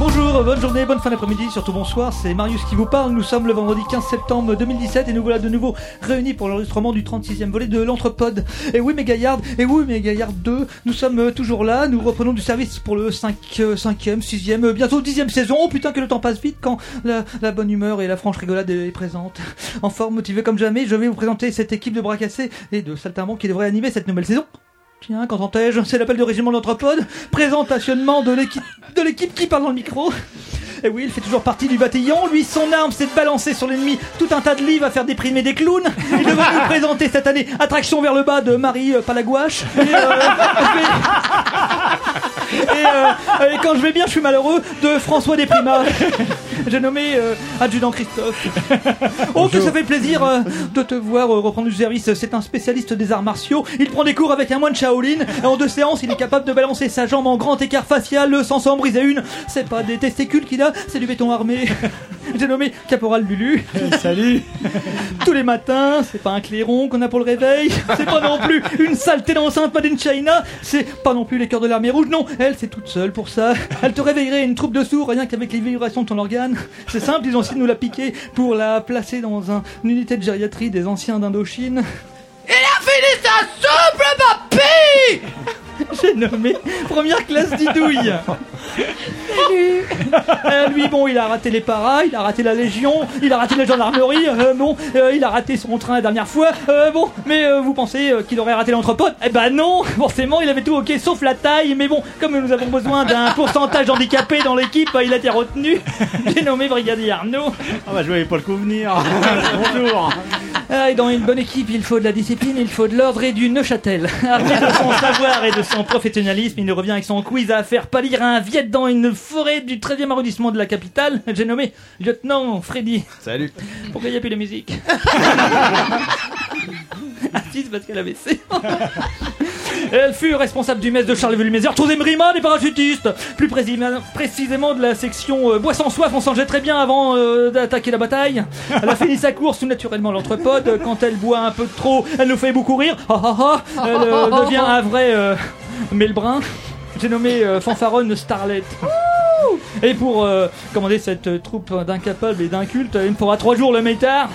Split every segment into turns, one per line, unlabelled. Bonjour, bonne journée, bonne fin d'après-midi, surtout bonsoir, c'est Marius qui vous parle. Nous sommes le vendredi 15 septembre 2017 et nous voilà de nouveau réunis pour l'enregistrement du 36e volet de l'Entrepode. Et oui, mes gaillards, et oui, mes gaillards 2, nous sommes euh, toujours là, nous reprenons du service pour le 5, e 6e, euh, bientôt 10e saison. Oh putain, que le temps passe vite quand la, la bonne humeur et la franche rigolade est présente. En forme, motivé comme jamais, je vais vous présenter cette équipe de bras cassés et de saltimbanques qui devrait animer cette nouvelle saison. Tiens, qu'entends-je C'est l'appel de régiment d'Anthropode. Présentationnement de l'équipe de l'équipe qui parle dans le micro. Et oui, il fait toujours partie du bataillon. Lui, son arme, c'est de balancer sur l'ennemi tout un tas de livres à faire déprimer des clowns. Il devrait nous présenter cette année Attraction vers le bas de Marie euh, Palagouache. Et, euh, et, euh, et quand je vais bien, je suis malheureux de François Desprimas. J'ai nommé euh, adjudant Christophe. Oh, que ça fait plaisir euh, de te voir euh, reprendre du service. C'est un spécialiste des arts martiaux. Il prend des cours avec un moine Shaolin. En deux séances, il est capable de balancer sa jambe en grand écart facial euh, sans s'en briser une. C'est pas des testicules qu'il a, c'est du béton armé. J'ai nommé Caporal Lulu.
Salut
Tous les matins, c'est pas un clairon qu'on a pour le réveil. C'est pas non plus une saleté d'enceinte made in China. C'est pas non plus les cœurs de l'armée rouge. Non, elle, c'est toute seule pour ça. Elle te réveillerait une troupe de sourds rien qu'avec les vibrations de ton organe. C'est simple, ils ont essayé de nous la piquer pour la placer dans un- une unité de gériatrie des anciens d'Indochine.
Il a fini sa soupe, le papy
J'ai nommé première classe Didouille. Euh, lui, bon, il a raté les paras, il a raté la Légion, il a raté la gendarmerie, euh, bon, euh, il a raté son train la dernière fois, euh, bon, mais euh, vous pensez euh, qu'il aurait raté l'entrepôt Eh ben non, forcément, il avait tout ok, sauf la taille, mais bon, comme nous avons besoin d'un pourcentage d'handicapés dans l'équipe, euh, il a été retenu. J'ai nommé Brigadier Arnaud.
Ah bah je voyais pas le coup venir. Bonjour
Ah, et dans une bonne équipe, il faut de la discipline, il faut de l'ordre et du Neuchâtel. Ah, Armé de son savoir et de son professionnalisme, il nous revient avec son quiz à faire pâlir un Viet dans une forêt du 13e arrondissement de la capitale. J'ai nommé lieutenant Freddy.
Salut
Pourquoi il n'y a plus de musique Artiste parce qu'elle a baissé. Elle fut responsable du mess de Charleville-Mézières, troisième rima des parachutistes, plus prési- précisément de la section euh, Boisson Soif, on s'en jette très bien avant euh, d'attaquer la bataille. Elle a fini sa course tout naturellement l'entrepode, Euh, quand elle boit un peu de trop, elle nous fait beaucoup rire, Ah, ah, ah. elle euh, devient un vrai euh, Melbrun, j'ai nommé euh, Fanfaronne Starlet. Et pour euh, commander cette euh, troupe d'incapables et d'incultes, euh, il me faudra trois jours le métard.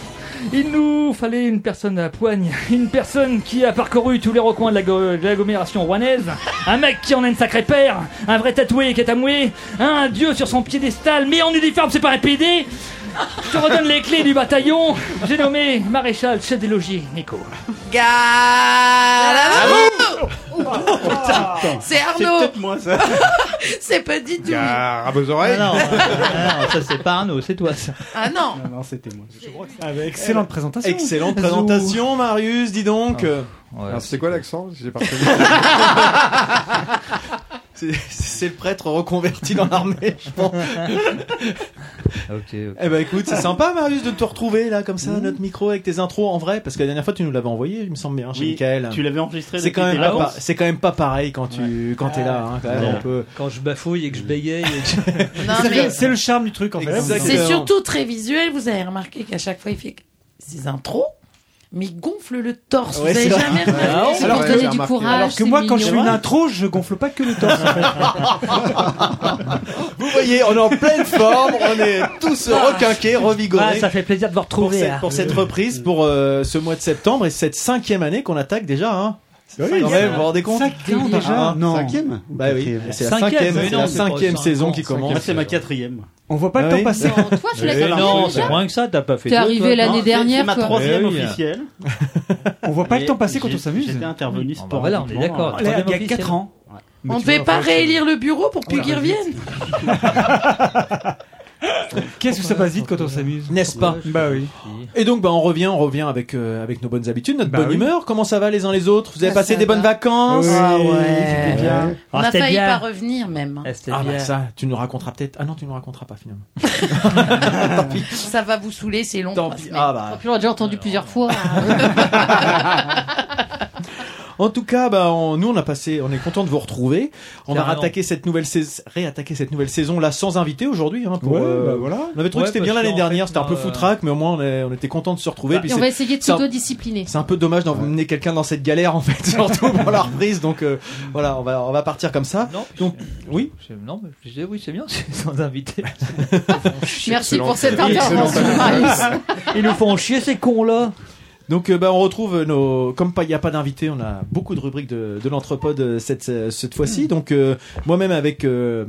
Il nous fallait une personne à poigne, une personne qui a parcouru tous les recoins de la go- de l'agglomération rouennaise, un mec qui en a une sacrée paire, un vrai tatoué qui est amoué, un dieu sur son piédestal, mais en uniforme, c'est pas un PD Je redonne les clés du bataillon, j'ai nommé maréchal chef des logis, Nico.
Gare à vous Oh, C'est
C'est
Arnaud
peut-être moi ça
C'est pas du tout
Gare à vos
Ah
oreilles.
ça c'est pas Arnaud, c'est toi ça.
Ah non
Non, non, c'était moi.
Excellente présentation.
Excellente présentation, Marius, dis donc Euh,
Alors, C'est quoi l'accent J'ai pas reconnu.
C'est c'est le prêtre reconverti dans l'armée, je pense.
Ah, Ok,
Eh ben écoute, c'est sympa, Marius, de te retrouver là, comme ça, à notre micro, avec tes intros en vrai, parce que la dernière fois, tu nous l'avais envoyé, il me semble bien, chez
Oui,
Michael.
Tu l'avais enregistré
C'est
depuis
quand, même
tes
pas
vacances
pa- c'est quand même pas pareil quand tu quand t'es là, hein, quand même,
Ouais.
on peut-
Quand je bafouille et que je bégaye.
Non
C'est-
mais
C'est le charme du truc en fait.
Exactement.
c'est surtout très visuel, vous avez remarqué qu'à chaque fois il fait ses intros, mais il gonfle le torse,
Ouais,
vous
c'est
avez jamais
Ah,
remarqué
on-
C'est pour
ouais, j'ai
donner du
remarqué.
courage.
Alors que
c'est
moi, quand je
mignon.
fais une intro, je gonfle pas que le torse. en fait.
Vous voyez, on est en pleine forme, on est tous requinqués, revigorés.
Ah. ça fait plaisir de vous
pour,
retrouver.
cette,
hein.
pour cette reprise, pour euh, ce mois de septembre et cette cinquième année qu'on attaque déjà. Hein.
Oui,
Quand même, vous vous rendez compte
Cinquième déjà
Ah,
Non.
Cinquième
Bah oui, c'est la
Cinquième,
cinquième,
mais
c'est
non,
la
c'est pas
cinquième
cinq
saison
ans,
qui
Moi,
commence.
c'est ma quatrième.
On voit pas
Ah
le temps
oui.
passer.
Non, toi, je l'ai
Eh
fait
non,
déjà.
c'est
moins que ça, t'as pas fait
T'es arrivé l'année
Non, c'est- C'est
dernière,
ma
toi.
troisième
Eh oui.
officielle.
On voit pas le
Et
temps passer quand
j'ai-
on s'amuse.
J'étais intervenu
Ah bah voilà, on est
sporadiquement.
d'accord.
Il y a
troisième
4 ans.
On ne devait pas réélire le bureau pour plus qu'il revienne
Qu'est-ce que ça passe vite quand on s'amuse
N'est-ce pas
Bah oui.
Et donc, bah, on revient, on revient avec, euh, avec nos bonnes habitudes, notre
Bah
bonne
oui.
humeur. Comment ça va les uns les autres Vous avez
Ça,
passé
ça
des bonnes
va.
vacances
Ah ouais.
c'était bien.
On a
c'était
failli
Ah, bien.
pas revenir même.
Ah, c'était
Ah bah
bien.
ça, tu nous raconteras peut-être. Ah non, tu nous raconteras pas finalement.
Ça va vous saouler, c'est long.
Tant
trois
pis.
semaines.
Ah
Enfin,
bah.
tu l'as déjà entendu plusieurs fois. hein.
En tout cas, bah, on- nous, on a passé, on est content de vous retrouver. On a
Carrément.
rattaqué cette nouvelle saison, réattaqué cette nouvelle saison là sans invité aujourd'hui. hein, pour,
Ouais,
euh,
bah voilà.
On avait
Ouais,
trouvé que c'était
parce
bien l'année
qu'en
dernière,
fait,
c'était un peu
euh,
foutraque, mais au moins on, est- on était content de se retrouver. puis
Et Bah, on
c'est-
va essayer de
c'est un-
s'auto-discipliner.
c'est un peu dommage d'emmener quelqu'un dans cette galère en fait, surtout pour la reprise. Donc euh, voilà, on va on va partir comme ça.
Mm. Non,
Donc oui,
c'est- non, mais je disais, oui, c'est bien, c'est sans invité.
Merci pour cette
Excellent.
intervention,
Excellent.
Marius.
Ils nous font chier, ces cons-là.
Donc euh, bah, on retrouve nos comme pas il n'y a pas d'invité, on a beaucoup de rubriques de, de l'entrepode euh, cette euh, cette
Mm.
fois-ci. Donc euh, moi-même avec euh,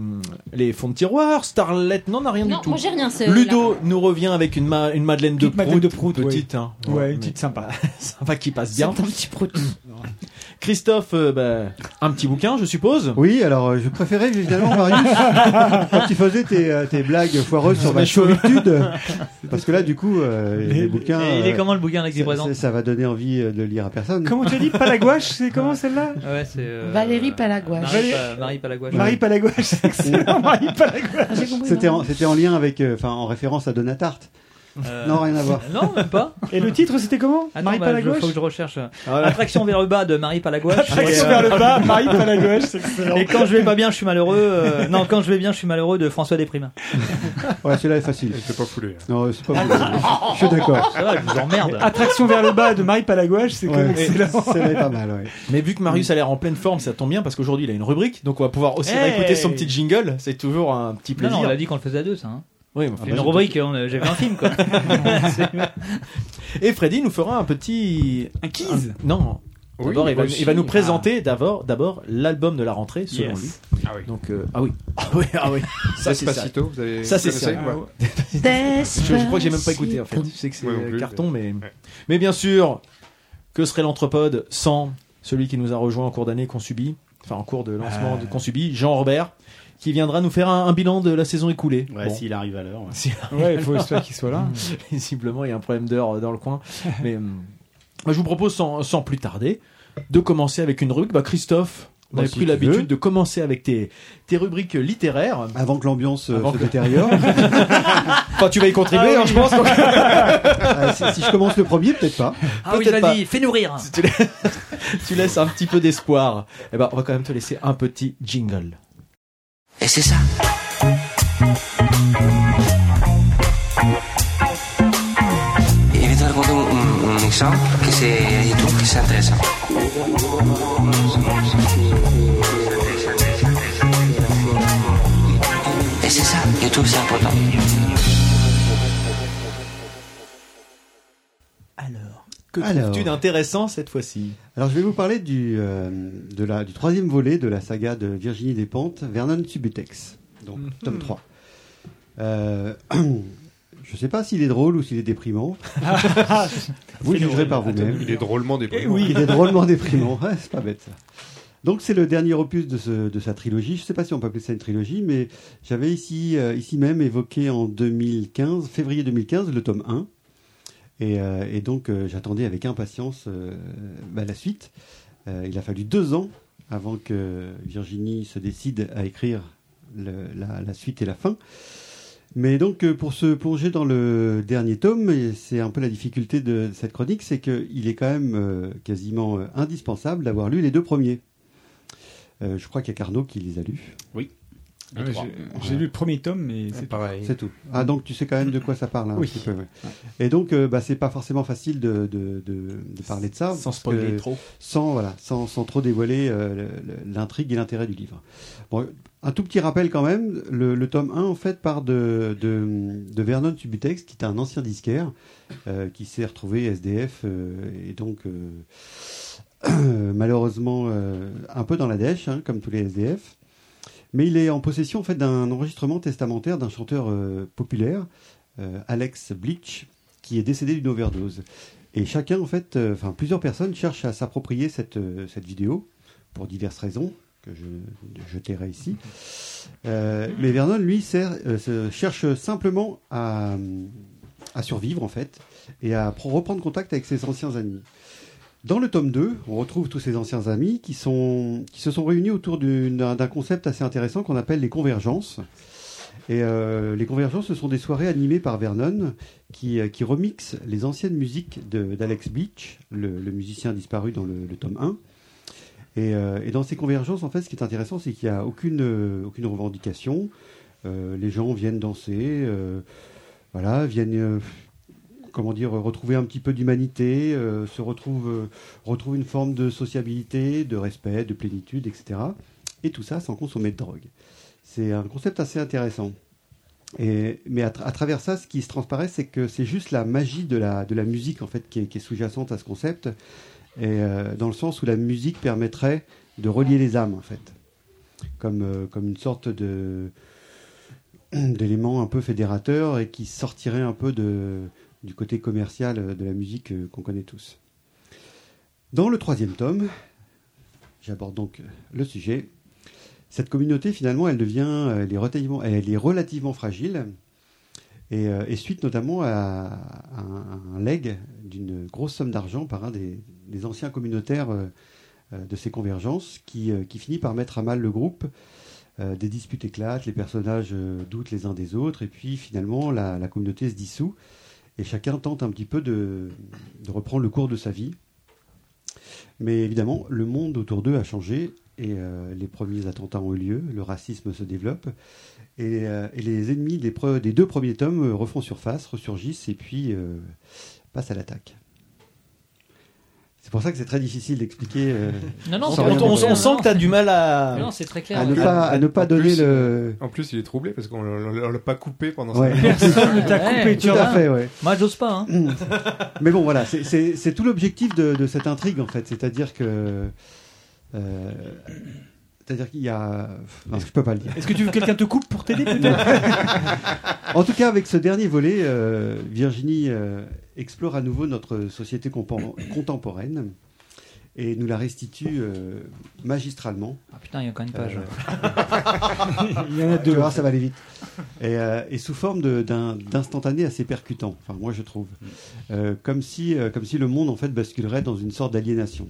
les fonds de tiroir, Starlet n'en a rien
Non,
du tout.
moi j'ai rien. c'est-
Ludo nous revient avec une, ma- une Madeleine de
Petite Madeleine de
Prout,
Prout,
petite, hein.
Ouais, une
mais
petite sympa.
sympa qui passe
C'est un
bien.
petit prout.
Christophe, euh, bah, un petit bouquin, je suppose.
Oui, alors euh, je préférais évidemment Marius quand tu faisais tes, euh, tes blagues foireuses sur
Sur mes
ma solitude, parce que là du coup euh, les,
Les-
bouquins,
Et il est
euh,
comment le bouquin avec des
ça,
présents
ça- ça va donner envie euh, de le lire à personne.
Comment tu as dit Palagouache C'est comment celle-là
Ouais, c'est, euh,
Valérie Palagouache.
Marie, Pa- Marie Palagouache.
Marie Palagouache, c'est excellent. Marie Palagouache.
Ah, j'ai compris,
C'était
non.
en, c'était en lien avec, euh, enfin en référence à Donatarte.
Euh,
Non, rien à voir.
Non, même pas.
Et le titre, c'était comment
Attends,
Marie
bah, je-
Palagouache
faut que je recherche. euh,
Voilà.
Attraction vers le bas de Marie Palagouache.
Traction
Et, euh,
vers le bas, Marie Palagouache, c'est excellent.
Et quand je vais pas bien, je suis malheureux. euh, non, quand je vais bien, je suis malheureux de François Desprimes.
Ouais, celui-là est facile.
Elle s'est pas foulée.
Non, c'est pas possible. Je suis d'accord.
Ça va, je vous emmerde.
Attraction vers le bas de Marie Palagouache, c'est quand même
Ouais,
excellent.
c'est pas mal. Ouais.
Mais vu que Marius a l'air en pleine forme, ça tombe bien parce qu'aujourd'hui il a une rubrique, donc on va pouvoir aussi
Hey
réécouter son petit jingle. C'est toujours un petit
Non,
plaisir.
non, on a dit qu'on le faisait à deux, ça. hein.
Oui, mais enfin,
C'est une rubrique, on, euh, j'avais un film, quoi.
Et Freddy nous fera un petit.
Un quiz
Un- Non.
Oui,
D'abord, il, va-
aussi.
il va nous présenter d'abord, d'abord l'album de la rentrée, selon
Yes.
lui.
Ah oui.
Donc, euh, ah oui. Ah oui, ah oui. Ça, c'est ça.
Despacito, vous avez
Ça, c'est
vous connaissez
ça.
Ouais.
Je, je crois que j'ai même pas écouté, en fait. Je sais que c'est
Moi non plus,
euh, carton, mais.
ouais.
Mais bien sûr, que serait l'entrepode sans celui qui nous a rejoint en cours d'année qu'on subit, enfin, en cours de lancement
Ah.
de qu'on subit, Jean-Robert, qui viendra nous faire un, un bilan de la saison écoulée.
Ouais,
Bon,
s'il arrive à l'heure. ouais.
Ouais, il faut espérer qu'il soit là.
visiblement, il y a un problème d'heure euh, dans le coin. Mais hum, moi, je vous propose, sans, sans plus tarder, de commencer avec une rubrique. Bah, Christophe, on
Bah,
avait
si
pris
tu
l'habitude
veux.
de commencer avec tes, tes rubriques littéraires.
Avant que l'ambiance euh,
Avant
se
que-
détériore,
Enfin, tu vas y contribuer, hein, je pense. donc-
euh, si, si je commence le premier, peut-être pas.
Ah oui,
Peut-être
vas-y, fais-nous rire.
tu, la- tu laisses un petit peu d'espoir. Eh ben, on va quand même te laisser un petit jingle.
Et c'est ça. Et vais te raconter un, un- un exemple que c'est YouTube que c'est intéressant. Et c'est ça, YouTube c'est important.
Alors.
Que
Alors.
trouves-tu d'intéressant cette fois-ci
Alors je vais vous parler du, euh, de la, du troisième volet de la saga de Virginie Despentes, Vernon Subutex, donc tome 3. Euh, je sais pas s'il est drôle ou s'il est déprimant. vous jugerez par vous-même.
Il est drôlement déprimé.
Oui, il est drôlement déprimant. Ouais, c'est pas bête. ça. Donc c'est le dernier opus de, ce- de sa trilogie. Je sais pas si on peut appeler ça une trilogie, mais j'avais ici, euh, ici même évoqué en 2015, février 2015, le tome 1. Et, euh, et donc euh, j'attendais avec impatience euh, bah, la suite. Euh, il a fallu deux ans avant que Virginie se décide à écrire le- la, la suite et la fin. Mais donc euh, pour se plonger dans le dernier tome, et c'est un peu la difficulté de cette chronique, c'est qu'il est quand même euh, quasiment euh, indispensable d'avoir lu les deux premiers. Euh, je crois qu'il y a Carnot qui les a lus.
Ouais, Ah, j'ai- J'ai lu le premier tome, mais c'est
pareil.
C'est tout. Ah donc tu sais quand même de quoi ça parle hein, un
Oui.
petit peu. ouais. Et donc euh, bah, c'est pas forcément facile de, de- de- de parler de ça.
Sans
parce
spoiler
que-
trop.
sans, voilà, sans, sans trop dévoiler euh, le- le- l'intrigue et l'intérêt du livre. Bon, un tout petit rappel quand même, le, le tome 1 en fait part de, de, de Vernon Subutex, qui est un ancien disquaire, euh, qui s'est retrouvé SDF euh, et donc euh, malheureusement euh, un peu dans la dèche, hein, comme tous les SDF. Mais il est en possession en fait d'un enregistrement testamentaire d'un chanteur euh, populaire, euh, Alex Bleach, qui est décédé d'une overdose. Et chacun, en fait, euh, enfin plusieurs personnes cherchent à s'approprier cette, euh, cette vidéo pour diverses raisons que je, je tairai ici. Euh, mais Vernon, lui, sert- euh, se- cherche simplement à, à survivre, en fait, et à pro- reprendre contact avec ses anciens amis. Dans le tome 2, on retrouve tous ses anciens amis qui, sont, qui se sont réunis autour d'une- d'un d'un concept assez intéressant qu'on appelle les convergences. Et euh, les convergences, ce sont des soirées animées par Vernon, qui, euh, qui remixe les anciennes musiques de- d'Alex Beach, le, le musicien disparu dans le, le tome 1, Et, euh, et dans ces convergences, en fait, ce qui est intéressant, c'est qu'il n'y a aucune, euh, aucune revendication. Euh, les gens viennent danser, euh, voilà, viennent, euh, comment dire, euh, retrouver un petit peu d'humanité, euh, se retrouvent, euh, retrouvent une forme de sociabilité, de respect, de plénitude, etc. Et tout ça sans consommer de drogue. C'est un concept assez intéressant. Et, mais à, tra- à travers ça, ce qui se transparaît, c'est que c'est juste la magie de la, de la musique en fait qui est, qui est sous-jacente à ce concept, et euh, dans le sens où la musique permettrait de relier les âmes en fait, comme, euh, comme une sorte de d'élément un peu fédérateur et qui sortirait un peu de, du côté commercial euh, de la musique euh, qu'on connaît tous. Dans le troisième tome, j'aborde donc euh, le sujet. Cette communauté, finalement, elle devient, euh, elle est relativement, elle est relativement fragile, et, euh, et suite notamment à, à un, à un leg d'une grosse somme d'argent par un des, des anciens communautaires euh, euh, de ces convergences, qui, euh, qui finit par mettre à mal le groupe. Euh, des disputes éclatent, les personnages euh, doutent les uns des autres, et puis finalement la, la communauté se dissout, et chacun tente un petit peu de, de reprendre le cours de sa vie. Mais évidemment, le monde autour d'eux a changé et euh, les premiers attentats ont eu lieu, le racisme se développe et, euh, et les ennemis des, pre- des deux premiers tomes euh, refont surface, ressurgissent et puis euh, passent à l'attaque. C'est pour ça que c'est très difficile d'expliquer. euh,
Non, Ah non,
sans
c'est-
rien
on, on-
dévoiler.
on sent que t'as du mal
Mais
à.
non, c'est très clair.
à ne
Ah,
pas, à ne pas
en
donner
plus,
le.
En plus, il est troublé parce qu'on ne l'a pas coupé pendant
Ouais.
ça.
Personne ne t'a
Ouais.
coupé, tu
Tout à
vois.
fait, ouais. Hmm.
Moi, j'ose pas. Hein.
Mais bon, voilà, c'est- c'est c'est tout l'objectif de, de cette intrigue, en fait. C'est-à-dire que. euh, C'est-à-dire qu'il y a. Non, je peux pas le dire.
Est-ce que tu veux que quelqu'un te coupe pour t'aider peut-être
En tout cas, avec ce dernier volet, euh, Virginie euh, explore à nouveau notre société compo- contemporaine et nous la restitue euh, magistralement.
Ah putain, il y a quand même une page.
Euh,
Il y en a
Tu
deux.
vois, ça va aller vite. Et, euh, et sous forme de- d'un- d'instantané assez percutant, enfin moi je trouve. Euh, comme, si, euh, comme si le monde en fait basculerait dans une sorte d'aliénation.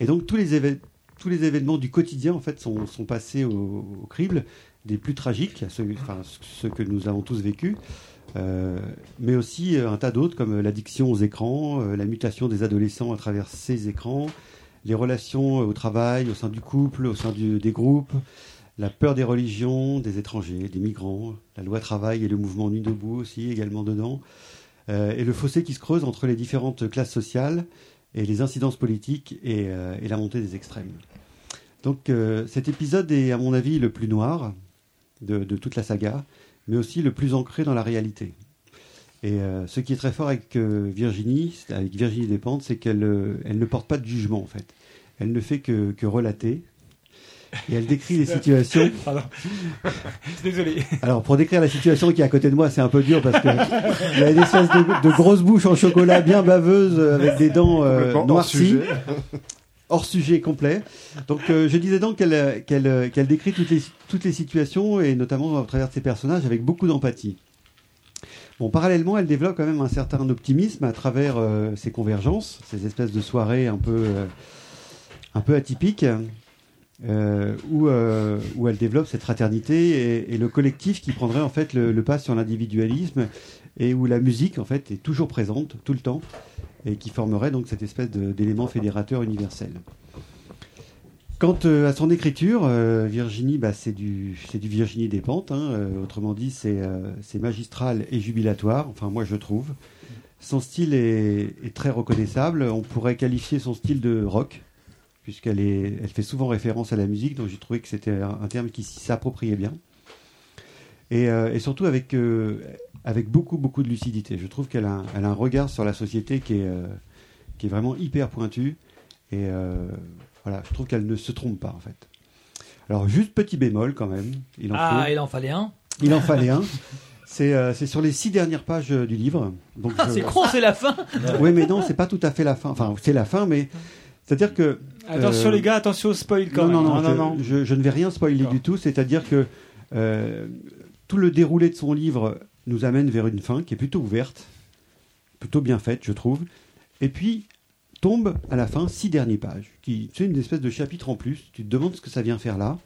Et donc tous les, éve- tous les événements du quotidien en fait sont, sont passés au, au crible, des plus tragiques, à ceux, enfin, ceux que nous avons tous vécus, euh, mais aussi euh, un tas d'autres comme euh, l'addiction aux écrans, euh, la mutation des adolescents à travers ces écrans, les relations euh, au travail, au sein du couple, au sein du- des groupes, la peur des religions, des étrangers, des migrants, la loi travail et le mouvement Nuit debout aussi également dedans, Euh, et le fossé qui se creuse entre les différentes classes sociales et les incidences politiques et, euh, et la montée des extrêmes. Donc euh, cet épisode est à mon avis le plus noir de, de toute la saga, mais aussi le plus ancré dans la réalité. Et euh, ce qui est très fort avec euh, Virginie, c'est- avec Virginie Despentes, c'est qu'elle euh, elle ne porte pas de jugement en fait. Elle ne fait que, que relater. Et elle décrit les situations
Désolé.
alors, pour décrire la situation qui est à côté de moi, c'est un peu dur parce que il y a une espèce de, de grosse bouche en chocolat bien baveuse euh, avec des dents euh,
Complètement hors
noircies.
sujet.
Hors sujet complet. Donc, euh, je disais donc qu'elle euh, qu'elle euh, qu'elle décrit toutes les, toutes les situations et notamment à travers ses personnages avec beaucoup d'empathie. Bon, parallèlement, elle développe quand même un certain optimisme à travers euh, ses convergences, ces espèces de soirées un peu, euh, un peu atypiques euh, où, euh, où elle développe cette fraternité et, et le collectif qui prendrait en fait le, le pas sur l'individualisme et où la musique en fait est toujours présente tout le temps et qui formerait donc cette espèce de- d'élément fédérateur universel. Quant euh, à son écriture, euh, Virginie, bah, c'est du, c'est du Virginie des Pentes. hein, euh, autrement dit, c'est euh, c'est magistral et jubilatoire. Enfin, moi, je trouve. Son style est, est très reconnaissable. On pourrait qualifier son style de rock, puisqu'elle est, elle fait souvent référence à la musique, donc j'ai trouvé que c'était un, un terme qui s'appropriait bien. Et, euh, et surtout avec, euh, avec beaucoup, beaucoup de lucidité. Je trouve qu'elle a, un- elle a un regard sur la société qui est, euh, qui est vraiment hyper pointu. Et euh, voilà, je trouve qu'elle ne se trompe pas, en fait. Alors, juste petit bémol quand même. Il en faut.
Ah, il en fallait un.
Il en fallait un. C'est euh, c'est sur les six dernières pages euh, du livre. Donc
Ah,
je-
c'est con, c'est la fin.
Oui, mais non, c'est pas tout à fait la fin. Enfin, c'est la fin, mais c'est-à-dire que
Attention
Euh,
les gars, attention au spoil quand
non,
même.
non, non,
Hein.
je, je- je ne vais rien spoiler
D'accord.
du tout. C'est-à-dire que euh, tout le déroulé de son livre nous amène vers une fin qui est plutôt ouverte, plutôt bien faite, je trouve. Et puis tombe à la fin six dernières pages, qui c'est une espèce de chapitre en plus. Tu te demandes ce que ça vient faire là.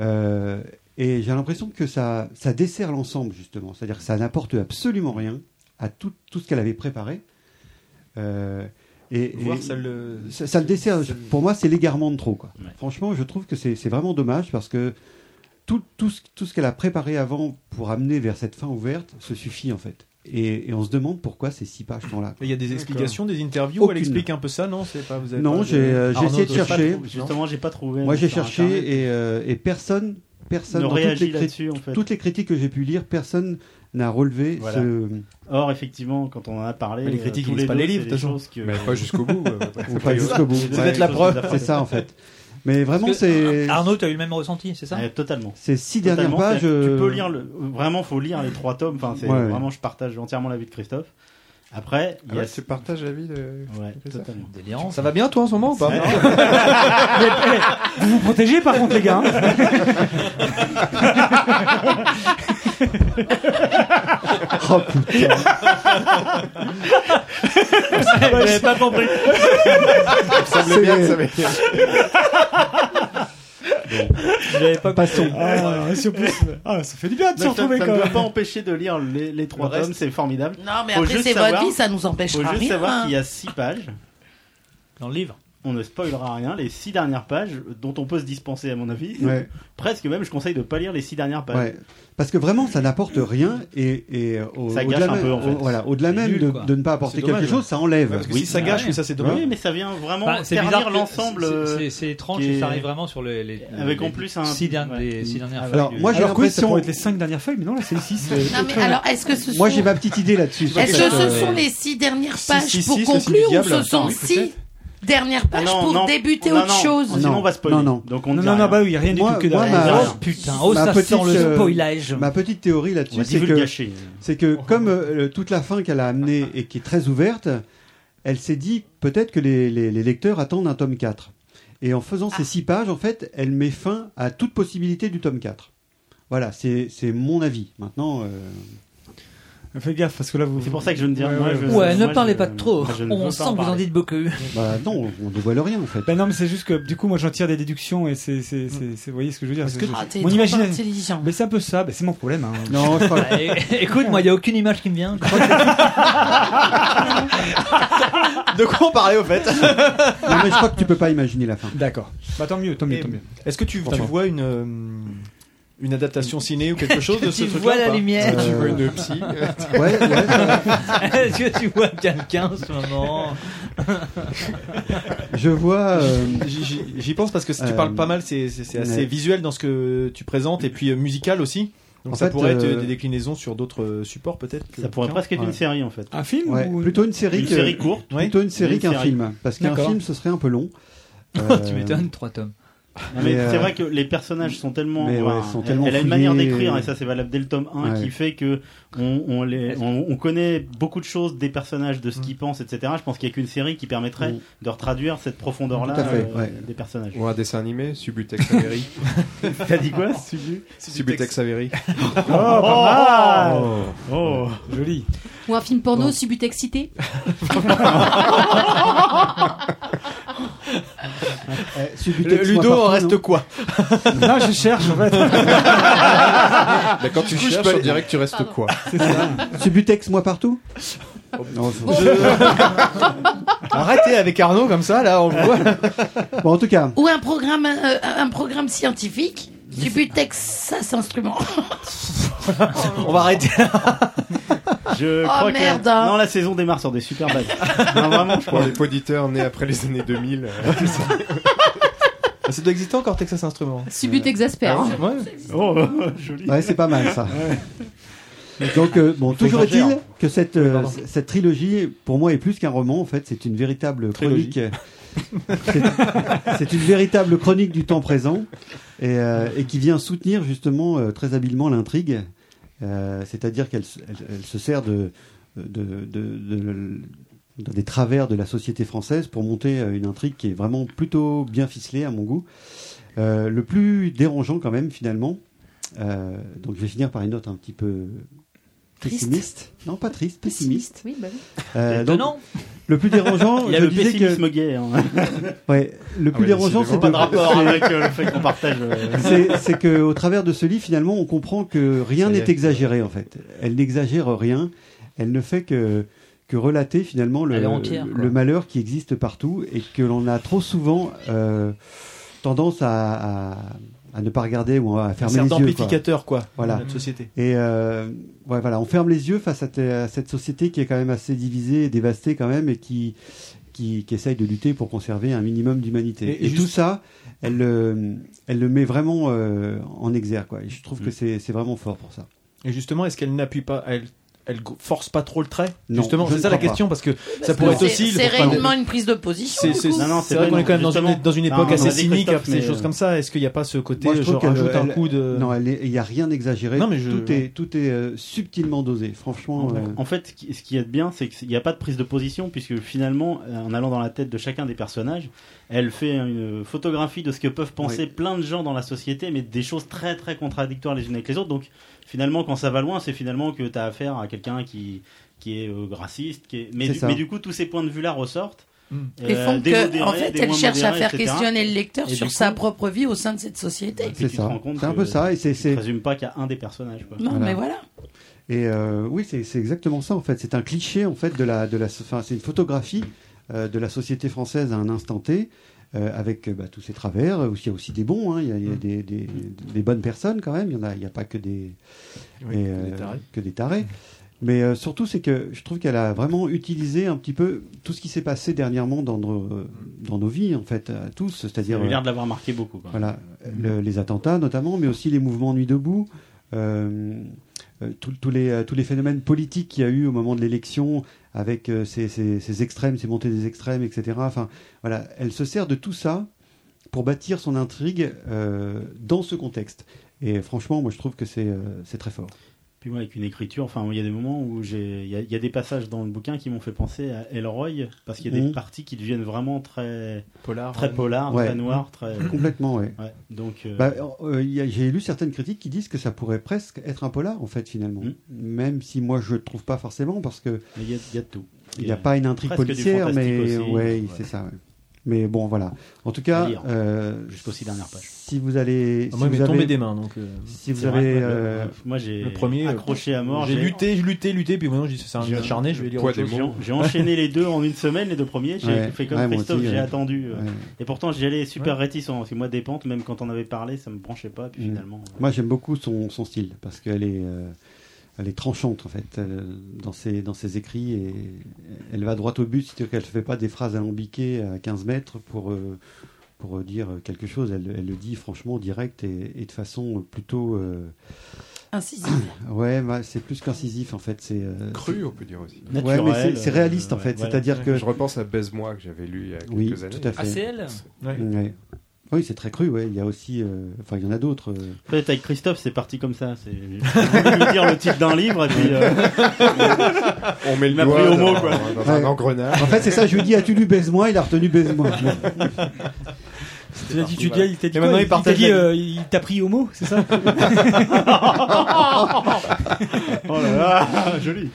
Euh, et j'ai l'impression que ça, ça dessert l'ensemble justement. C'est-à-dire que ça n'apporte absolument rien à tout, tout ce qu'elle avait préparé. Euh, Et,
Voir,
et-
ça le-
ça, ça le dessert.
ça le-
Pour moi, c'est l'égarement de trop. Quoi. Franchement, je trouve que c'est c'est vraiment dommage parce que tout, tout ce, tout ce qu'elle a préparé avant pour amener vers cette fin ouverte se suffit en fait. Et, et on se demande pourquoi ces six pages sont là. quoi.
Il y a des explications, des interviews où elle
Aucune.
explique un peu ça, non C'est pas, vous avez
Non,
pas
j'ai euh, j'ai
Arnaud,
essayé de
j'ai pas
chercher.
trouvé- justement, j'ai pas trouvé.
Moi, j'ai
sur
cherché
Internet.
et, euh, et personne, personne
Ne
dans toutes les
réagit
crit-
là-dessus, en fait.
toutes les critiques que j'ai pu lire, personne n'a relevé
Voilà.
ce.
Or, effectivement, quand on en a parlé,
Mais les
euh,
critiques,
tous
ils lisent pas
deux,
les livres,
c'est
de toute
des
façon.
choses que-
Mais pas jusqu'au bout. euh,
Ou pas jusqu'au bout.
C'est
Ouais,
des
la
choses
preuve.
d'affaires.
C'est ça en fait. Mais vraiment,
Parce que-
c'est
Ah,
Arnaud, t'as eu le même ressenti, c'est ça
Ouais, Totalement.
ces six
Totalement,
dernières pages.
c'est-à-dire que
euh,
Tu peux lire le. Vraiment, faut lire les trois tomes. Enfin, c'est
Ouais, ouais.
vraiment, je partage entièrement l'avis de Christophe. Après, il
Ah
y a.
ouais, tu partages la vie de.
Ouais,
Christophe.
totalement.
Délirant.
Ça va bien toi en ce moment ou pas
Vous vous protégez par contre, les gars. hein.
Oh putain.
J'avais pas compris.
Ça me semblait bien que ça avait.
J'avais pas compris.
Ah, si on peut- ah, ça fait du bien de se
Donc, ça
retrouver
ne
quand
doit
même.
pas empêcher de lire les, les trois
reste.
tomes, c'est formidable.
Non, mais
Faut
après,
juste
c'est
savoir-
votre vie, ça nous
Il faut
empêchera
juste
rien.
savoir qu'il y a six pages.
Dans le livre.
On ne spoilera rien. Les six dernières pages, dont on peut se dispenser à mon avis,
Ouais,
presque même, je conseille de pas lire les six dernières pages.
ouais. Parce que vraiment, ça n'apporte rien et, et euh, au-
Ça
au-delà
gâche un
même-
peu, en fait. hein.
au- voilà, au-delà
C'est
même
nul,
de,
quoi.
de ne pas apporter
C'est
quelque
dommage,
chose, ça enlève.
Parce que
Oui.
si ça gâche,
Ouais.
ça c'est dommage.
Oui, mais ça vient vraiment
Enfin, Bah, c'est
ternir
que-
l'ensemble.
c'est-
euh,
c'est- C'est étrange
qui
que
est-
ça arrive vraiment sur les. les-
Avec
les-
en plus un-
Six dernières,
ouais.
les six dernières
Alors,
feuilles
Alors,
du-
moi, j'ai
Alors que oui, ça
l'impression.
pourrait être les cinq dernières feuilles, mais non, là, c'est les six. euh.
Non, mais alors, est-ce que ce sont,
Moi, j'ai ma petite idée là-dessus.
est-ce que ce
Euh,
sont les six dernières
six,
pages
six,
pour
six, le signe du
conclure ou
diable.
ce sont
Oui,
six dernières
Ah
pages pour débuter
non,
autre
non,
chose
Sinon, on va spoiler.
Non, non.
Donc on
Non,
ne dit
non,
rien.
non, bah oui, y a rien du
Moi-
tout que
moi,
dalle.
ma-
Alors,
Oh putain, oh
Ma
ça
petite,
sent le
euh,
spoilage.
Ma petite théorie
On va
là-dessus, c'est que
divulgacher.
c'est que comme euh, toute la fin qu'elle a amenée et qui est très ouverte, elle s'est dit peut-être que les, les- les lecteurs attendent un tome 4. Et en faisant
Ah.
ces six pages, en fait, elle met fin à toute possibilité du tome 4. Voilà, c'est c'est mon avis. Maintenant, euh,
Fais gaffe, parce que là, vous.
C'est pour ça que je ne dis
Ouais,
rien.
ouais,
Moi, je-
ouais.
moi, je- moi, je ne veux pas
On sent que vous en
parler.
dites beaucoup.
bah non, on dévoile rien en fait. Mm.
Ben non, mais c'est juste que du coup, moi, j'en tire des déductions et c'est, c'est, c'est, c'est- vous voyez ce que je veux dire.
Parce
c'est-
que-
je-
Ah, t'es
Mon
trop
imagination-
intelligent.
Mais c'est un peu ça, ben, c'est mon problème. hein.
Non, je crois
Bah, é- Écoute, moi, il n'y a aucune image qui me vient.
De quoi on parlait au fait
Non, mais je crois que tu peux pas imaginer la fin.
D'accord. Bah tant mieux, tant mieux,
Et-
tant mieux.
Est-ce que tu, tu
Enfin.
vois une euh, une adaptation ciné ou quelque chose de ce
tu
truc-là
vois
ou
la
pas
lumière.
Euh,
Tu veux une psy
ouais, ouais, ça-
Est-ce que tu vois quelqu'un en ce moment
je vois. euh,
J'y- J'y j'y pense parce que si tu
Euh,
parles pas mal, c'est c'est- c'est assez
ouais.
visuel dans ce que tu présentes et puis euh, musical aussi. Donc
En
ça
fait,
pourrait être
euh,
des déclinaisons sur d'autres euh, supports peut-être. que-
Ça pourrait presque être
Ouais.
une série en fait.
Un film
ouais,
ou
Plutôt une série.
Une
que-
série courte.
Ouais.
Plutôt une série
Une
qu'un
série.
film. Parce qu'un
D'accord.
film, ce serait un peu long.
Oh, Tu
Euh,
m'étonnes, trois tomes.
Non, mais
Mais,
c'est
euh,
vrai que les personnages sont tellement.
mais ouais,
enfin,
ils sont
elle-
tellement
elle, a une manière
fouillés. euh.
d'écrire, et ça c'est valable dès le tome 1,
Ouais.
qui fait que on, on, les, on, on connaît beaucoup de choses des personnages, de ce
Mm.
qu'ils pensent, etc. Je pense qu'il n'y a qu'une série qui permettrait
Mm.
de retraduire cette profondeur-là
Tout à fait,
euh,
ouais.
des personnages.
Ou un dessin animé, Subutex Avery.
T'as dit quoi Subu
Subutex Avery.
Oh, pas mal
Oh, oh.
Joli.
Ou un film porno subutexcité.
euh, Subutex,
Le- Ludo,
moi, partout,
en
non
reste quoi
Non, je cherche en fait.
Mais quand tu cherches, on dirait que tu restes
Pardon.
quoi
Subutex, moi partout Non, je-
Oh, Arrêtez avec Arnaud comme ça là, on le voit.
Bon, en tout cas,
Ou un programme, euh, un programme scientifique du but Texas Instruments.
on va arrêter.
Je
Oh,
crois que-
merde, hein.
Non, la saison démarre sur des super bases. non, vraiment, je
Pour
crois.
les auditeurs nés après les années 2000. euh,
Ah,
Ça doit exister encore Texas Instruments.
Euh,
Subutexaspère.
Ah,
Oh, joli.
ouais, c'est pas mal ça. Donc, euh, bon,
faut
toujours
pas faire.
est-il que cette, euh,
pardon.
cette trilogie, pour moi, est plus qu'un roman. En fait, c'est une véritable
Trilogie.
chronique. C'est- c'est une véritable chronique du temps présent et, euh, et qui vient soutenir justement euh, très habilement l'intrigue. Euh, C'est-à-dire qu'elle se- elle- elle se sert de, de, de- de- de- des travers de la société française pour monter euh, une intrigue qui est vraiment plutôt bien ficelée à mon goût. Euh, le plus dérangeant quand même finalement. euh, donc je vais finir par une note un petit peu
Triste.
pessimiste. Non, pas triste, pessimiste.
Oui, bah oui.
Euh, donc,
Étonnant.
le plus dérangeant,
Il y a
je
le
disais
pessimisme
que
gay. hein.
ouais,
Ah
le plus
ouais,
dérangeant,
décidément.
c'est
Pas de rapport
c'est-
avec euh, le fait qu'on partage. euh,
c'est c'est que au travers de ce livre, finalement, on comprend que rien
Ça y
n'est
est.
exagéré en fait. Elle n'exagère rien. Elle ne fait que que relater finalement le,
Elle est entière, quoi.
le malheur qui existe partout et que l'on a trop souvent euh, tendance à, à- à ne pas regarder ou à fermer
C'est un
les yeux. quoi.
amplificateur, quoi,
Voilà.
de notre société.
Et euh, ouais, voilà, on ferme les yeux face à, te- à cette société qui est quand même assez divisée et dévastée quand même et qui, qui, qui essaye de lutter pour conserver un minimum d'humanité.
Et-
Et,
et juste-
tout ça, elle, le- elle le met vraiment euh, en exergue. Quoi. Et je
Mm.
trouve que c'est c'est vraiment fort pour ça.
Et justement, est-ce qu'elle n'appuie pas, elle, elle go- force pas trop le trait
Non,
Justement,
je
c'est
ne
ça la
crois pas.
question, parce que ça pourrait être
C'est-
aussi. le-
C'est
enfin,
réellement une prise de position.
C'est c'est-
Non, non, c'est
c'est vrai
vrai,
qu'on est quand même dans
justement.
une, dans une
Non,
époque
on
assez
a dit
cynique,
Christophe,
des
mais,
choses
euh,
comme ça. Est-ce qu'il n'y a pas ce côté,
Moi, je
je,
trouve qu'elle-
rajoute un
elle-
coup de.
Non, elle est- il n'y a rien d'exagéré.
euh Non, mais je-
Tout est, tout est euh, subtilement dosé. Franchement, euh,
En fait, ce qui- ce qui est bien, c'est qu'il n'y a pas de prise de position, puisque finalement, euh, en allant dans la tête de chacun des personnages, elle fait une photographie de ce que peuvent penser
Oui.
plein de gens dans la société, mais des choses très très contradictoires les unes avec les autres. Donc finalement, quand ça va loin, c'est finalement que tu as affaire à quelqu'un qui, qui est euh, raciste. Qui est... Mais,
C'est
du,
ça.
mais du coup, tous ces points de vue-là ressortent. Euh,
Mm.
Et font
des
que,
modérés,
en fait,
des
elle
moins
cherche à
modérés,
faire
etc..
questionner le lecteur
Et
sur
du
sa
coup-
propre vie au sein de cette société.
Et puis,
c'est
tu te
ça.
rends compte
C'est un
que
peu ça. Et c'est-
Je
c'est
présume pas qu'il y a un des personnages. Quoi.
Non,
Voilà.
mais voilà.
Et euh, oui, c'est c'est exactement ça en fait. C'est un cliché en fait de la de la. Enfin, c'est une photographie euh, de la société française à un instant T. euh, avec euh, bah, tous ses travers, Euh, il y a aussi des bons, hein. il y a, il y a des, des- des bonnes personnes quand même, il n'y a, il y a pas que des,
Oui,
et,
que
euh,
des tarés.
que des tarés. Mais euh, surtout, c'est que je trouve qu'elle a vraiment utilisé un petit peu tout ce qui s'est passé dernièrement dans nos, dans nos vies, en fait, à tous,
Il
c'est-à-dire
a l'air de l'avoir marqué beaucoup. quoi. Euh,
voilà, le- les attentats notamment, mais aussi les mouvements Nuit debout, euh, euh, tous- tous les, euh, tous les phénomènes politiques qu'il y a eu au moment de l'élection, avec euh, ces, ces- ces extrêmes, ces montées des extrêmes, etc. Enfin, voilà, elle se sert de tout ça pour bâtir son intrigue euh, dans ce contexte. Et franchement, moi je trouve que c'est euh, c'est très fort.
Puis moi, avec une écriture, enfin, il y a des moments où j'ai, il y, a- il y a des passages dans le bouquin qui m'ont fait penser à Elroy, parce qu'il y a des
Mhm.
parties qui deviennent vraiment très,
Polar.
très polar, euh,
Ouais.
très noir, très.
Complètement, oui.
Ouais. Donc, euh,
Bah, euh, il y a- J'ai lu certaines critiques qui disent que ça pourrait presque être un polar, en fait, finalement.
Mm.
Même si moi je ne trouve pas forcément, parce que
mais il y, a- il y a de tout.
Il n'y a
Et,
pas une intrigue
presque du
policière, mais
fantastique aussi.
ouais,
Ouais.
c'est ça. ouais. Mais bon, voilà. En tout cas,
À lire.
euh,
Jusqu'aux six dernières pages.
Si vous allez, si
Ah, Moi, il
vous
m'est tombé
avez,
des mains, donc. euh,
si
c'est
vous
vrai,
avez,
le-
euh,
moi, j'ai
le premier, euh,
accroché à mort.
J'ai lutté, lutté, lutté, puis maintenant, je dis, c'est un
J'ai-
acharné, je vais lire
poids
autre
des
chose.
mots.
j'ai- j'ai enchaîné les deux en une semaine, les deux premiers. J'ai
Ouais.
fait comme
Ouais, moi
Christophe,
aussi,
j'ai
ouais.
attendu. euh,
ouais.
Et pourtant, j'y allais super réticent. Parce que moi, des pentes, même quand on avait parlé, ça me branchait pas. Puis
Mhm.
finalement. euh,
moi j'aime beaucoup son, son style parce qu'elle est, euh, elle est tranchante en fait euh, dans ses dans ses écrits et elle va droit au but, c'est-à-dire qu'elle ne fait pas des phrases alambiquées à 15 mètres pour euh, pour dire quelque chose. Elle, elle le dit franchement direct et, et de façon plutôt, euh,
Incisive.
ouais, bah, c'est plus qu'incisif en fait. C'est euh,
Cru, on peut dire aussi.
naturel,
ouais, mais c'est- c'est
euh,
réaliste en
ouais,
fait.
voilà.
C'est-à-dire que
Je repense à Baise-moi que j'avais lu il y a quelques
Oui,
années.
tout à fait.
ACL
Ouais.
Ouais. Oui, c'est très cru. Ouais. Il y a aussi, euh, enfin, il y en a d'autres. euh.
En fait, avec Christophe, c'est parti comme ça. C'est j'ai voulu lui dire le titre d'un livre et puis euh,
On met le
m'a
doigt
pris au
dans,
mot, quoi.
dans un
Ouais.
engrenage.
En fait, c'est ça. Je lui dis, as-tu lu baise-moi Il a retenu baise-moi.
Tu l'as
Bah,
dit, tu dis- il t'a dit,
Et
quoi
maintenant, il
il t'a
partage
dit,
la-
euh, il t'a pris au mot, c'est ça
oh là là, joli.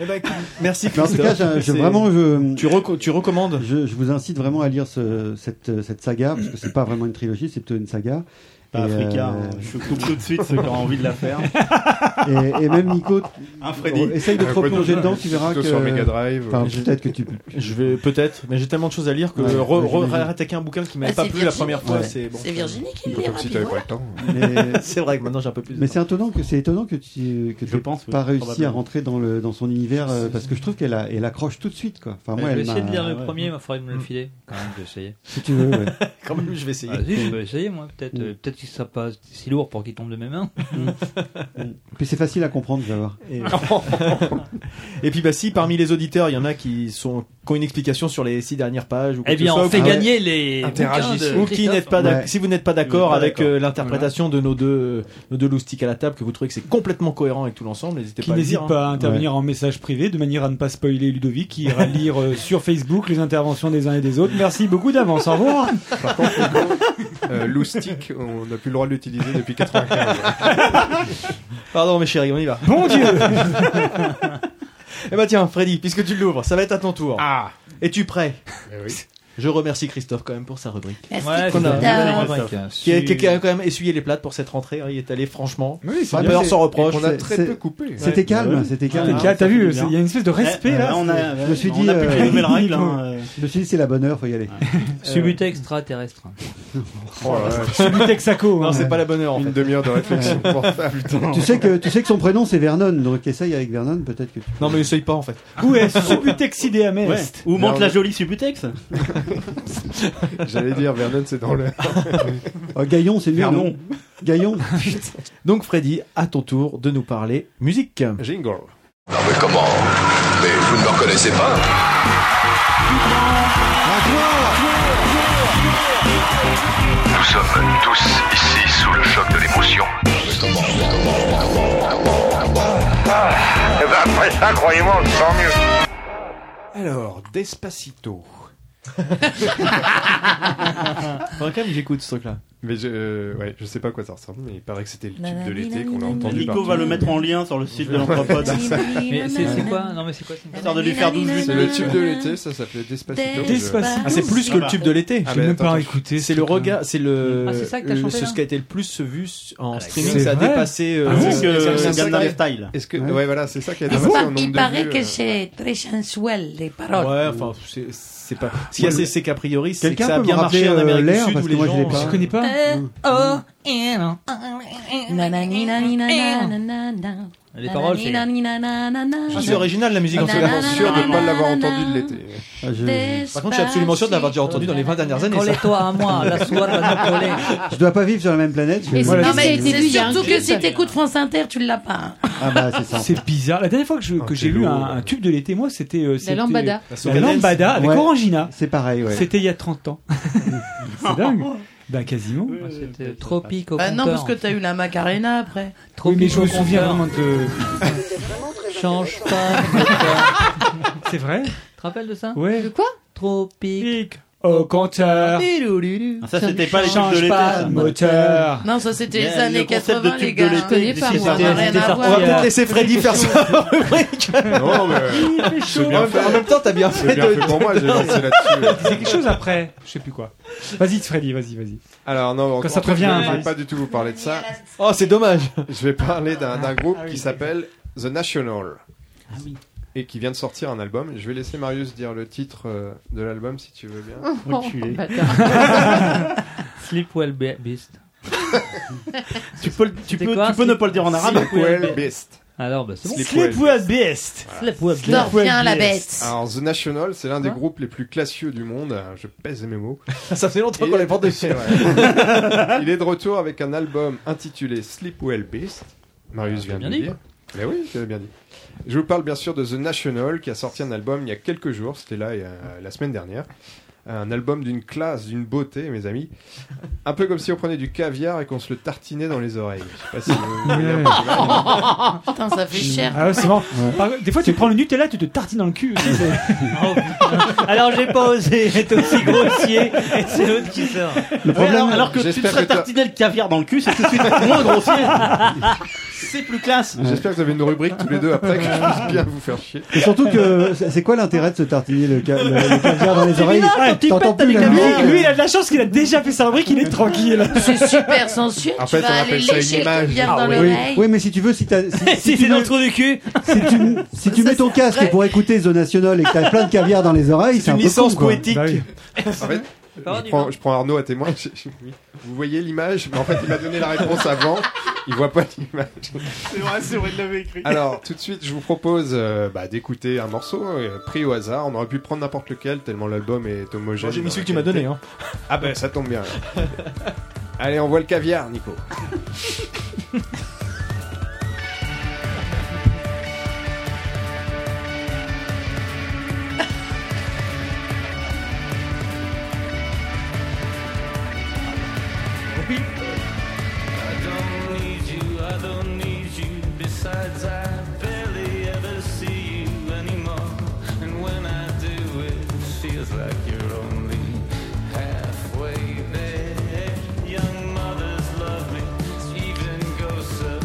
Eh ben, écoute, merci
Mais en tout cas,
Christophe.
je, je-
C'est-
vraiment, je,
Tu, reco- tu recommandes
je, je vous incite vraiment à lire ce- cette, cette saga parce que c'est pas vraiment une trilogie, c'est plutôt une saga.
Pas
Et,
africain,
euh,
hein. je coupe tout de suite ceux qui ont envie de la faire.
Et, et même Nico,
Un Freddy.
essaye de te replonger dedans, tu verras que.
Plutôt sur Mega Drive.
Enfin,
euh,
peut-être que tu.
Je vais peut-être, mais j'ai tellement de choses à lire que
Ouais,
re-
ouais,
re-
j'imagine.
attaquer un bouquin qui
Bah,
m'avait pas
c'est
plu la
Virginie.
première fois,
Ouais.
c'est bon.
C'est Virginie qui
un
le
peu
lira.
Comme si
puis
t'avais pas
voilà.
le temps.
Mais,
C'est vrai que maintenant j'ai un peu plus. de
mais
temps.
c'est étonnant que c'est étonnant que tu que
Je
t'aies
pense, oui,
pas réussi à
probablement.
rentrer dans le dans son univers euh, parce que je trouve qu'elle a- elle accroche tout de suite quoi. Enfin moi
Bah, je vais
elle m'a.
essayer de lire le
ouais.
premier, il faudrait me le filer. Quand même, je vais essayer.
bah, Si tu veux. ouais.
quand même, je vais essayer.
Vas-y, je vais essayer, moi. Peut-être
Mm.
euh, peut-être que ça passe si lourd pour qu'il tombe de mes mains.
Puis c'est facile à comprendre, vous allez voir.
Et... Et puis bah si parmi les auditeurs, il y en a qui sont qui ont une explication sur les six dernières pages ou quoi
Eh
que
bien,
ce soit,
on fait
ou-
gagner les.
Interagissez.
bouquins de
ou qui n'êtes
Christophe.
pas d'ac-
Ouais.
si vous n'êtes pas
Vous
d'accord
n'êtes pas
avec
d'accord.
euh, l'interprétation de nos deux nos deux loustiques à la table que vous trouvez que c'est complètement cohérent avec tout l'ensemble, n'hésitez
Qui
pas à le
n'hésite
dire. hein.
pas à intervenir en message privé de manière à ne pas spoiler Ludovic, qui ira lire euh, sur Facebook les interventions des uns et des autres. Merci beaucoup d'avance, au revoir.
Par contre, Hugo, euh, Loustic, on n'a plus le droit de l'utiliser depuis 95.
Pardon mes chéris, on y va.
Bon Dieu
ben, Eh bah tiens, Freddy, puisque tu l'ouvres, ça va être à ton tour.
Ah
Es-tu prêt
Eh oui.
Je remercie Christophe quand même pour sa rubrique.
Merci,
Qu'on a-
Christophe.
hein.
qui, a, qui a quand même essuyé les plates pour cette rentrée. hein, Il est allé franchement.
Oui, c'est
Pas
bien.
peur sans reproche.
On a
c'est-
très
c'est-
peu coupé.
C'était calme, c'était
T'es
calme.
calme, T'as vu,
c'est
il y a une espèce de
Eh,
respect là.
on a,
je me suis
on
dit,
a plus que
euh,
les nouvelles règles. hein, euh.
Je me suis dit, c'est la bonne heure, faut y aller.
Subuté
Euh.
extraterrestre.
Oh,
Celui Texaco.
Non,
hein.
c'est pas la bonne heure. en
Une
fait.
demi-heure de réflexion pour ça, putain.
tu, sais que, tu sais que son prénom, c'est Vernon, donc essaye avec Vernon, peut-être que tu.
Non, mais essaye pas en fait.
Où est Subutex Ideam
Ouais.
Est
Ou monte
Merde.
la jolie Subutex.
J'allais dire, Vernon, c'est dans le.
Oh, Gaillon, c'est mieux.
Vernon.
non Gaillon.
Donc, Freddy, à ton tour de nous parler musique.
Jingle.
Mais comment Mais vous ne me reconnaissez pas Nous sommes tous ici sous le choc de l'émotion. Ah, eh ben, après ça, croyez-moi, on sent mieux.
Alors, Despacito.
Faudrait quand même que j'écoute ce truc-là.
Mais je, euh, ouais, je sais pas à quoi ça ressemble, mais il paraît que c'était le type de
Nanani,
l'été qu'on a
nanani,
entendu
Nico va
partout.
le mettre en lien sur le site de l'entrepôt.
Mais c'est c'est quoi Non, mais c'est quoi c'est une-
Histoire de lui faire 12 vues.
C'est le type de l'été, ça s'appelait Despacito. je-
Despacito.
Ah, c'est plus que le tube de l'été.
Ah,
J'ai
mais
même
attends,
pas
attends.
écouté.
C'est le regard, c'est le,
Ah, c'est ça que t'as
le-
chanté,
ce
là
qui a été le plus vu s- en streaming,
c'est
ça a
vrai.
dépassé. euh,
Ah,
oui,
Plus
c'est- c'est-
que
c'est-
Gangnam
c'est-
Style.
Est-ce que
Ouais.
ouais voilà c'est ça qui a
Ah
bah,
dépassé
bon
en nombre
Il
de
paraît
vues,
que
euh.
c'est très sensuel, les paroles.
Ouais, enfin, c'est- c'est pas. Ce qu'il y a, c'est- c'est qu'a priori, c'est que
Quelqu'un
ça a
peut me
bien marché
rappeler,
en
euh,
Amérique du
l'air,
Sud
parce
où
que
les
moi, je l'ai
gens. euh,
pas.
Je connais pas.
Nanani, nanani, nanana, nanana.
Les paroles, c'est.
Nanani, nanana, nanana.
Ah, c'est original la musique en
Alors,
tout
c'est
cas.
vraiment sûr de ne pas l'avoir entendu de l'été.
Ah, je,
Par contre, je suis absolument sûr de l'avoir déjà entendu dans les 20 dernières années. ça.
Collez-toi à moi, la soirée va nous coller.
je dois pas vivre sur la même planète. je-
Et
Voilà,
c'est-
Non,
je-
mais
c'est-
c'est
c'est- c'est-
surtout que
c'est-
si t'écoutes France Inter, tu l'as pas. hein.
Ah bah, c'est ça.
C'est bizarre. La dernière fois que je- que
Ah,
j'ai
t'es
lu un,
lourd.
un tube de l'été, moi, c'était. euh,
La
c'était-
lambada.
La lambada avec
Ouais.
Orangina.
C'est pareil, ouais.
C'était il y a 30 ans. c'est dingue. Bah, quasiment.
Ah,
C'était Tropique au
Bah non, parce
compteur.
que t'as eu la Macarena après.
Trop
Oui, mais je me
micro-compteur.
souviens vraiment de.
Change pas. de compteur.
C'est vrai
Tu te rappelles de ça
Ouais.
De quoi
Tropique.
Pique Au compteur.
Ah, Ça, c'était pas les tubes de
Change
l'été.
pas de
ça.
moteur.
Non, ça c'était
Il y
les
a
années
le concept
80,
de
les
tube de
gars.
l'été,
hein.
connais
des
pas,
six
moi.
Ça
heures.
n'a rien à
On va
voir.
peut-être laisser Freddy faire ça.
Non mais euh, c'est bien fait.
En même temps, t'as bien
C'est
fait
bien
de.
fait pour moi, j'ai lancé là-dessus.
C'est quelque chose après. Je sais plus quoi. Vas-y, Freddy, vas-y, vas-y.
Alors non,
Quand ça
en fait,
revient,
je
hein.
vais pas du tout vous parler de ça.
Oh, c'est dommage.
Je vais parler d'un d'un groupe
Ah oui,
qui
d'accord. Ah
s'appelle The National. Et qui vient de sortir un album. Je vais laisser Marius dire le titre euh, de l'album si tu veux bien.
Oh,
Enculé.
bah,
Sleepwell Be- Beast.
Tu peux, le- tu
C'était
peux,
quoi,
tu peux
Sleep-
ne pas le dire en arabe.
Sleepwell Beast.
Alors, bah, c'est bon.
Sleepwell
Sleepwell Beast.
Sleepwell Beast.
Dors bien la bête.
Alors The National, c'est
Hein
l'un des
Quoi
groupes les plus classieux du monde. Je pèse mes mots.
Ça fait longtemps
Et-
qu'on les porte dessus.
C'est vrai. Il est de retour avec un album intitulé Sleepwell Beast. Marius
Ah,
vient de
bien
le
dit.
dire. Mais Ben oui, tu l'as bien dit. Je vous parle bien sûr de The National qui a sorti un album il y a quelques jours, c'était là euh, la semaine dernière. Un album d'une classe, d'une beauté, mes amis. Un peu comme si on prenait du caviar et qu'on se le tartinait dans les oreilles. Je sais pas si vous voyez un petit peu là.
Putain, ça fait cher.
Ah ouais, c'est marrant. Par- Des fois, tu prends le Nutella, tu te tartines dans le cul. aussi, c'est-
Alors, j'ai pas osé être aussi grossier. Et c'est l'autre qui sort.
Le
Ouais, alors,
problème,
alors que tu te
J'espère
serais
que t'as-
tartiné le caviar dans le cul, c'est tout de suite moins grossier. C'est plus classe.
J'espère que vous avez une rubrique tous les deux après que je puisse bien vous faire chier.
et surtout que c'est c'est quoi l'intérêt de se tartiner le, ca- le, le caviar dans les oreilles
Ah, tu
T'entends
pètes, t'as
plus
des
la
caviar.
musique.
Lui, il a de la chance qu'il a déjà fait sa rubrique, il est tranquille.
C'est super sensuel.
En
tu
fait, on
vas aller
appelle ça une
lécher le
image.
caviar
Ah
euh, dans
oui.
Oui.
l'oreille.
oui, mais si tu veux, si, t'as- si, si
Si
tu,
c'est dans
mets,
le trou du cul.
si tu- si tu
Ça,
mets ton
c'est
casque
vrai.
pour écouter The National et que t'as plein de caviar dans les oreilles, c'est un
une
peu
licence
con, quoi.
poétique.
Bah oui.
En fait, je prends, je prends Arnaud à témoin. Je- je- oui. Vous voyez l'image, mais en fait, il m'a donné la réponse avant. Il voit pas l'image.
C'est vrai, c'est vrai, il l'avait écrit.
Alors, tout de suite, je vous propose euh, bah, d'écouter un morceau euh, pris au hasard. On aurait pu prendre n'importe lequel, tellement l'album est homogène.
Moi, J'ai mis celui que tu
dans
m'as
la
donné.
qualité.
hein.
Ah ben, ça tombe bien. alors. Allez, on voit le caviar, Nico.
Halfway there, young mothers love me, even ghosts of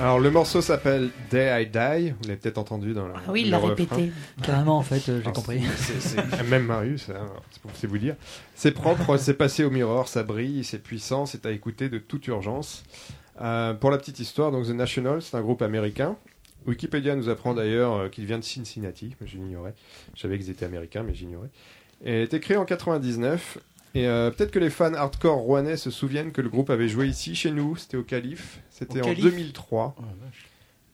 Alors le morceau s'appelle Day I Die, vous l'avez peut-être entendu dans la.
Ah oui, il l'a répété.
Carrément, en fait, euh, j'ai
Ah,
Alors,
compris.
c'est- c'est- c'est- Même Marius, hein, c'est pour c'est vous dire. C'est propre, c'est passé au miroir, ça brille, c'est puissant, c'est à écouter de toute urgence. Euh, pour la petite histoire, donc The National, c'est un groupe américain. Wikipédia nous apprend d'ailleurs euh, qu'il vient de Cincinnati, mais je l'ignorais. Je savais qu'ils étaient américains, mais j'ignorais. Et était créé en 99. Et euh, peut-être que les fans hardcore rouennais se souviennent que le groupe avait joué ici, chez nous. C'était au Calife. C'était
Au
en
Calife
2003.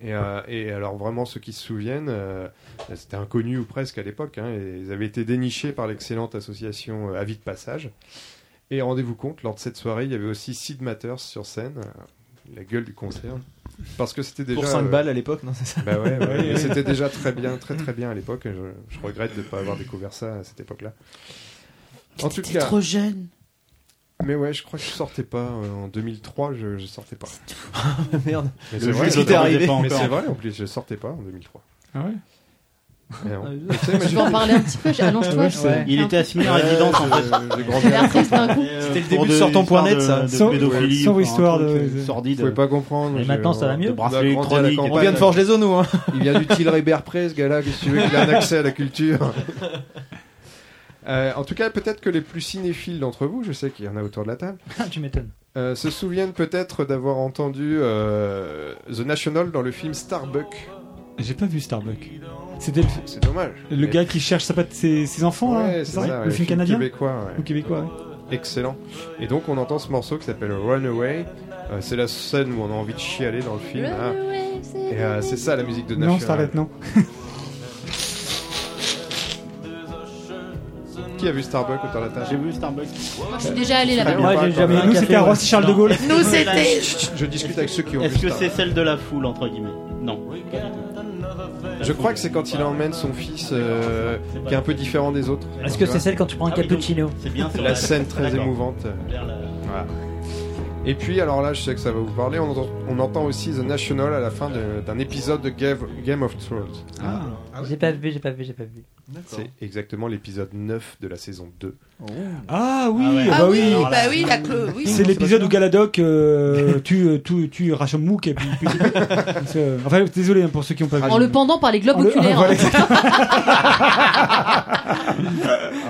Et, euh, et alors vraiment ceux qui se souviennent, euh, c'était inconnu ou presque à l'époque, hein, et ils avaient été dénichés par l'excellente association euh, Avis de Passage. Et rendez-vous compte, lors de cette soirée, il y avait aussi Sid Matters sur scène, euh, la gueule du concert, parce que c'était déjà...
Pour 5
euh,
balles à l'époque, non c'est ça
bah ouais, ouais, mais c'était déjà très bien, très très bien à l'époque. et Je, je regrette de ne pas avoir découvert ça à cette époque-là. En tout cas,
trop jeune.
Mais ouais, je crois que je sortais pas euh, en 2003, je, je sortais pas.
Merde.
Mais
Le
c'est vrai,
jour
je
qui t'est
sortais
arrivé.
pas, Mais
encore.
c'est vrai, en plus, je sortais pas en 2003.
Ah ouais.
Mais non.
Ah, je-
Mais tu sais, moi,
Tu
j'ai-
vas en parler un petit peu, allonge-toi.
Ouais, je sais.
Il était assimilé à
Ouais,
résidence en
je-
fait.
j'ai grandi
J'ai
à la
l'air triste
campagne.
d'un coup.
C'était le début de sortant.net, ça.
De,
Sans-
pédophilie,
sans
enfin, un
histoire
truc,
de-
euh,
Vous
sordide.
pouvez pas comprendre.
Mais
j'ai-
maintenant, ça va mieux.
de bracelet
On a grandi à la
électronique.
campagne.
On vient de forger les os, nous. Hein.
Il vient du Tilrébert presque, gars-là, qu'est-ce que tu veux, il a un accès à la culture. Euh, en tout cas, peut-être que les plus cinéphiles d'entre vous, je sais qu'il y en a autour de la table,
Ah, tu m'étonnes.
euh, se souviennent peut-être d'avoir entendu euh, The National dans le film Starbuck.
J'ai pas vu Starbuck. C'était le,
C'est dommage.
le
Mais-
gars qui cherche sa patte, ses, ses enfants, là,
Ouais,
c'est
c'est
ça
ça, ouais,
le film canadien
québécois. ouais.
ou québécois. ouais.
Excellent. Et donc on entend ce morceau qui s'appelle Runaway. Euh, c'est la scène où on a envie de chialer dans le film. hein. Et euh, c'est ça la musique de
Non,
National.
Starlet, non.
Qui a vu Starbuck autour de la
J'ai
table
vu Starbucks.
Moi, je suis déjà allé là-bas.
Moi, j'ai jamais
Mais nous, c'était à Roissy Charles de Gaulle.
Nous, c'était.
Je discute avec ceux qui ont vu
Est-ce que c'est
Starbuck.
celle de la foule, entre guillemets Non.
Je crois que c'est quand il emmène son fils euh, qui est un peu différent des autres.
Est-ce
Tu
que
vois
c'est celle quand tu prends un
Ah oui, donc,
cappuccino
C'est bien sur
La scène très
D'accord.
émouvante.
Vers la-
Voilà. Et puis, alors là, je sais que ça va vous parler. On entend, on entend aussi The National à la fin de- d'un épisode de Game, Game of Thrones.
Ah.
J'ai pas vu, j'ai pas vu, j'ai pas vu.
C'est exactement l'épisode 9 de la saison 2.
Ah oui,
Ah ouais.
bah
Ah oui,
oui.
alors là-
bah oui, la clo- oui.
C'est l'épisode où Galadoc euh, tue, euh, tue, tue Rachel Mook et puis. puis- euh, enfin, désolé hein, pour ceux qui n'ont pas vu.
En le pendant par les globes
En le-
oculaires.
voilà,
hein.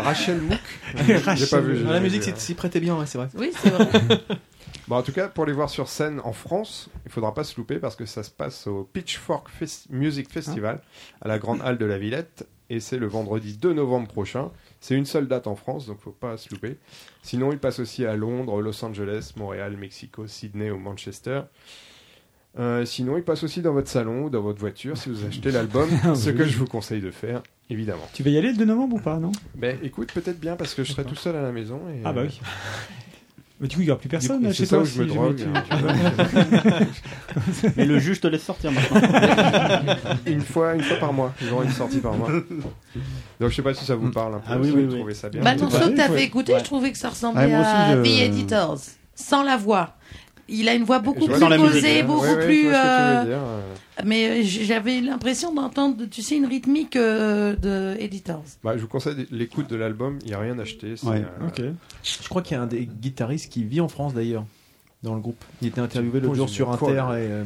Rachel Mook J'ai pas
Rachel-
vu. j'ai
Ah,
pas
La
vu,
musique
hein.
s'y- s'y prêtait bien, ouais, c'est vrai.
Oui, c'est vrai.
Bon, en tout cas, pour les voir sur scène en France, il faudra pas se louper parce que ça se passe au Pitchfork Fes- Music Festival
Ah.
à la Grande Halle de la Villette et c'est le vendredi 2 novembre prochain. C'est une seule date en France, donc faut pas se louper. Sinon, il passe aussi à Londres, Los Angeles, Montréal, Mexico, Sydney ou Manchester. Euh, sinon, il passe aussi dans votre salon ou dans votre voiture si vous achetez l'album,
Ah
ce que je vous conseille de faire, évidemment.
Tu vas y aller le 2 novembre ou pas, non
Ben écoute, peut-être bien parce que je serai tout seul à la maison. Et, euh,
Ah bah oui. Mais du coup, il n'y aura plus personne
Du coup,
chez
c'est ça
toi.
où je me
si
drogue.
jamais tu-
hein, tu vois.
Mais le juge te laisse sortir maintenant.
une fois, une fois par mois. Ils auront une sortie par mois. Donc je sais pas si ça vous parle un peu.
Ah oui,
si
oui,
vous
oui.
trouvez ça bien.
Bah,
Je
ton
sais
saut que
pas.
t'avais écouté, je trouvais que ça ressemblait
Ouais, moi aussi,
à
je-
The Editors. Sans la voix. Il a une voix beaucoup
Je vois
plus
dans la musique,
posée,
hein.
beaucoup
Ouais, ouais, je
plus.
vois ce que tu
euh,
veux dire, euh.
Mais euh, j'avais l'impression d'entendre, tu sais, une rythmique euh, de Editors.
Bah, je vous conseille l'écoute de l'album. Il n'y a rien acheté. c'est,
Ouais,
euh,
Ok.
Je crois qu'il y a un des guitaristes qui vit en France d'ailleurs, dans le groupe. Il était interviewé l'autre
Oh,
jour
j'ai
sur
une
Inter
folle.
et. euh,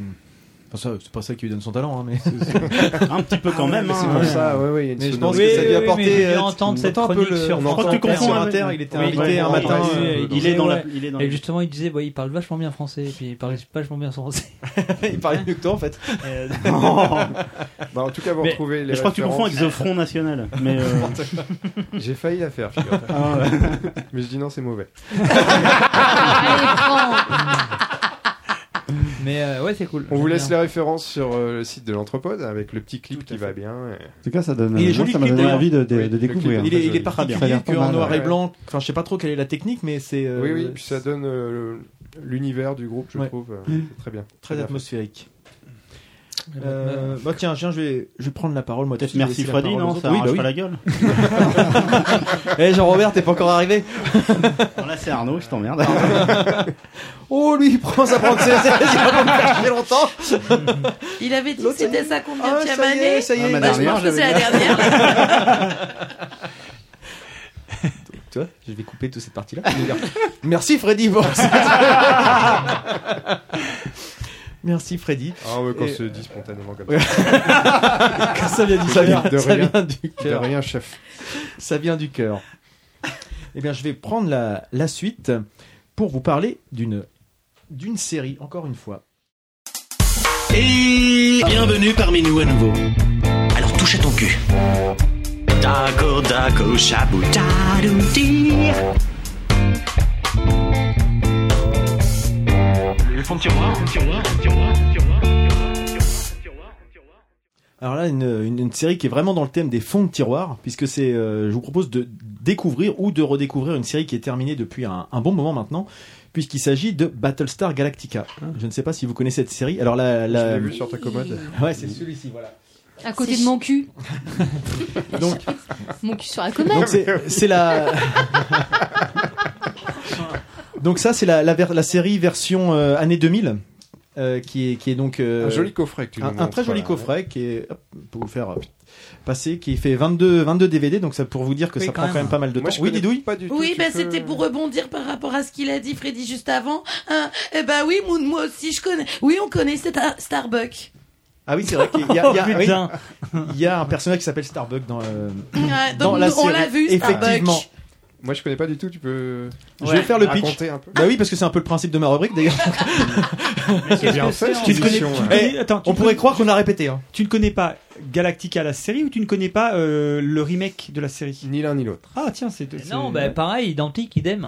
enfin, ça, c'est pas ça qui lui donne son talent, hein, mais. Ah,
Un petit peu quand même.
C'est
hein.
pour ça, ouais, ouais. il y a une Mais je
sonorité.
pense que ça
Oui,
lui
oui,
a
oui, mais
apporté.
j'ai
euh,
dû entendre cette
un peu
chronique sur-
on
Je crois
entend
que tu
Inter sur
confonds avec-
Inter, il était
Oui,
invité un
ouais,
matin.
ouais,
euh,
ouais,
Il est dans la. Il est dans
Et
la-
justement, il disait, ouais, il parle vachement bien français, et puis il parlait vachement bien français.
Il parlait mieux que toi en fait.
Euh,
Bah, en tout cas, vous
Mais-
retrouvez les.
Mais je crois que tu confonds
références.
avec The Front National. Mais euh, Ah
J'ai failli la faire. figure-toi. Mais je dis non, c'est mauvais.
Mais euh, ouais, c'est cool.
On vous
J'aime
laisse les
bien.
références sur euh, le site de l'entrepode avec le petit clip qui va bien. et-
En tout cas, ça donne,
Il est
moi,
joli
ça
le
m'a
clip,
donné
d'ailleurs.
envie de, de-
Oui,
de
le clip,
découvrir.
Il est, il est
joli.
Ça a
particulier
l'air pas
que en
mal,
noir et
ouais.
blanc. Enfin, je sais pas trop quelle est la technique, mais c'est. euh,
Oui, oui. Puis ça donne euh, le- l'univers du groupe, je
Ouais.
trouve. euh,
Mmh.
c'est très bien.
Très
bien
atmosphérique. Euh, bah tiens, tiens, je vais, je vais prendre la parole moi.
peut-être
tu sais,
merci
laisser la
Freddy,
parole aux
non
autres.
Ça
Oui,
arrache
bah
pas
oui.
la gueule.
Eh Jean-Robert, t'es pas encore arrivé
Alors Là, c'est Arnaud, je t'emmerde.
Oh lui, il prend sa prendre ses ça longtemps.
Il avait dit que
L'autre,
c'était
il-
sa
Ah,
combienième
ça y est,
année
ça y est.
Ah, ma
bah, Je
dernière,
pense que c'est la
j'avais
dernière.
Tu vois, je vais couper toute cette partie-là. Merci Freddy pour ça. Merci Freddy.
Ah ouais, quand
Et-
se dit spontanément comme
Ouais.
ça.
Quand ça vient du
Ça
cœur.
vient de
ça
rien.
vient du
De
cœur.
rien, chef.
Ça vient du cœur. Eh bien, je vais prendre la, la suite pour vous parler d'une d'une série, encore une fois.
Et bienvenue parmi nous à nouveau. Alors touche à ton cul. Dago, dago, chabou, tadoudi. Le fond de tiroir, fond de tiroir, fond de tiroir, fond de tiroir, fond de tiroir.
Alors là, une, une- une série qui est vraiment dans le thème des fonds de tiroir, puisque c'est, euh, je vous propose de découvrir ou de redécouvrir une série qui est terminée depuis un, un bon moment maintenant, puisqu'il s'agit de Battlestar Galactica. Je ne sais pas si vous connaissez cette série. Alors la, la...
l'ai vue sur ta commode.
Ouais, c'est celui-ci, voilà.
À côté de mon cul.
Donc,
Mon cul sur la
donc
comète.
c'est c'est la. donc ça, c'est la, la, ver- la série version euh, année 2000. euh, qui, est, qui est donc euh,
Un joli coffret que tu nous
un, un
montres,
très joli
voilà.
coffret qui est hop, pour vous faire euh, passer qui fait 22 22 DVD donc ça pour vous dire que
Oui,
ça
quand
prend
même.
quand même pas mal de
Moi,
temps
je
oui
connais
Didouille
pas du
Oui, bah, c'était pour rebondir par rapport à ce qu'il a dit, Freddy, juste avant. Hein, eh bah oui, moi, moi aussi, je connais. Oui, on connaît cette Starbuck. Starbucks.
ah oui c'est vrai qu'il y a, il y a-
Oh, putain.
oui, il y a un personnage qui s'appelle Starbuck dans, euh,
Ouais, donc,
dans la
nous, on
série.
l'a vu, Starbuck.
effectivement
Moi, je connais pas du tout. Tu peux.
je vais faire le pitch
raconter un peu.
bah oui parce que c'est un peu le principe de ma rubrique d'ailleurs
C'est bien fait,
Tu
cette
ne connais, tu
émission.
ne
hein.
connais- attends, tu
on
ne
pourrait croire qu'on a répété hein.
connais- tu ne connais pas Galactica la série ou tu ne connais pas euh, le remake de la série
Ni l'un ni l'autre.
Ah tiens, c'est c'est-
Non, bah pareil, identique, idem.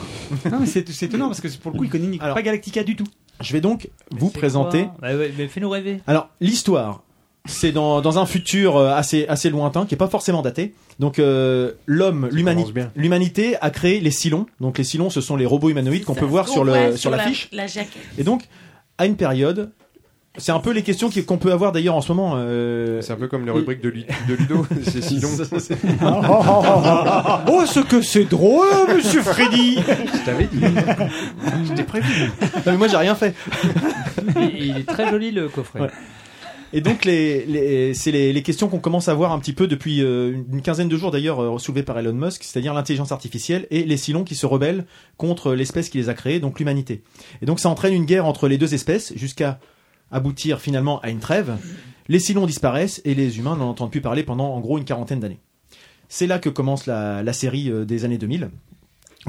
non mais c'est c'est étonnant parce que c'est- pour le coup il connaît ni-
Alors,
pas Galactica du tout.
je vais donc vous présenter
Quoi Bah ouais, mais fais-nous rêver.
Alors, l'histoire, c'est dans, dans un futur euh, assez, assez lointain, qui est pas forcément daté. Donc, euh, l'homme, l'humani-
commence bien.
l'humanité a créé les Cylons. Donc, les Cylons, ce sont les robots humanoïdes qu'on
Ça,
peut voir
qu'on
sur,
voit
le, sur l'affiche.
La jaquette.
Et donc, à une période, c'est un peu les questions qui- qu'on peut avoir d'ailleurs en ce moment. euh,
C'est un peu comme les rubriques de, Lu- de Ludo. C'est si long.
Oh ce que c'est drôle, Monsieur Freddy.
Je t'avais dit. Je t'ai prévu.
non, mais moi, j'ai rien fait.
Il, il est très joli le coffret.
Ouais. Et donc, les, les- c'est les, les questions qu'on commence à voir un petit peu depuis euh, une quinzaine de jours, d'ailleurs, euh, soulevées par Elon Musk, c'est-à-dire l'intelligence artificielle et les Cylons qui se rebellent contre l'espèce qui les a créés, donc l'humanité. Et donc, ça entraîne une guerre entre les deux espèces jusqu'à aboutir finalement à une trêve. Les Cylons disparaissent et les humains n'en entendent plus parler pendant en gros une quarantaine d'années. C'est là que commence la, la série euh, des années 2000.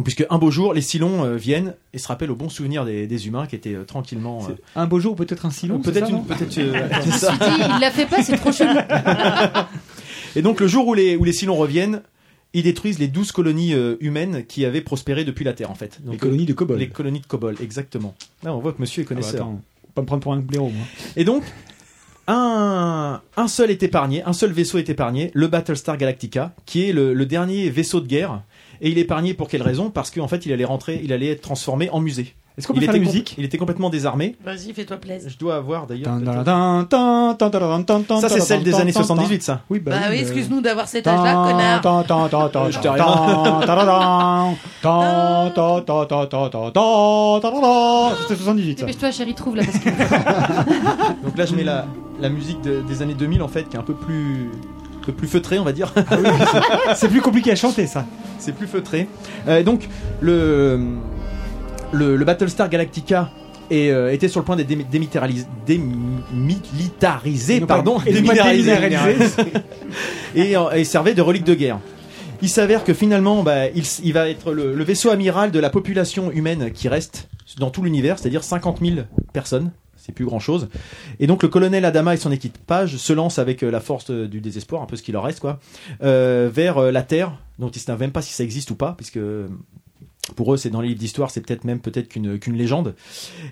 Puisque un beau jour, les Cylons euh, viennent et se rappellent au bon souvenir des, des humains qui étaient euh, tranquillement. euh,
Un beau jour peut-être un silence.
Peut-être
c'est
une.
ça, non
Peut-être, euh, c'est ça.
Si, il la fait pas, c'est trop chelou.
Et donc le jour où les, où les Cylons reviennent, ils détruisent les douze colonies euh, humaines qui avaient prospéré depuis la Terre en fait. Donc,
les colonies de
euh,
Cobol.
les colonies de Kobol, exactement. Là, on voit que monsieur est
Ah bah,
connaisseur.
attends, faut pas me prendre pour un blaireau. moi.
Et donc, un, un seul est épargné, un seul vaisseau est épargné, le Battlestar Galactica, qui est le, le dernier vaisseau de guerre. Et il est épargné pour quelle raison Parce qu'en fait, il allait rentrer, il allait être transformé en musée.
Est-ce qu'on
il
peut faire la
était com-
musique
Il était complètement désarmé.
Vas-y, fais-toi plaisir.
Je dois avoir d'ailleurs. peut-être- Ça,
Ça
c'est celle des années 78, ça.
Oui
Bah oui,
mais-
excuse-nous d'avoir cet
Tan,
âge-là, connard.
tan, tan, tan, tan,
Je
tan,
te rien.
tan, taradan, tan, tan, tan, tan, tan, tan, tan, taradan. C'était 78 ça.
Dépêche-toi, chérie, trouve-la. Parce que...
Donc là, je mets la, la musique de- des années 2000 en fait, qui est un peu plus, un peu plus feutrée, on va dire.
Ah C'est plus compliqué à chanter ça.
C'est plus feutré. Euh, donc, le, le, le Battlestar Galactica est, euh, était sur le point d'être démi- démitéralisé- démilitarisé.
Non, pas-
Pardon,
et non pas
Démilitarisé.
déminéralisé.
et, euh, et servait de relique de guerre. Il s'avère que finalement, bah, il, s- il va être le, le vaisseau amiral de la population humaine qui reste dans tout l'univers, c'est-à-dire 50 000 personnes. C'est plus grand chose. Et donc le colonel Adama et son équipage se lancent avec euh, la force euh, du désespoir, un peu ce qu'il leur reste, quoi, euh, vers euh, la Terre, dont ils ne savent même pas si ça existe ou pas, puisque euh, pour eux, c'est dans les livres d'histoire, c'est peut-être même peut-être qu'une qu'une légende.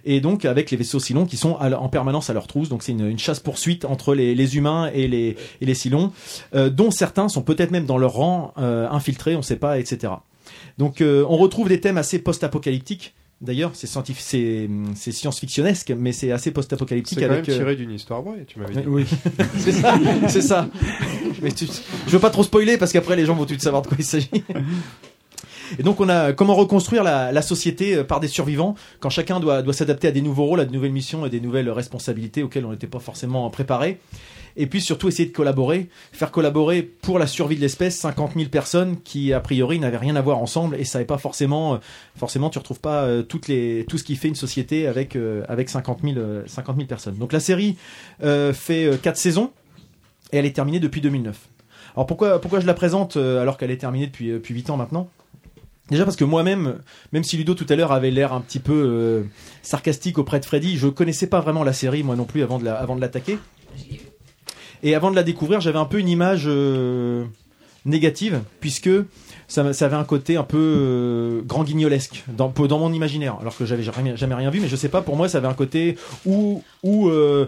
Et donc avec les vaisseaux Cylons qui sont à leur- en permanence à leur trousse, donc c'est une, une chasse-poursuite entre les, les humains et les, et les Cylons, euh, dont certains sont peut-être même dans leur rang euh, infiltrés, on ne sait pas, etc. Donc euh, on retrouve des thèmes assez post-apocalyptiques. D'ailleurs, c'est scientif- c'est hum, c'est science-fictionnesque, mais c'est assez post-apocalyptique
C'est quand même
avec. euh,
tiré d'une histoire vraie, tu m'avais dit.
oui. c'est ça, c'est ça. Mais tu- je veux pas trop spoiler parce qu'après les gens vont tout de savoir de quoi il s'agit. Et donc on a comment reconstruire la, la société euh, par des survivants quand chacun doit, doit s'adapter à des nouveaux rôles, à de nouvelles missions et des nouvelles responsabilités auxquelles on n'était pas forcément préparé. Et puis surtout essayer de collaborer, faire collaborer pour la survie de l'espèce 50 000 personnes qui a priori n'avaient rien à voir ensemble et savaient pas forcément, euh, forcément tu retrouves pas euh, toutes les, tout ce qui fait une société avec, euh, avec 50, 000, euh, 50 000 personnes. Donc la série euh, fait 4 saisons et elle est terminée depuis 2009. Alors pourquoi, pourquoi je la présente euh, alors qu'elle est terminée depuis, euh, depuis 8 ans maintenant Déjà parce que moi-même, même si Ludo tout à l'heure avait l'air un petit peu euh, sarcastique auprès de Freddy, je connaissais pas vraiment la série moi non plus avant de la- avant de l'attaquer. Et avant de la découvrir, j'avais un peu une image euh, négative, puisque ça, m'a- ça avait un côté un peu euh, grand guignolesque dans, pour- dans mon imaginaire, alors que j'avais jamais, jamais rien vu, mais je sais pas, pour moi, ça avait un côté où. où euh,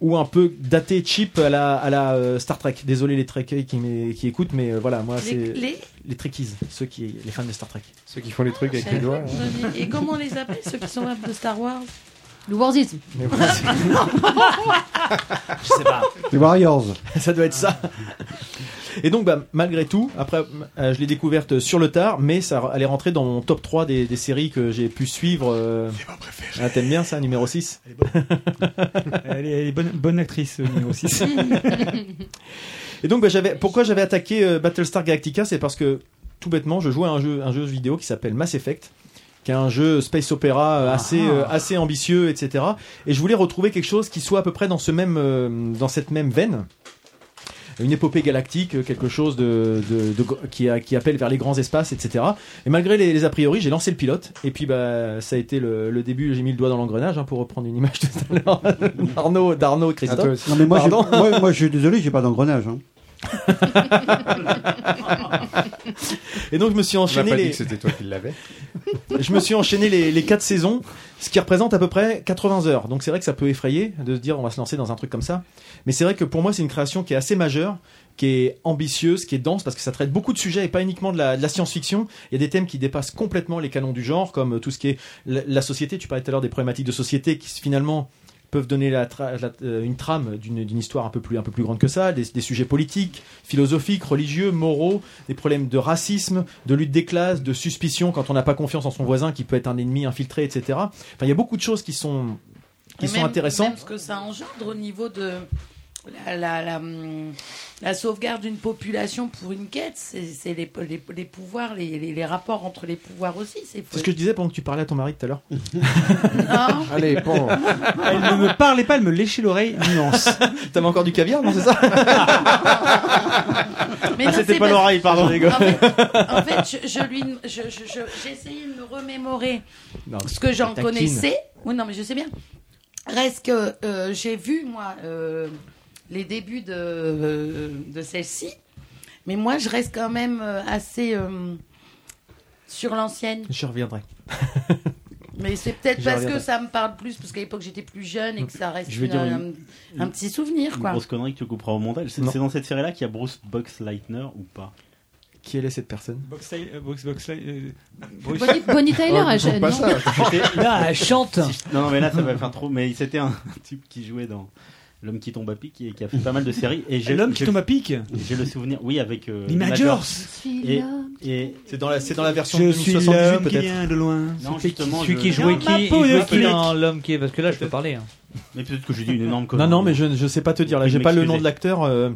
ou un peu daté cheap à la, à la euh, Star Trek. Désolé les Trekkies qui, m'é- qui écoutent, mais euh, voilà, moi
Les-
c'est
les-
les Trekkies, ceux qui les fans de Star Trek,
ceux qui font les trucs
J'avais pas besoin de- Et comment on les appelle ceux qui sont fans de Star Wars
Le Warzit.
Je sais pas.
Les Warriors.
ça doit être ça. Et donc, bah, malgré tout, après, euh, je l'ai découverte sur le tard, mais ça, elle est rentrée dans mon top 3 des, des séries que j'ai pu suivre. euh. Ah, T'aimes bien ça, numéro 6 Elle est bonne, bonne actrice, euh, numéro 6. Et donc, bah, j'avais, pourquoi j'avais attaqué euh, Battlestar Galactica C'est parce que, tout bêtement, je jouais à un jeu, un jeu vidéo qui s'appelle Mass Effect, qui est un jeu space opéra euh, assez, euh, assez ambitieux, etc. Et je voulais retrouver quelque chose qui soit à peu près dans, ce même, euh, dans cette même veine une épopée galactique, euh, quelque chose de, de- de- qui, a- qui appelle vers les grands espaces, etc. Et malgré les, les a priori, j'ai lancé le pilote. Et puis, bah, ça a été le, le début. J'ai mis le doigt dans l'engrenage hein, pour reprendre une image tout à l'heure d'Arnaud, d'Arnaud et Christophe.
Ah, Non, mais moi, je,
Pardon.
moi, moi, je suis désolé, j'ai pas d'engrenage. hein.
Et donc, je me suis
On
enchaîné.
m'a pas
les...
dit que c'était toi qui l'avais.
je me suis enchaîné les, les quatre saisons, ce qui représente à peu près 80 heures. Donc c'est vrai que ça peut effrayer de se dire on va se lancer dans un truc comme ça. Mais c'est vrai que pour moi c'est une création qui est assez majeure, qui est ambitieuse, qui est dense parce que ça traite beaucoup de sujets et pas uniquement de la, de la science-fiction. Il y a des thèmes qui dépassent complètement les canons du genre, comme tout ce qui est la, la société. Tu parlais tout à l'heure des problématiques de société qui finalement peuvent donner la tra- la- euh, une trame d'une d'une histoire un peu plus un peu plus grande que ça, des, des sujets politiques, philosophiques, religieux, moraux, des problèmes de racisme, de lutte des classes, de suspicion quand on n'a pas confiance en son voisin qui peut être un ennemi infiltré, etc. Enfin, il y a beaucoup de choses qui sont qui
Et
sont
même-
intéressantes.
Même ce que ça engendre au niveau de la, la- la, hum, la sauvegarde d'une population pour une quête, c'est c'est les, les, les pouvoirs, les, les, les rapports entre les pouvoirs aussi. C'est
C'est ce que je disais pendant que tu parlais à ton mari tout à l'heure.
Allez, bon.
Elle ne me parlait pas, elle me léchait l'oreille immense.
T'avais encore du caviar, non, c'est ça
Mais
Ah,
non, c'est parce-
pardon, les gars.
En fait, je, je lui, je, je- je- j'ai essayé de me remémorer
Non,
ce que j'en
taquine.
connaissais. Oui, non, mais je sais bien. Reste que euh, j'ai vu moi euh, les débuts de euh, de celle-ci, mais moi je reste quand même euh, assez euh, sur l'ancienne.
Je reviendrai.
Mais c'est peut-être
Je
parce
reviendrai.
que ça me parle plus, parce qu'à l'époque j'étais plus jeune et que ça reste
Je vais
une-
dire
un,
une-
un petit souvenir,
Une
quoi.
grosse connerie que tu couperas au montage. C'est
Non.
c'est dans cette série-là qu'il y a Bruce Boxleitner ou pas
Qui elle est cette personne
Box, euh, box, box, euh, Bruce-
Bonnie, Bonnie Tyler,
Oh,
Oh,
elle gêne, non
Là, elle chante.
Si je- Non, non, mais là, ça va faire trop. Mais c'était un type qui jouait dans L'homme qui tombe à pic et qui a fait pas mal de séries. Et j'ai-
L'homme qui
j'ai-
tombe à pic
J'ai le souvenir, oui, avec. euh,
Les
les
Majors.
Majors. Et- et-
C'est dans la c'est dans la version
Je suis
2078
l'homme qui
peut-être.
vient de loin.
Non,
Celui qui-
justement,
celui
je-
qui jouait
Dans
qui
ma
il
peau de
jouait qui
flic.
dans l'homme qui est parce que là je peux parler. hein.
Mais peut-être que j'ai dit une énorme
Non
connerie.
non, mais je ne je sais pas te dire là, j'ai pas le nom
m'excuser.
de l'acteur euh,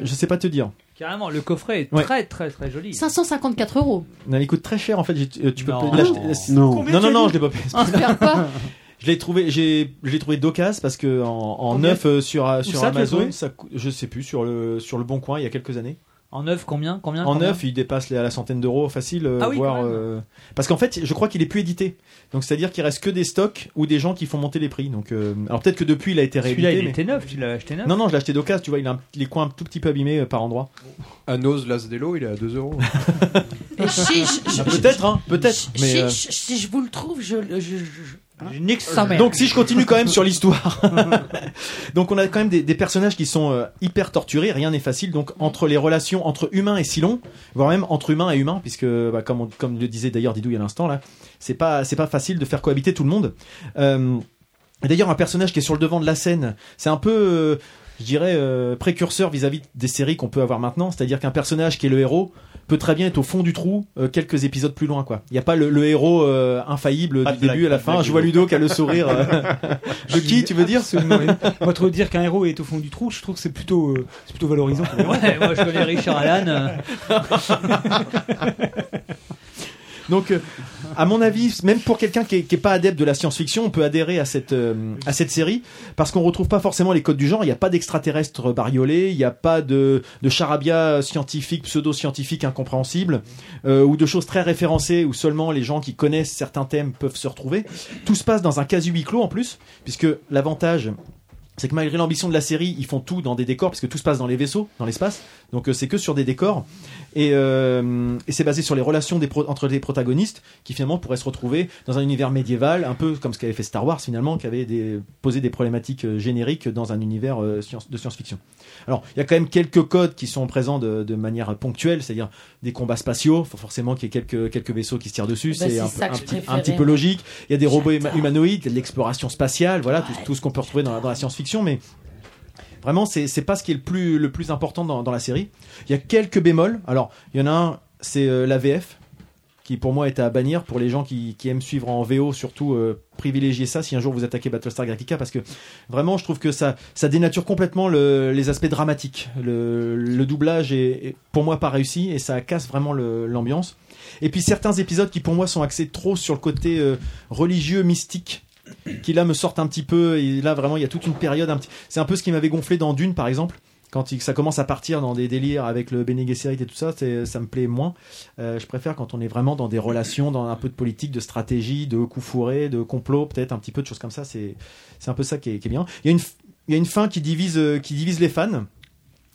Je sais pas te dire.
Carrément, le coffret est
Ouais.
très très très joli.
554 euros.
Non, il coûte très cher en fait. j'ai- euh, Tu peux
Non.
pas l'acheter.
Non.
non, non, non, je l'ai pas payé.
On se perd pas.
Je l'ai trouvé, j'ai, je l'ai trouvé d'occasion parce que en, en
Combien
neuf euh, sur
Où
euh, sur
ça, tu l'as
Amazon,
trouvé
ça, cou- je sais plus sur le sur le bon coin il y a quelques années.
En neuf, combien combien
En
combien
neuf, il dépasse les- la centaine d'euros facile, euh,
Ah oui,
voire
quand même.
euh, parce qu'en fait, je crois qu'il est plus édité. Donc c'est-à-dire qu'il reste que des stocks ou des gens qui font monter les prix. Donc euh, alors peut-être que depuis il a été réédité.
Celui-là, il
mais-
était neuf, tu l'as acheté neuf.
Non non, je l'ai acheté d'occasion. Tu vois, il a un- les coins un tout petit peu abîmés euh, par endroit.
Anos Lasdello, il est à 2 euros.
Et chiche, je-
Ah, peut-être, hein, peut-être.
je-
Mais euh,
chiche, si je vous le trouve, je, le- je- je-
Je nique sa mère.
Donc si je continue quand même sur l'histoire, donc on a quand même des, des personnages qui sont euh, hyper torturés, rien n'est facile. Donc entre les relations entre humains et Silon, voire même entre humains et humains, puisque bah, comme, on- comme le disait d'ailleurs Didou il y a l'instant là, c'est pas c'est pas facile de faire cohabiter tout le monde. Euh, et D'ailleurs, un personnage qui est sur le devant de la scène, c'est un peu euh, je dirais, euh, précurseur vis-à-vis des séries qu'on peut avoir maintenant. C'est-à-dire qu'un personnage qui est le héros peut très bien être au fond du trou euh, quelques épisodes plus loin. quoi. Il n'y a pas le, le héros euh, infaillible du début à la fin. Je vois Ludo qui a le sourire. euh, de qui, tu veux dire
Pas trop dire qu'un héros est au fond du trou, je trouve que c'est plutôt, euh, c'est plutôt valorisant.
Ouais, moi, je connais Richard Allan, euh.
Donc, euh, à mon avis, même pour quelqu'un qui n'est pas adepte de la science-fiction, on peut adhérer à cette, euh, à cette série parce qu'on retrouve pas forcément les codes du genre. Il n'y a pas d'extraterrestres bariolés, il n'y a pas de, de charabia scientifique, pseudo-scientifique incompréhensible euh, ou de choses très référencées où seulement les gens qui connaissent certains thèmes peuvent se retrouver. Tout se passe dans un quasi huis clos en plus, puisque l'avantage c'est que malgré l'ambition de la série, ils font tout dans des décors, parce que tout se passe dans les vaisseaux, dans l'espace. Donc euh, c'est que sur des décors. Et, euh, et c'est basé sur les relations des pro- entre les protagonistes, qui finalement pourraient se retrouver dans un univers médiéval, un peu comme ce qu'avait fait Star Wars finalement, qui avait des- posé des problématiques euh, génériques dans un univers euh, science- de science-fiction. Alors il y a quand même quelques codes qui sont présents de, de manière ponctuelle, c'est-à-dire des combats spatiaux, faut forcément qu'il y ait quelques, quelques vaisseaux qui se tirent dessus,
Bah,
c'est
c'est
un,
ça
peu-
que
un
je
petit, un
préférais,
petit peu
moi.
logique. Il y a des robots huma- humanoïdes, il y a de l'exploration spatiale, voilà, tout, tout ce qu'on peut retrouver dans la, dans la science-fiction, mais vraiment, c'est c'est pas ce qui est le plus, le plus important dans, dans la série. Il y a quelques bémols. Alors, il y en a un, c'est euh, la VF, qui pour moi est à bannir. Pour les gens qui, qui aiment suivre en VO, surtout, euh, privilégiez ça si un jour vous attaquez Battlestar Galactica, parce que vraiment, je trouve que ça, ça dénature complètement le- les aspects dramatiques. Le, le doublage est, est pour moi pas réussi et ça casse vraiment le- l'ambiance. Et puis certains épisodes qui pour moi sont axés trop sur le côté euh, religieux, mystique qui là me sortent un petit peu et là vraiment il y a toute une période un petit... c'est un peu ce qui m'avait gonflé dans Dune par exemple quand il- ça commence à partir dans des délires avec le Bene Gesserit et tout ça c'est- ça me plaît moins Euh, je préfère quand on est vraiment dans des relations dans un peu de politique de stratégie de coups fourrés de complot peut-être un petit peu de choses comme ça c'est c'est un peu ça qui est, qui est bien il y a une f- il y a une fin qui divise euh, qui divise les fans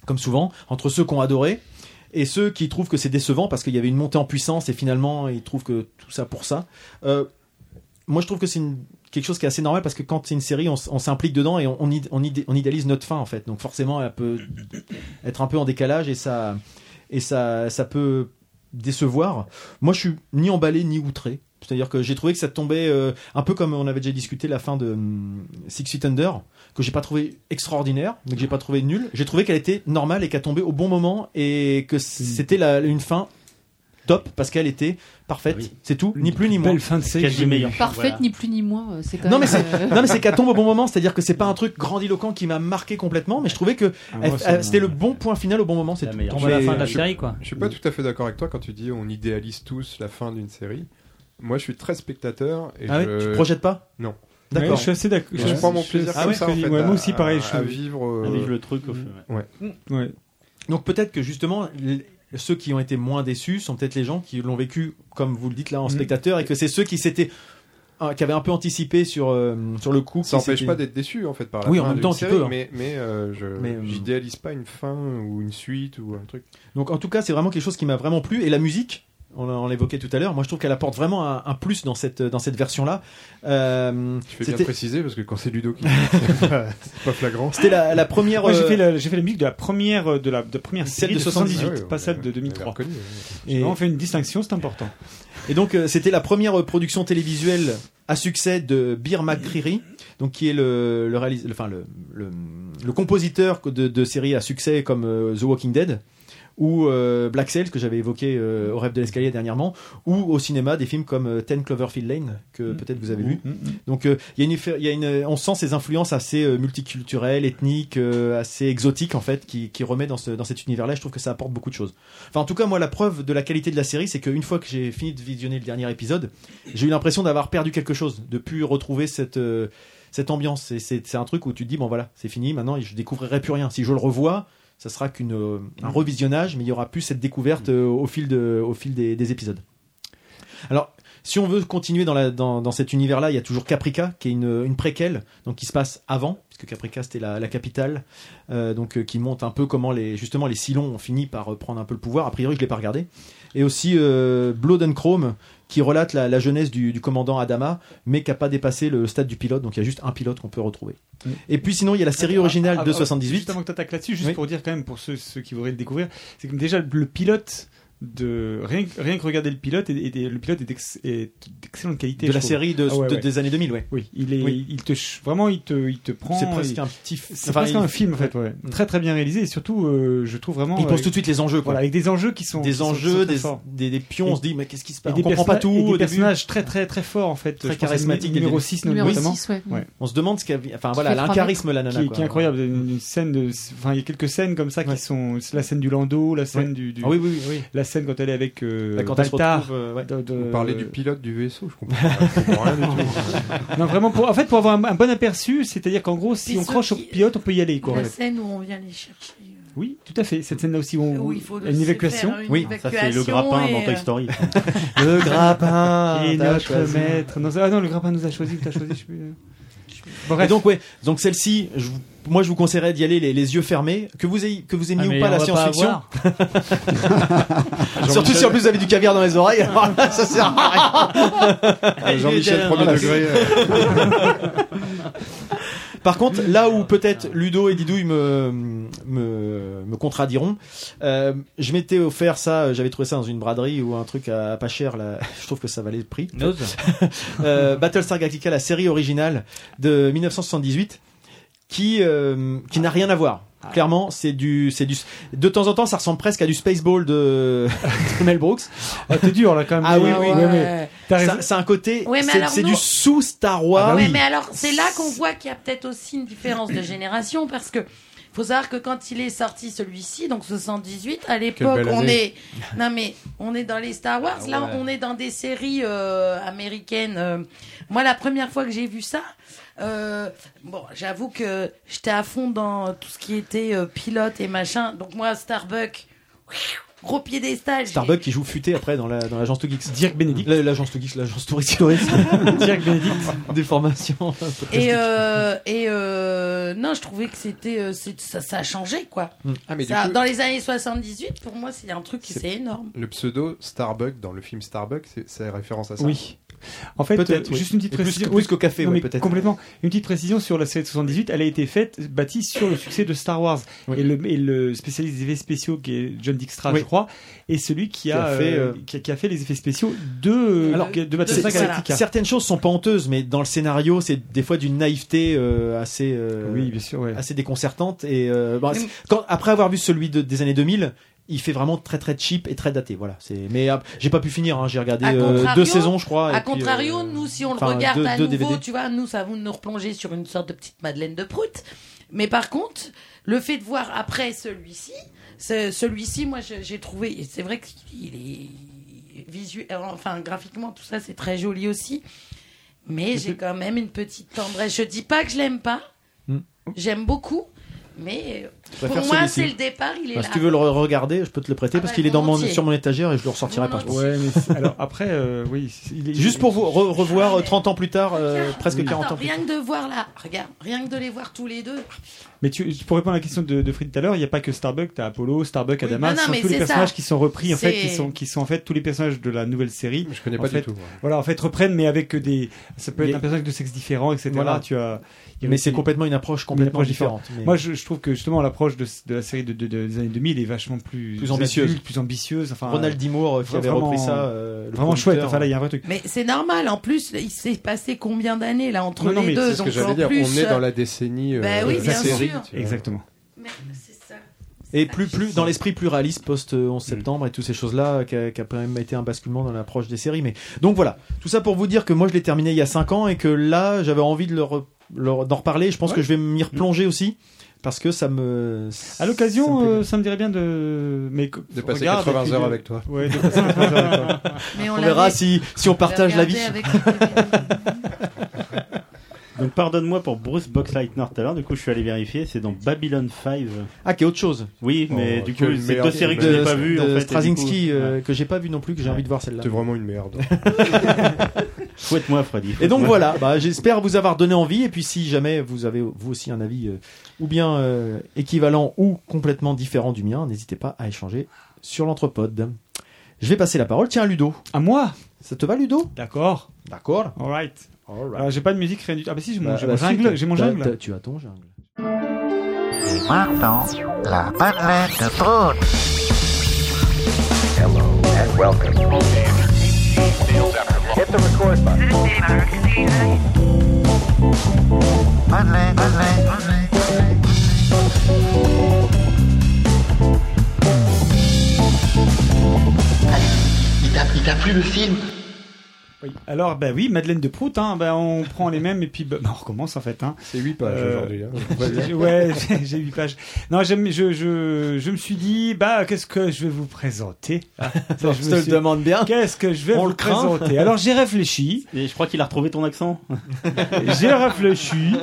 comme souvent, entre ceux qui ont adoré et ceux qui trouvent que c'est décevant parce qu'il y avait une montée en puissance et finalement ils trouvent que tout ça pour ça. Euh, moi je trouve que c'est une- quelque chose qui est assez normal parce que quand c'est une série, on, s- on s'implique dedans et on, on, id- on id- on idéalise notre fin en fait. Donc forcément elle peut être un peu en décalage et ça, et ça, ça peut décevoir. Moi je suis ni emballé ni outré. C'est-à-dire que j'ai trouvé que ça tombait euh, un peu comme on avait déjà discuté la fin de hum, Six Feet Under, que j'ai pas trouvé extraordinaire, donc j'ai pas trouvé nul. J'ai trouvé qu'elle était normale et qu'elle tombait au bon moment et que c'était la- une fin top parce qu'elle était parfaite.
Ah
C'est tout, ni plus ni moins.
fin de série.
Parfaite, ni plus ni moins. euh, C'est quand
Non mais
même,
c'est
euh,
non mais c'est qu'elle tombe au bon moment, c'est-à-dire que c'est pas un truc grandiloquent qui m'a marqué complètement, mais je trouvais que
Ah,
moi,
elle-
ça
elle-
m'a-
c'était le bon point final au bon moment. C'est tout.
Tombe à la fin de la série, quoi.
Je suis pas tout à fait d'accord avec toi quand tu dis on idéalise tous la fin d'une série. Moi, je suis très spectateur. Et
Ah ouais,
je...
tu te projettes pas
Non.
D'accord. Ouais, je suis
assez d'accord.
Je,
Je-
prends mon
je-
plaisir
ah
comme
ouais,
ça, en
Cody,
fait,
ouais,
à-
moi aussi, pareil,
à-
je-
à vivre, euh,
À vivre le truc au feu,
Ouais.
Donc peut-être que justement l- ceux qui ont été moins déçus sont peut-être les gens qui l'ont vécu comme vous le dites là
Mm.
en spectateur et que c'est ceux qui s'étaient ah, qui avaient un peu anticipé sur euh, sur le coup.
Ça
qui
n'empêche
s'étaient-
pas d'être déçu en fait par la
Oui,
fin
en même
d'une
temps, tu
série,
peux, hein.
mais mais euh, je
Mais, euh,
j'idéalise pas une fin ou une suite ou un truc.
Donc en tout cas, c'est vraiment quelque chose qui m'a vraiment plu. Et la musique, on, l'a- on l'évoquait tout à l'heure, moi je trouve qu'elle apporte vraiment un, un plus dans cette, dans cette version-là. Euh,
Je vais bien
c'était-
préciser parce que quand c'est Ludo qui c'est pas, c'est pas flagrant.
C'était la, la première.
Moi, j'ai
euh,
fait la, j'ai fait la musique de la première euh, de la, de la première
Celle
série
de Ah
de 78,
78,
pas celle de 2003.
Et-
Et on fait une distinction, c'est important.
Et donc, euh, c'était la première euh, production télévisuelle à succès de Bir McCreary, donc qui est le, le, réalis- le- enfin, le, le, le compositeur de, de séries à succès comme euh, The Walking Dead ou euh, Black Sails que j'avais évoqué euh, au rêve de l'escalier dernièrement ou au cinéma des films comme euh, Ten Cloverfield Lane que peut-être vous avez vu donc euh, il y a une effet- il y a une on sent ces influences assez euh, multiculturelles ethniques euh, assez exotiques en fait qui, qui remet dans, ce, dans cet univers là je trouve que ça apporte beaucoup de choses enfin en tout cas moi la preuve de la qualité de la série c'est qu'une fois que j'ai fini de visionner le dernier épisode j'ai eu l'impression d'avoir perdu quelque chose de plus retrouver cette euh, cette ambiance C'est- c'est c'est un truc où tu te dis bon voilà c'est fini maintenant je découvrirai plus rien si je le revois ça sera qu'une euh, un revisionnage mais il y aura plus cette découverte euh, au fil de au fil des- des épisodes alors, si on veut continuer dans, la- dans- dans cet univers-là, il y a toujours Caprica, qui est une, une préquelle, donc qui se passe avant, puisque Caprica c'était la, la capitale, euh, donc euh, qui montre un peu comment les, justement les Silons ont fini par euh, prendre un peu le pouvoir. A priori, je l'ai pas regardé. Et aussi euh, Blood and Chrome, qui relate la, la jeunesse du, du commandant Adama, mais qui n'a pas dépassé le stade du pilote, donc il y a juste un pilote qu'on peut retrouver.
Mm.
Et puis sinon, il y a la série originale de
Ah, ah,
78.
Juste avant que tu attaques là-dessus, juste
Oui.
pour dire quand même pour ceux, ceux qui voudraient le découvrir, c'est que déjà le pilote de rien, que- rien que regarder le pilote et, et- et le pilote est, d'ex- est d'excellente qualité
De
je
la
trouve.
série de-
Ah ouais,
de-
ouais.
des années 2000, ouais.
oui il est
Oui.
il te ch- vraiment il te il te prend
C'est presque
il-
un petit f-
c'est
enfin,
presque
il-
un film en fait ouais. très très bien réalisé et surtout euh, je trouve vraiment
Il pense
euh,
tout de suite les enjeux, quoi.
voilà, avec des enjeux qui sont qui
Des
sont- qui sont
enjeux,
très
des,
forts.
des, des pions, on se dit, mais qu'est-ce qui se passe
Et
On
des
comprend pas tout.
perso- et des
au début.
personnages très très très forts en fait
Très
Je pense au
charismatique.
numé- numéro 6
Numéro
notamment
six, ouais. On se demande ce qu'elle enfin voilà, elle a un charisme la nana
qui, est-
quoi.
qui est incroyable une, une scène de enfin il y a quelques scènes comme ça qui sont c'est la scène du landau la scène
Ouais.
du, du-
Ah oui, oui, oui, oui.
la scène quand elle est avec euh,
Là, quand elle se
Baltar
retrouve, euh, ouais.
de- de-
On parlait du pilote du vaisseau, je comprends, pas, je comprends rien du tout.
non vraiment pour en fait pour avoir un, un bon aperçu c'est-à-dire qu'en gros si
Puis
on
ceux
croche au
qui-
pilote on peut y aller quoi
La scène où on vient les chercher.
oui tout à fait cette scène là aussi où on-
Où il faut
une
laisser
évacuation
faire une euh, Oui.
Ça, c'est le grappin dans Toy Story.
le grappin et
t'as
notre
choisi.
maître nous a- ah non le grappin nous a choisi t'as choisi je sais plus
Et donc ouais, donc celle-ci, je vous- moi je vous conseillerais d'y aller les, les yeux fermés, que vous ayez que vous aimiez
Ah, mais
ou pas
on
la
va pas
science-fiction.
avoir.
Surtout si en plus vous avez du caviar dans les oreilles, alors là, ça sert à rien.
Euh, Jean-Michel, premier degré, euh.
Par contre, là où peut-être Ludo et Didouille me, me, me contradiront, euh, je m'étais offert ça, euh, j'avais trouvé ça dans une braderie ou un truc à, à pas cher, là. je trouve que ça valait le prix.
Nose.
Euh, Battlestar Galactica, la série originale de 1978, qui, euh, qui n'a rien à voir.
Ah.
Clairement, c'est du, c'est du, de temps en temps, ça ressemble presque à du Spaceball de, de Mel Brooks.
Ah, t'es dur là quand même.
Ah oui,
Ah
oui,
ouais.
oui. C'est-
T'as raison. Ah bah
C'est un côté,
Ouais, mais
c'est-
alors
c'est
nous-
du sous Star Wars.
Ah bah
Ouais, mais alors, c'est là qu'on voit qu'il y a peut-être aussi une différence de génération parce que faut savoir que quand il est sorti celui-ci, donc 78, à l'époque,
belle
on est.
année.
Non, mais on est dans les Star Wars.
Ah
là,
ouais.
on est dans des séries euh, américaines. euh. Moi, la première fois que j'ai vu ça, euh, bon, j'avoue que j'étais à fond dans tout ce qui était euh, pilote et machin. Donc, moi, Starbuck, gros piédestal. j'ai-
Starbuck qui joue futé après dans la dans l'agence Two Geeks.
Dirk Benedict.
L'agence Two Geeks, l'agence touriste. Dirk
Benedict.
Des formations.
Et, euh, et euh, non, je trouvais que c'était euh, c'est- ça, ça a changé quoi.
Hmm. Ah, mais du
Ça-
coup-
Dans les années 78, pour moi, c'est un truc qui c'est énorme.
Le pseudo Starbuck dans le film Starbuck, c'est- c'est référence à ça
Oui. En fait,
Peut-être,
euh,
oui.
juste une petite
Et plus-
précision.
plus
oui,
qu'au café,
non,
ouais,
mais
peut-être.
Complètement. Une petite précision sur la série de 78. Elle a été faite, bâtie sur le succès de Star Wars. Et, le, et le spécialiste des effets spéciaux, qui est John Dijkstra,
Oui.
je crois, est celui qui,
Qui
a,
a fait,
euh,
euh,
qui, a, qui a fait les effets spéciaux de,
Alors,
de Battlestar
Euh, c'est- c'est-
Galactica.
Certaines choses sont pas honteuses, mais dans le scénario, c'est des fois d'une naïveté euh, assez, euh,
Oui, bien sûr, ouais.
assez déconcertante. Et euh, bon,
Mais-
c'est- quand, après avoir vu celui de- des années 2000, il fait vraiment très très cheap et très daté. Voilà. C'est. Mais ah, j'ai pas pu finir. hein, J'ai regardé
À
euh,
contrario-
deux saisons, je crois.
À
et puis,
contrario,
euh,
nous, si on le
enfin,
regarde
deux-
à
deux
nouveau,
DVD.
tu vois, nous, ça va nous replonger sur une sorte de petite Madeleine de Prout. Mais par contre, le fait de voir après celui-ci, ce- celui-ci, moi, je- j'ai trouvé. et C'est vrai qu'il est visuel, enfin graphiquement, tout ça, c'est très joli aussi. Mais j'ai quand même une petite tendresse. Je dis pas que je l'aime pas.
Hmm.
J'aime beaucoup. Mais
Je
pour
préfère
moi,
celui-ci.
c'est le départ. Il est
Bah,
là.
Si tu veux le re- regarder, je peux te le prêter
Ah
parce
bah,
qu'il est dans mon,
volontiers.
sur mon étagère et je le ressortirai pas. je pense.
Ouais, mais c'est- alors après, euh, oui. c'est- il est-
Juste pour vous re-
Ah,
revoir euh, 30 ans plus tard, euh, presque
Oui.
40
Attends,
ans plus
rien que de voir là, regarde, rien que de les voir tous les deux.
Mais tu, pour répondre à la question de, de Fried tout à l'heure, il n'y a pas que Starbuck, t'as Apollo, Starbuck, Adama,
non, non,
ce sont
mais
tous les
c'est ça.
personnages qui sont repris en fait,
C'est-
qui sont qui sont en fait tous les personnages de la nouvelle série. Je
connais pas du tout, moi.
Voilà, en fait reprennent, mais avec des, ça peut être un personnage de sexe différent, etc.
Voilà.
Tu as. il y a
Mais
aussi
c'est complètement une approche
une
complètement
approche
différente. mais-
Moi, je, je trouve que justement l'approche de, de la série de, de- de- des années 2000 est vachement plus
Plus ambitieuse.
adulte, plus ambitieuse. Enfin,
Ronald
euh,
Dimour, euh, qui avait
vraiment-
repris ça, euh, le
vraiment chouette.
producteur.
Enfin là, il y a un vrai truc.
Mais c'est normal, en plus, il s'est passé combien d'années là entre
Non, non,
les
mais
deux
c'est ce que
donc
j'allais
en
dire, on
plus,
est dans la
euh,
décennie, euh,
bah oui,
de
bien
série,
sûr.
tu vois.
Exactement.
Et plus, plus dans l'esprit plus réaliste post euh,
Mm.
11 septembre et toutes ces choses-là, euh, qui a, qui a quand même été un basculement dans l'approche des séries. Mais donc voilà, tout ça pour vous dire que moi je l'ai terminé il y a 5 ans et que là j'avais envie de leur, leur- d'en reparler. Je pense que je vais m'y replonger aussi parce que ça me.
À l'occasion, euh, ça, me dirait bien de mais
De passer 80 heures avec toi.
Ouais, de passer 80 heures avec toi.
Mais
on, verra si, si on partage la vie.
Donc pardonne-moi pour Bruce Boxleitner tout à l'heure, du coup je suis allé vérifier, c'est dans Babylon 5.
Ah, qui est autre chose.
Oui, mais
Oh,
du
que
coup c'est
merde.
deux séries que je n'ai pas vues
de
en fait. et du coup-
Straczynski, euh, que j'ai pas vu non plus, que j'ai
Ouais.
envie de voir celle-là.
T'es vraiment une merde.
Fouette-moi Freddy.
Et donc
fouette-moi.
voilà, bah, j'espère vous avoir donné envie. Et puis si jamais vous avez vous aussi un avis euh, ou bien euh, équivalent ou complètement différent du mien, n'hésitez pas à échanger sur l'entrepode. Je vais passer la parole. Tiens, à Ludo.
À moi
Ça te va, Ludo
D'accord.
D'accord.
All right. Alors, j'ai pas de musique, rien du tout. Ah bah si, j'ai mon,
Bah,
j'ai
bah,
mon
si,
jungle.
t'as-
J'ai mon
t'as-
jungle. hein.
t'as- tu as ton jungle.
Et maintenant, la Madeleine de Proust.
Hello and welcome. Hit the record button.
Il t'a plu le film
Oui. Alors, bah oui, Madeleine de Prout, hein, bah, on prend les mêmes et puis bah, bah, on recommence en fait. Hein.
C'est 8 pages aujourd'hui, hein. On va dire.
ouais, j'ai- j'ai 8 pages. Non, j'aime- je, je, je me suis dit, bah, qu'est-ce que je vais vous présenter Ah, ça,
On
me
se le demande bien.
Qu'est-ce que je vais
On
vous
le craint.
présenter Alors, j'ai réfléchi.
Et je crois qu'il a retrouvé ton accent.
j'ai réfléchi.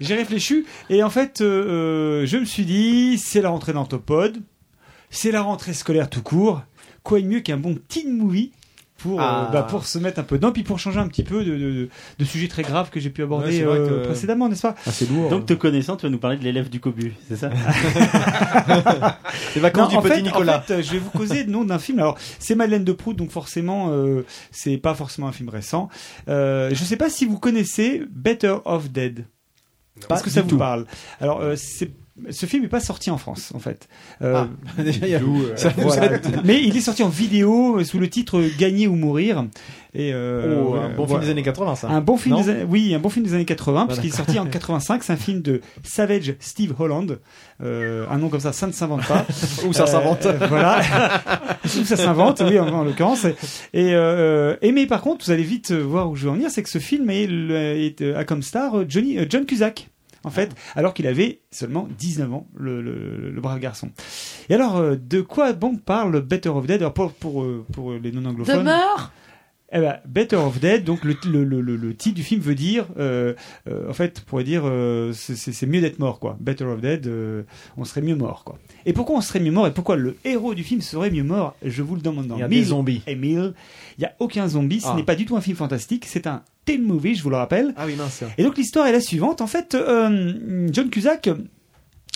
J'ai réfléchi. Et en fait, euh, euh, je me suis dit, c'est la rentrée d'Antopode. C'est la rentrée scolaire tout court. Quoi de mieux qu'un bon teen movie pour, euh,
Ah.
bah, pour se mettre un peu dedans, puis pour changer un petit peu de, de, de sujets très graves que j'ai pu
Ouais,
aborder
c'est vrai
euh,
que-
précédemment, n'est-ce pas hein.
Donc, te connaissant, tu vas nous parler de l'élève du cobu, c'est ça
Non, en fait- En fait, euh, je vais vous causer le nom d'un film. Alors, c'est Madeleine de Prout, donc forcément, euh, c'est pas forcément un film récent. Euh, je sais pas si vous connaissez Better Off Dead. Parce
Pas
que ça
du
vous
tout.
parle. Alors, euh, c'est- Ce film n'est pas sorti en France, en fait.
Ah, déjà, il y a- ça vous
voilà.
aide.
Mais il est sorti en vidéo euh, sous le titre Gagner ou mourir. Et, euh,
Oh, un bon film
voilà.
des années 80, ça.
Un bon film
Non
des années- oui, un bon film des années 80, parce qu'il est
d'accord.
sorti en 85. C'est un film de Savage Steve Holland. Euh, un nom comme ça, ça ne s'invente pas.
Ou ça
Euh,
s'invente.
euh, voilà. Ou ça s'invente, oui, en, en l'occurrence. Et, euh, et mais par contre, vous allez vite euh, voir où je veux en venir, c'est que ce film est, le- est, euh, a comme star euh, Johnny, euh, John Cusack. En fait,
Ah.
alors qu'il avait seulement 19 ans, le, le, le brave garçon. Et alors, euh, de quoi bon parle Better of Dead Alors pour, pour, euh, pour les non-anglophones.
Demeure
Eh ben, Better of Dead, donc le, le, le, le- le titre du film veut dire, euh, euh, en fait, on pourrait dire, euh, c'est- c'est c'est mieux d'être mort, quoi. Better of Dead, euh, on serait mieux mort, quoi. Et pourquoi on serait mieux mort et pourquoi le héros du film serait mieux mort Je vous le demande dans
Il y a
mille
des zombies.
Et mille. Il n'y a aucun zombie, ce
Ah.
n'est pas du tout un film fantastique, c'est un teen movie, je vous le rappelle.
Ah oui, mince.
Et donc l'histoire est la suivante. En fait, euh, John Cusack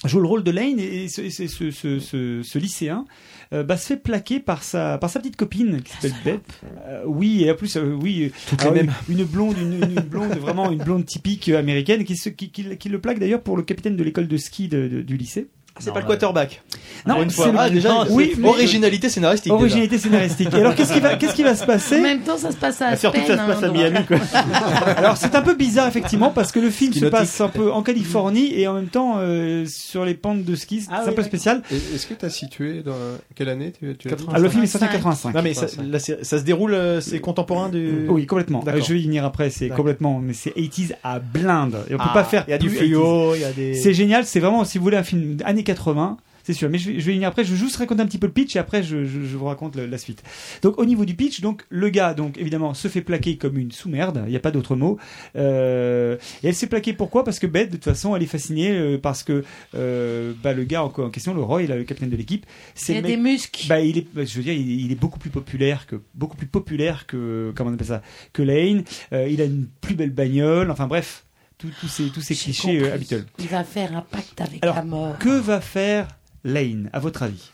joue le rôle de Lane et ce, ce- ce- ce- ce- ce lycéen euh, bah, se fait plaquer par sa, par sa petite copine qui s'appelle Beth. Euh, oui, et en plus, euh, oui, euh,
Toutes
alors,
les mêmes.
Une, une blonde, une, une- une blonde, vraiment une blonde typique euh, américaine qui, se, qui, qui- qui le plaque d'ailleurs pour le capitaine de l'école de ski de- de- du lycée.
Ah, C'est pas le quarterback.
Non,
Pour une fois.
c'est le-
Ah, déjà,
non,
il-
oui, mais-
originalité scénaristique. déjà.
Originalité scénaristique. Et alors, qu'est-ce qui va, qu'est-ce qui va se passer
En même temps, ça se passe à
Surtout
Aspen,
que ça se passe
hein,
à
donc-
Miami, quoi. Alors c'est un peu bizarre effectivement parce que le film
Ski
se
nautique.
passe un peu en Californie et en même temps euh, sur les pentes de ski. C'est
Ah
un
oui,
peu
d'accord.
spécial.
Et- Est-ce que tu as situé dans quelle année tu, tu l'as dit
Ah, le film est sorti en 85.
Non, mais ça, la sé- ça se déroule, euh, c'est contemporain du.
Oui, complètement. Euh,
D'accord.
Je vais y venir après. C'est
D'accord.
complètement, mais c'est 80s à blinde. Et on peut
Ah,
pas faire.
il y a du
plus
fluo,
80s.
il y a des-
C'est génial. C'est vraiment, si vous voulez, un film années 80. C'est sûr, mais je vais, je vais y venir après. Je vais juste raconter un petit peu le pitch et après je, je- je vous raconte le- la suite. Donc au niveau du pitch, donc le gars, donc évidemment, se fait plaquer comme une sous-merde. Il n'y a pas d'autre mot. Euh, et elle s'est plaquée pourquoi Parce que Beth, de toute façon, elle est fascinée euh, parce que euh, bah, le gars en, en question, le Roy, là, le capitaine de l'équipe, c'est
Il a
le
des
mec-
muscles.
bah, il est, bah, je veux dire, il, il est beaucoup plus populaire que beaucoup plus populaire que comment on appelle ça que Lane. Euh, il a une plus belle bagnole. Enfin bref, tous tous ces tous ces clichés euh, habituels.
Il va faire un pacte avec
Alors
la mort.
que va faire Lane à votre avis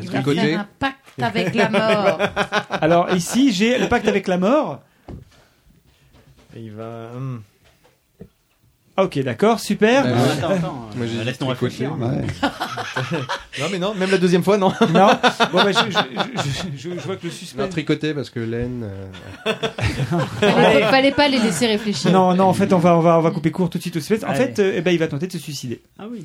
Il va faire un pacte avec la mort.
Alors ici j'ai le pacte avec la mort.
Il va.
Ah, Ok d'accord super.
Bah, ouais. Attends, attends,
Moi, j'ai
Laisse-nous
dit tricoter,
réfléchir.
mais-
non, mais non, même la deuxième fois, non.
Non. Bon, bah, je, je- je- je- je vois que le suspense.
Non, tricoter parce que laine. euh,
Fallait, fallait pas les laisser réfléchir.
Non, non, en fait, on va, on va, on va couper court tout de suite au suspense. En
Allez.
fait, euh, eh ben, il va tenter de se suicider.
Ah oui.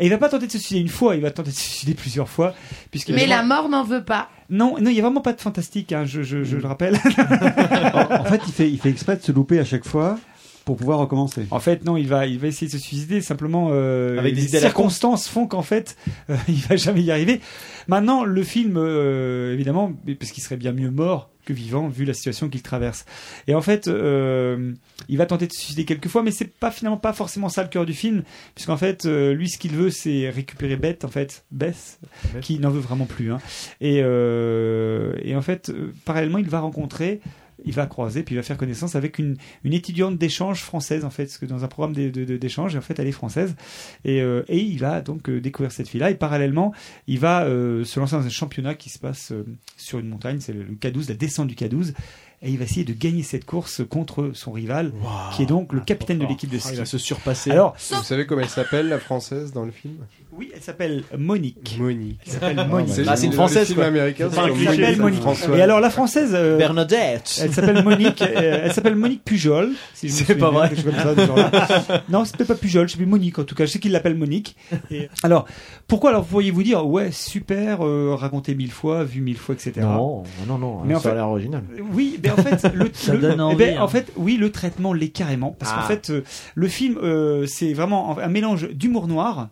Et il va pas tenter de se suicider une fois, il va tenter de se suicider plusieurs fois. puisque
Mais la mort n'en veut pas.
Non, non, il n'y a vraiment pas de fantastique, hein, je, je- je le rappelle.
En fait, il fait, il fait exprès de se louper à chaque fois pour pouvoir recommencer.
en fait, non, il va, il va essayer de se suicider, simplement euh,
Avec des
les
idées à la con.
circonstances font qu'en fait, euh, il va jamais y arriver. Maintenant, le film, euh, évidemment, mais- parce qu'il serait bien mieux mort que vivant, vu la situation qu'il traverse. Et en fait, euh, il va tenter de se suicider quelques fois, mais c'est pas finalement pas forcément ça le cœur du film, puisqu'en fait, euh, lui, ce qu'il veut, c'est récupérer Beth, en fait, Beth,
Beth.
qui n'en veut vraiment plus. hein. Et, euh, et en fait, euh, parallèlement, il va rencontrer, il va croiser, puis il va faire connaissance avec une, une étudiante d'échange française, en fait, parce que dans un programme d'é- de- de- d'échange, en fait, elle est française. Et, euh, et il va donc euh, découvrir cette fille-là. Et parallèlement, il va euh, se lancer dans un championnat qui se passe euh, sur une montagne, c'est le, le K12, la descente du K12. Et il va essayer de gagner cette course contre son rival, qui est donc le capitaine de l'équipe de ski.
Ah, il va se surpasser.
Alors,
vous savez comment elle s'appelle la française dans le film
Oui, elle s'appelle Monique.
Monique.
Elle s'appelle
Ah,
Monique.
bah, c'est Ah, c'est une le- Française, le film quoi. américain,
Enfin,
c'est
elle
Monique.
s'appelle Monique.
François.
Et alors la française. euh,
Bernadette.
Elle s'appelle Monique. euh, elle s'appelle Monique Pujol. Si je me
C'est
souviens
pas
bien,
vrai.
quelque chose comme ça, du genre-là. non, c'est peut-être pas Pujol. Je sais plus Monique en tout cas. Je sais qu'il l'appelle Monique. Et alors pourquoi alors vous pourriez vous dire ouais super euh, raconté mille fois vu mille fois etc.
Non, non, non,
Mais en
ça a
fait-
l'air original.
Oui, mais en fait, le,
Ça
le-
donne
eh
envie,
ben,
hein.
en fait, oui, le traitement l'est carrément, parce
Ah.
qu'en fait, euh, le film, euh, c'est vraiment un mélange d'humour noir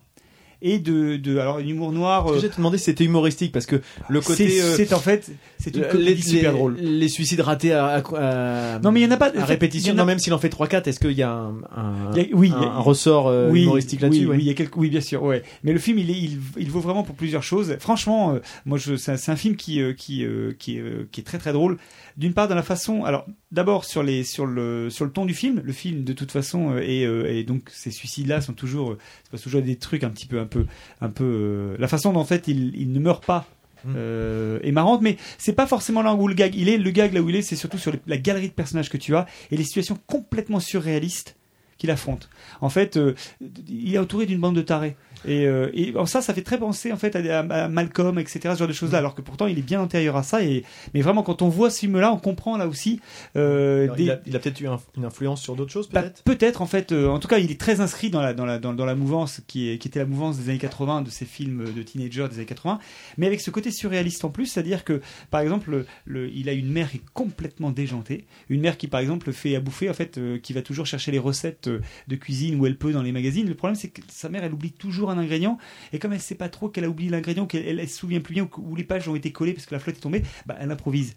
et de, de alors une humour noir.
Je
euh,
t'ai demandé si c'était humoristique parce que le côté.
C'est-
euh,
c'est en fait- c'est une
le-
comédie super drôle.
Les suicides ratés à, à- à-
Non, mais il y en a pas- en
à
fait,
répétition.
il y en a-
Non, même s'il en fait 3-4, est-ce qu'il y a un, un-
Il y a- oui,
un-
il y a-
un ressort euh,
oui,
humoristique là-dessus
oui,
ouais.
oui, il y a quelques- oui, bien sûr, ouais. Mais le film, il, est, il, il vaut vraiment pour plusieurs choses. Franchement, euh, moi, je, c'est, un, c'est un film qui, euh, qui, euh, qui, est, euh, qui est très très drôle. D'une part, dans la façon, alors d'abord sur les, sur le, sur le ton du film. Le film, de toute façon, euh, et, euh, et donc ces suicides-là sont toujours, euh, c'est pas toujours des trucs un petit peu, un peu, un peu. euh, la façon dont en fait il, il ne meurt pas. euh, est marrante mais c'est pas forcément là où le gag il est le gag là où il est c'est surtout sur les- la galerie de personnages que tu as et les situations complètement surréalistes qu'il affronte. En fait, euh, il est entouré d'une bande de tarés. Et, euh, et alors ça, ça fait très penser en fait à, à Malcolm, etc. Ce genre de
Mm.
choses-là. Alors que pourtant, il est bien antérieur à ça. Et mais vraiment, quand on voit ce film-là, on comprend là aussi euh,
Alors,
des,
Il a, il a peut-être eu un- une influence sur d'autres choses,
bah,
peut-être
peut-être en fait. euh, en tout cas, il est très inscrit dans la dans la dans, dans la mouvance qui est qui était la mouvance des années 80 de ces films de teenagers des années 80, mais avec ce côté surréaliste en plus, c'est-à-dire que par exemple, le, le- il a une mère qui est complètement déjantée, une mère qui par exemple fait à bouffer en fait, euh, qui va toujours chercher les recettes euh, de cuisine où elle peut dans les magazines. Le problème c'est que sa mère elle oublie toujours un ingrédient et comme elle sait pas trop qu'elle a oublié l'ingrédient, qu'elle elle, elle se souvient plus bien ou où les pages ont été collées parce que la flotte est tombée, bah elle improvise.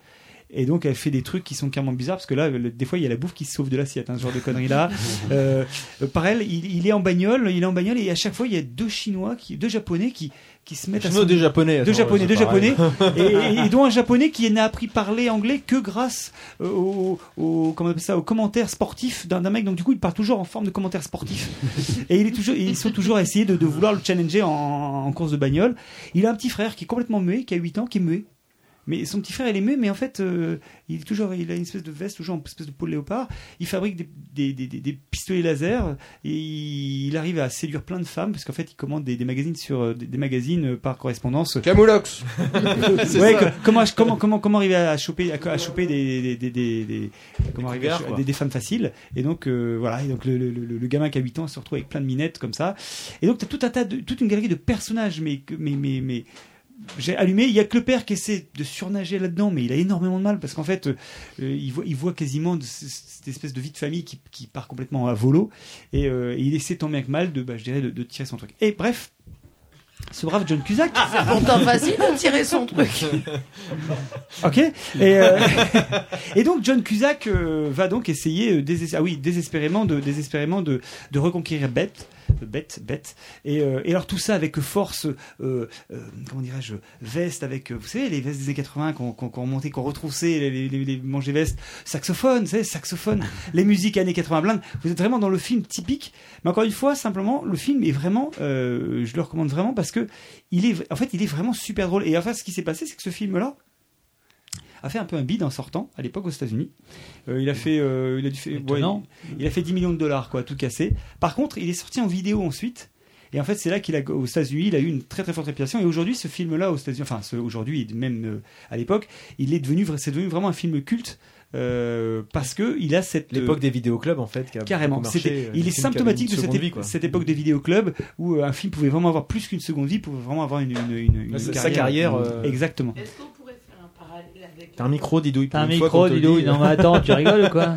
Et donc elle fait des trucs qui sont carrément bizarres parce que là, le- des fois, il y a la bouffe qui se sauve de l'assiette, hein, ce genre de conneries là. euh, pareil, il, il est en bagnole, il est en bagnole et à chaque fois, il y a deux Chinois, qui, deux Japonais qui, qui se mettent à
Chinois,
son-
deux Japonais,
deux
attends,
Japonais,
c'est
deux
pareil.
Japonais, et, et dont un Japonais qui n'a appris parler anglais que grâce euh, au, au- comment on appelle ça, aux commentaires sportifs d'un d'un mec. Donc du coup, il part toujours en forme de commentaire sportif. Et il est toujours, et ils sont toujours à essayer de, de vouloir le challenger en, en course de bagnole. Il a un petit frère qui est complètement muet, qui a 8 ans, qui est muet. Mais son petit frère, il est muet, mais en fait, euh, il, est toujours, il a une espèce de veste, toujours en espèce de peau de léopard. Il fabrique des, des, des- des- des pistolets laser. Et il, il arrive à séduire plein de femmes, parce qu'en fait, il commande des, des magazines sur euh, des, des magazines euh, par correspondance.
Camoulox C'est
Ouais,
ça.
que- comment, comment, comment, comment arriver à choper, à, à choper des, des, des, des, des- comment arriver à
couverts,
cho-
quoi.
des- des femmes faciles. Et donc, euh, voilà, et donc le, le- le- le gamin qui a 8 ans se retrouve avec plein de minettes comme ça. Et donc, tu as tout un tas de, toute une galerie de personnages, mais, que- mais, mais, mais j'ai allumé. Il y a que le père qui essaie de surnager là-dedans, mais il a énormément de mal parce qu'en fait, euh, euh, il, voit, il voit quasiment de ce- cette espèce de vie de famille qui, qui part complètement à volo. Et, euh, et il essaie tant bien que mal de, bah, je dirais, de, de tirer son truc. Et bref. Ce brave John Cusack.
C'est pourtant facile de tirer son truc.
Ok. Et, euh, et donc John Cusack euh, va donc essayer euh, désespé- ah oui, désespérément de désespérément de, de reconquérir Beth. Euh, Beth, Beth. Et, euh, et alors tout ça avec force, euh, euh, comment dirais-je, veste avec, euh, vous savez, les vestes des années 80 qu'on qu'on qu'on montait, qu'on retroussait, les, les, les, les manger vestes, saxophone, vous savez, saxophone, les musiques années 80 blindes. Vous êtes vraiment dans le film typique. Mais encore une fois, simplement, le film est vraiment, euh, je le recommande vraiment parce que il est, en fait, il est vraiment super drôle. Et enfin, ce qui s'est passé, c'est que ce film-là, a fait un peu un bid en sortant à l'époque aux États-Unis. Euh, il a fait, euh, il a dû fait, ouais, il a fait 10 millions de dollars quoi, tout cassé. Par contre, il est sorti en vidéo ensuite. Et en fait, c'est là qu'il a aux États-Unis, il a eu une très très forte réputation. Et aujourd'hui, ce film-là aux États-Unis, enfin ce- aujourd'hui et même euh, à l'époque, il est devenu, c'est devenu vraiment un film culte. euh, parce que il a cette euh,
L'époque des vidéoclubs, en fait, qui a
carrément
beaucoup marché,
C'était-
euh,
il
des
est
films qui avaient
symptomatique
une
de cette,
seconde vie,
ép-
quoi. Mm.
cette époque des vidéoclubs où euh, un film pouvait vraiment avoir plus qu'une seconde vie pouvait vraiment avoir une, une, une- une
Ouais, sa-
carrière,
sa carrière, euh,
exactement
T'as un micro, Didouille.
T'as un micro, Didouille. Non, mais attends, tu rigoles ou quoi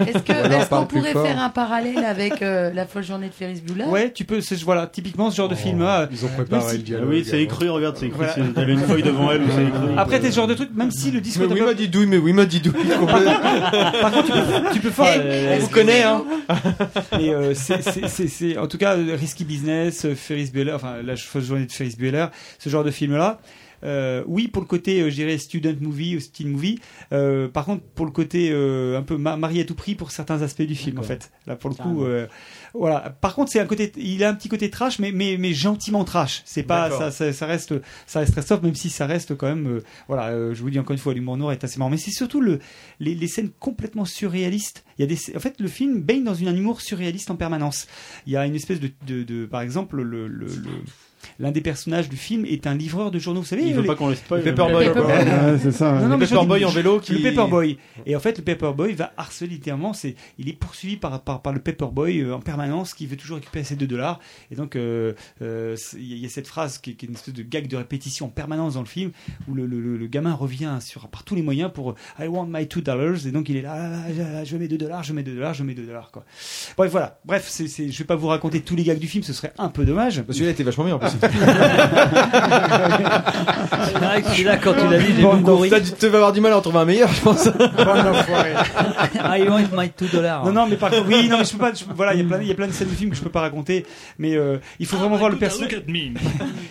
Est-ce que-
Ou alors,
est-ce qu'on
parle plus
pourrait
fort.
faire un parallèle avec euh, la folle journée de Ferris Bueller
Ouais, tu peux. c'est- Voilà, typiquement ce genre de film. euh, ils ont
préparé le dialogue, Ah Oui, c'est écrit, avant. regarde, c'est écrit, c'est- elle a une feuille devant elle où c'est écrit.
Après, t'es ce genre de truc, même si le disque.
Mais oui, m'a dit douille, mais oui, m'a dit douille.
Par contre, tu peux, tu peux faire. euh,
Eh, vous connaissez, hein.
Et euh, c'est- c'est- c'est- c'est- en tout cas, euh, Risky Business, euh, Ferris Bueller, enfin, la fausse journée de Ferris Bueller, ce genre de film-là. Euh, oui, pour le côté, euh, je dirais, student movie ou teen movie. Euh, par contre, pour le côté euh, un peu ma- marié à tout prix pour certains aspects du film, en fait. Là, pour le coup, euh, voilà. Par contre, c'est un côté, il a un petit côté trash, mais mais, mais gentiment trash. C'est pas
D'accord.
ça, ça, ça reste ça reste très soft, même si ça reste quand même. euh, voilà, euh, je vous dis encore une fois, l'humour noir est assez marrant, mais c'est surtout le les, les scènes complètement surréalistes. Il y a des, en fait, le film baigne dans une, un humour surréaliste en permanence. Il y a une espèce de, de, de- par exemple, le, le, le- L'un des personnages du film est un livreur de journaux, vous savez.
Il veut
les-
pas qu'on le spoil.
le Paperboy.
Le Paperboy.
Ouais, c'est ça, ouais.
Non, non,
Le
mais je
Paperboy
dis-
en vélo qui-
Le Paperboy. Et en fait, le Paperboy va harceler littéralement. C'est, il est poursuivi par, par, par le Paperboy euh, en permanence qui veut toujours récupérer ses 2 dollars. Et donc, euh, euh, c'est- il y, a- il y a cette phrase qui, qui est une espèce de gag de répétition en permanence dans le film où le, le- le- le gamin revient sur, par tous les moyens pour euh, I want my 2 dollars. Et donc, il est là, ah, je- je mets 2 dollars, je mets 2 dollars, je mets 2 dollars. Quoi. Bref, voilà. Bref, c'est, c'est- je vais pas vous raconter tous les gags du film, ce serait un peu dommage.
Celui-là était vachement bien en plus.
celui-là, quand tu l'as dit, j'ai
Bon,
vu
non,
mourir.
t'as dû- Tu vas avoir du mal à en trouver un meilleur, je pense.
I want my 2 dollars.
Non, non, mais par contre, oui, non, mais je peux pas. je- voilà, il y a plein, il y a plein de scènes du film que je peux pas raconter, mais euh, il faut vraiment voir le personnage.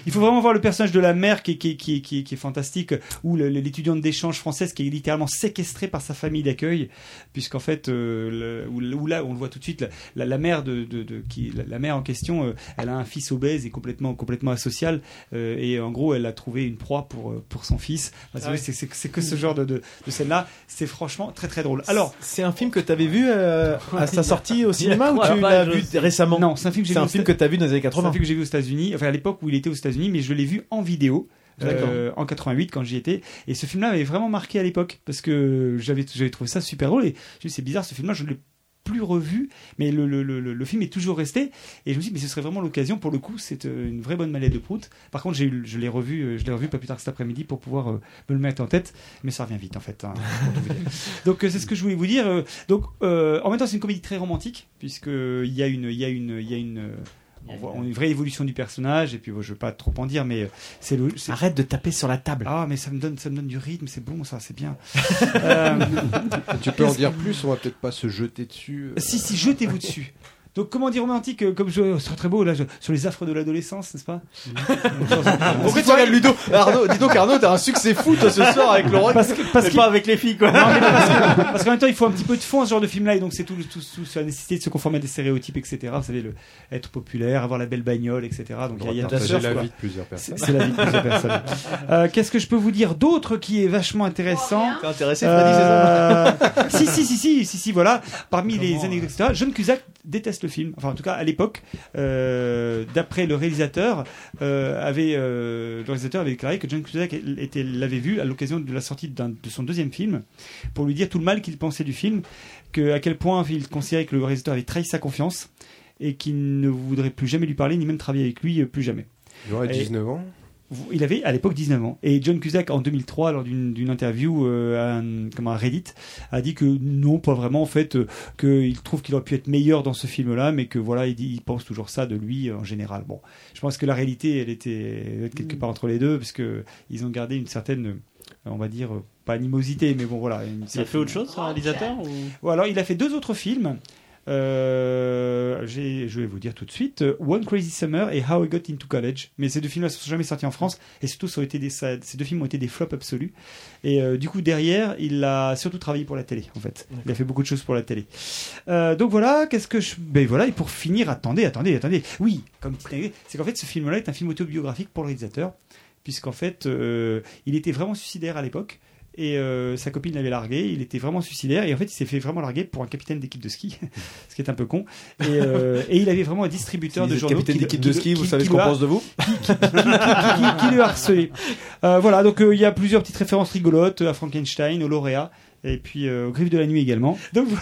il faut vraiment voir le personnage de la mère qui, est- qui, est- qui, est- qui, est- qui est fantastique, ou le- le- l'étudiante d'échange française qui est littéralement séquestrée par sa famille d'accueil, puisqu'en fait, euh, le- où, où là, on le voit tout de suite, la, la- la mère de, de, de- qui, la, la mère en question, euh, elle a un fils obèse et complètement, complètement asocial, euh, et en gros, elle a trouvé une proie pour, euh, pour son fils. Enfin, c'est-
Ah ouais.
c'est- C'est c'est que ce genre de, de, de scène-là, c'est franchement très très drôle. Alors.
Alors, c'est un film que t'avais vu euh, à sa sortie au
Il y a
cinéma ou
trois
tu l'as
pages.
vu récemment
Non, c'est un film que j'ai
C'est
vu
un
aux
film que
Éta-
t'as vu dans les années
C'est
80.
un film que j'ai vu aux États-Unis, enfin à l'époque où il était aux États-Unis, mais je l'ai vu en vidéo.
D'accord.
euh, en 88 quand j'y étais et ce film-là m'avait vraiment marqué à l'époque parce que j'avais j'avais trouvé ça super drôle et je me suis dit, c'est bizarre ce film-là je l'ai plus revu mais le, le, le, le- le film est toujours resté et je me suis dit mais ce serait vraiment l'occasion pour le coup c'est euh, une vraie bonne mallette de prout par contre j'ai eu le- je l'ai revu euh, je l'ai revu pas plus tard que cet après-midi pour pouvoir euh, me le mettre en tête mais ça revient vite en fait hein, pour tout vous dire. donc euh, c'est ce que je voulais vous dire euh, donc euh, en même temps c'est une comédie très romantique puisque euh, il y a une il y a une il y a une euh, on voit on a une vraie évolution du personnage et puis bon, je veux pas trop en dire mais euh, c'est le
arrête de taper sur la table
ah mais ça me donne ça me donne du rythme c'est bon ça c'est bien Euh,
Euh, Tu peux en
qu'est-ce
dire
que-
plus, on va peut-être pas se jeter dessus. euh.
si, si, jetez-vous dessus. Donc, comment dire romantique, euh, comme je. C'est très beau, là, je- sur les affres de l'adolescence, n'est-ce pas
Pourquoi tu regardes Ludo Arnaud, dis donc Arnaud, t'as un succès fou toi ce soir avec Laurent.
Parce que- parce
Mais
qu'il-
pas avec les filles quoi.
Non, mais parce que- parce qu'en même temps, il faut un petit peu de fond à ce genre de film-là, et donc c'est tout, tout, tout la nécessité de se conformer à des stéréotypes, etc. Vous savez, le, être populaire, avoir la belle bagnole, etc. Donc, il y a- il y a
T'as
tout
fait
ça,
la
quoi.
vie de plusieurs personnes.
C'est c'est la vie de plusieurs personnes. Euh, Qu'est-ce que je peux vous dire d'autre qui est vachement intéressant
T'es intéressé, Freddy, c'est ça
Euh, si, si, si, si, si, si, voilà. Parmi les anecdotes, etc., John Cusack déteste le film. Enfin, en tout cas, à l'époque, euh, d'après le réalisateur, euh, avait, euh, le réalisateur avait déclaré que John Cusack était- l'avait vu à l'occasion de la sortie d'un- de son deuxième film pour lui dire tout le mal qu'il pensait du film, que, à quel point il considérait que le réalisateur avait trahi sa confiance et qu'il ne voudrait plus jamais lui parler, ni même travailler avec lui, euh, plus jamais.
Il aurait
Et-
19 ans.
il avait à l'époque 19 ans. Et John Cusack, en 2003, lors d'une d'une interview euh, à un, comme un Reddit, a dit que non, pas vraiment, en fait, euh, qu'il trouve qu'il aurait pu être meilleur dans ce film-là, mais que voilà, il, dit- il pense toujours ça de lui euh, en général. Bon, je pense que la réalité, elle était elle était quelque part entre les deux, parce que ils ont gardé une certaine, euh, on va dire, euh, pas animosité, mais bon, voilà. une
Il a fait
certaine-
autre chose, ce réalisateur ou...
ou alors, il a fait deux autres films. Euh, j'ai- je vais vous dire tout de suite euh, One Crazy Summer et How I Got Into College. Mais ces deux films-là ne sont jamais sortis en France et surtout ça a été des, ça- ces deux films ont été des flops absolus. Et euh, du coup derrière, il a surtout travaillé pour la télé en fait. Il a fait beaucoup de choses pour la télé. Euh, donc voilà, qu'est-ce que je. Ben voilà, et pour finir, attendez, attendez, attendez. Oui, comme petite anecdote, c'est qu'en fait ce film-là est un film autobiographique pour le réalisateur, puisqu'en fait euh, il était vraiment suicidaire à l'époque. Et euh, sa copine l'avait largué, il était vraiment suicidaire, et en fait il s'est fait vraiment larguer pour un capitaine d'équipe de ski, ce qui est un peu con. Et, euh, et il avait vraiment un distributeur
Si
de
vous êtes
journaux.
capitaine
qui-
d'équipe de
qui-
ski, vous
qui-
savez
qui
ce qu'on
le har-
pense de vous.
qui, qui le harcelait. Euh, voilà, donc euh, il y a plusieurs petites références rigolotes euh, à Frankenstein, au lauréat. Et puis euh, aux griffes de la nuit également. Donc voilà,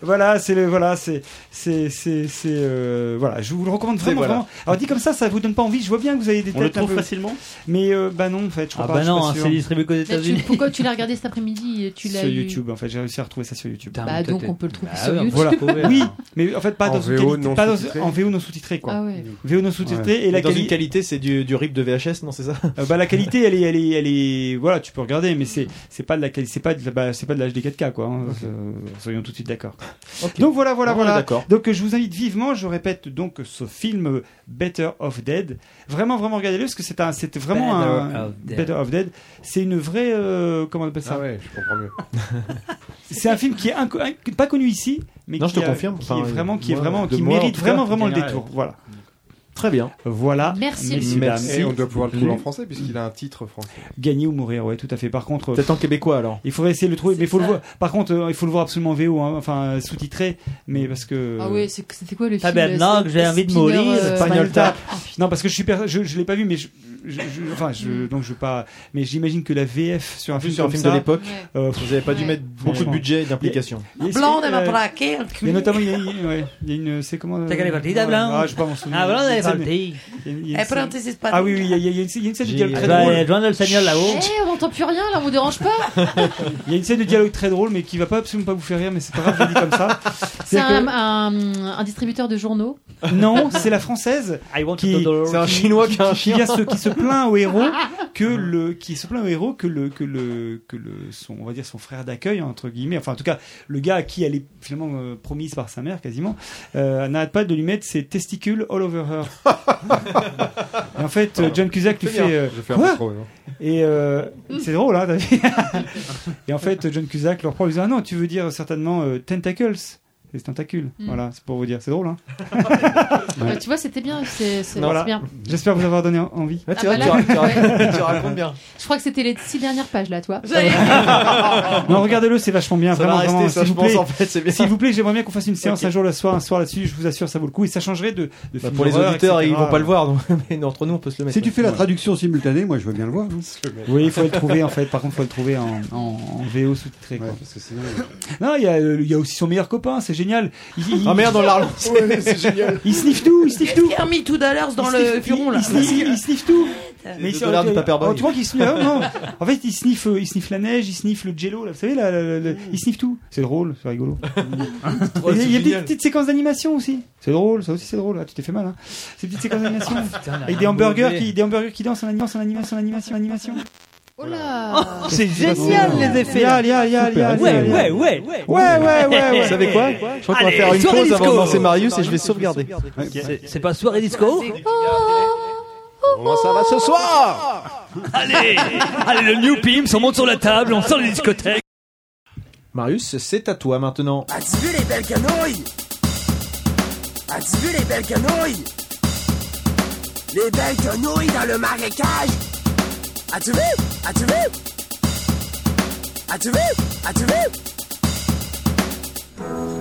voilà, c'est le voilà, c'est c'est c'est c'est, euh, voilà, je vous le recommande vraiment.
voilà.
vraiment. Alors dit comme ça, ça vous donne pas envie. Je vois bien que vous avez des
On
têtes
le
un
trouve
peu-
facilement
Mais euh, bah non en fait, je crois
Ah
pas.
bah
je suis
non,
pas
hein,
sûr.
c'est distribué qu'aux
Mais tu-
États-Unis.
pourquoi tu l'as regardé cet après-midi et Tu l'as
sur
eu-
YouTube. En fait, j'ai réussi à retrouver ça sur YouTube.
Bah, mais donc, t'as- on peut le trouver
Bah
sur
ouais, on
YouTube.
peut le
Voilà.
trouver, Oui, mais en fait pas
En
dans une
VO
qualité,
non
pas dans-
sous-titré.
en VO non sous-titré quoi.
Ah ouais.
VO non sous-titré et la Euh,
dans une
qualité.
qualité, c'est du, du rip de VHS, non, c'est ça
Euh, bah, la qualité elle est elle est elle est voilà tu peux regarder mais c'est c'est pas de la quali- c'est pas de la- bah, c'est pas de l'âge des 4K, quoi. hein. Euh, soyons tout de suite d'accord. Donc voilà, voilà,
Ah,
voilà.
d'accord.
Donc euh, je vous invite vivement, je répète donc ce film euh, Better of Dead. Vraiment, vraiment regardez-le parce que c'est un, c'était vraiment
Better
un
of Dead.
Better of Dead. C'est une vraie, euh, comment on appelle ça
Ah ouais, je comprends mieux.
c'est un film qui est inco- inc- pas connu ici, mais
Non,
qui,
je te
a-
confirme.
qui
Enfin,
est vraiment, qui est
moi,
vraiment,
de
qui
moi, en
mérite
tout cas,
vraiment, vraiment le
général.
détour. Voilà.
Très bien.
Voilà.
Merci.
messieurs,
Merci.
dames.
Et on doit pouvoir le trouver en français puisqu'il a un titre français.
Gagner ou mourir, ouais, tout à fait. Par contre,
Peut-être en québécois alors.
Il faudrait essayer de le trouver, mais il faut le voir. Par contre, euh, il faut le voir absolument en VO, hein, enfin euh, sous-titré, mais parce que.
Ah oui, c'est- c'était quoi le film
Ah ben non,
c'est-
j'ai envie de
Spinner,
mourir.
euh,
Spagnolta. Non, parce que je suis per- je, je l'ai pas vu, mais je, je- je- enfin, je, donc je veux pas. Mais j'imagine que la VF sur un
Vu
film
sur un
comme
film
ça,
de l'époque,
euh,
vous avez pas dû
Ouais.
mettre beaucoup de
Franchement.
budget et d'implication.
Il y a- il y a-
Blonde,
euh,
elle m'a braqué, un cul.
Il y a notamment, il y a, il y a- ouais, il y a une, c'est comment euh,
T'as qu'elle est partie, ta blonde
Ah, je sais pas mon souvenir.
Ah, blonde, elle
C'est-
est partie.
il y a- il y a une
Elle
scène-
prend ses espadrilles.
Ah oui, oui, il y a, il y a une il y a une scène de
J'ai-
dialogue très
Elle va-
drôle.
elle joindre le Seigneur là-haut.
Eh, on n'entend plus rien là, on vous dérange pas
Il y a une scène de dialogue très drôle, mais qui va pas absolument pas vous faire rire, mais c'est pas grave, je le dis comme ça.
C'est
C'est-à-dire
un,
que-
un- un distributeur de journaux.
Non, c'est la française qui,
C'est
un Chinois qui a un
qui,
chien.
vient se, qui se plaint au héros que le qui se plaint au héros que le que le que le son on va dire son frère d'accueil entre guillemets enfin en tout cas le gars à qui elle est finalement euh, promise par sa mère quasiment euh, n'arrête pas de lui mettre ses testicules all over her. Et en fait euh, John Cusack lui
C'est bien.
fait euh,
J'ai fait un
Quoi
peu trop, non
et euh, c'est drôle hein t'as vu Et en fait John Cusack leur prend en disant ah non tu veux dire certainement euh, tentacles les tentacules
Mm.
voilà c'est pour vous dire c'est drôle hein
Euh, tu vois, c'était bien. C'est c'est-
Voilà.
c'est bien.
J'espère vous avoir donné en- envie.
Ah, bah là, ouais.
bien.
Je crois que c'était les six dernières pages là, toi.
Non, regardez-le, c'est vachement bien.
Ça
vraiment,
va rester,
vraiment,
ça,
s'il
je
vous
pense,
plaît.
en fait, c'est bien.
S'il vous plaît, j'aimerais bien qu'on fasse une séance
Ok. Bah,
un jour, le soir, un soir là-dessus. Je vous assure, ça vaut le coup. Et ça changerait de. de films
pour les
d'horreur,
auditeurs,
etc.
ils vont pas le voir, donc- mais entre nous, on peut se le mettre.
Si tu fais la
Ouais.
traduction simultanée, moi je veux bien le voir. hein.
Oui, il faut le trouver en fait. Par contre, il faut le trouver en, en, en VO sous-titré. quoi. Non, il y, a, euh, il y a aussi son meilleur copain, c'est génial. Il,
Ah, merde, on l'a
relancé.
relancé.
c'est génial. Il sniffe tout, il sniffe tout.
Il a mis tout à l'heure dans
Il
le
sniffe-
furon
il-
là.
il sniffe- il sniffe tout. Mais
deux
c'est-
dollars du
euh,
Paperboy.
oh, tu vois qu'il sniffe, ah, non. En fait, il sniffe, euh, il sniffe la neige, il sniffe le jello, là, vous savez, là, là, là, là, il sniffe tout. C'est drôle, c'est rigolo. Il y a- il y a des petites séquences d'animation aussi. C'est drôle, ça aussi c'est drôle. Ah, tu t'es fait mal, hein. Ces petites séquences d'animation.
la
Avec des hamburgers,
mauvais.
qui, des hamburgers qui dansent en animation, en animation, en animation, en animation.
Oh là
C'est génial les effets.
Y'a, y'a, y'a, y'a,
Ouais,
y'a, y'a.
ouais, ouais, ouais.
Ouais, ouais, ouais, ouais.
Vous savez quoi Je crois qu'on va
Allez,
faire une
soirée
pause avant de
disco.
lancer Marius et je vais sauvegarder.
C'est- C'est pas soirée disco
Comment ça va ce soir
Allez, allez le New Pimps, on monte sur la table, on sort les discothèques.
Marius, c'est à toi maintenant.
As-tu vu les belles canouilles As-tu vu les belles canouilles Les belles canouilles dans le marécage As-tu vu As-tu vu As-tu vu As-tu vu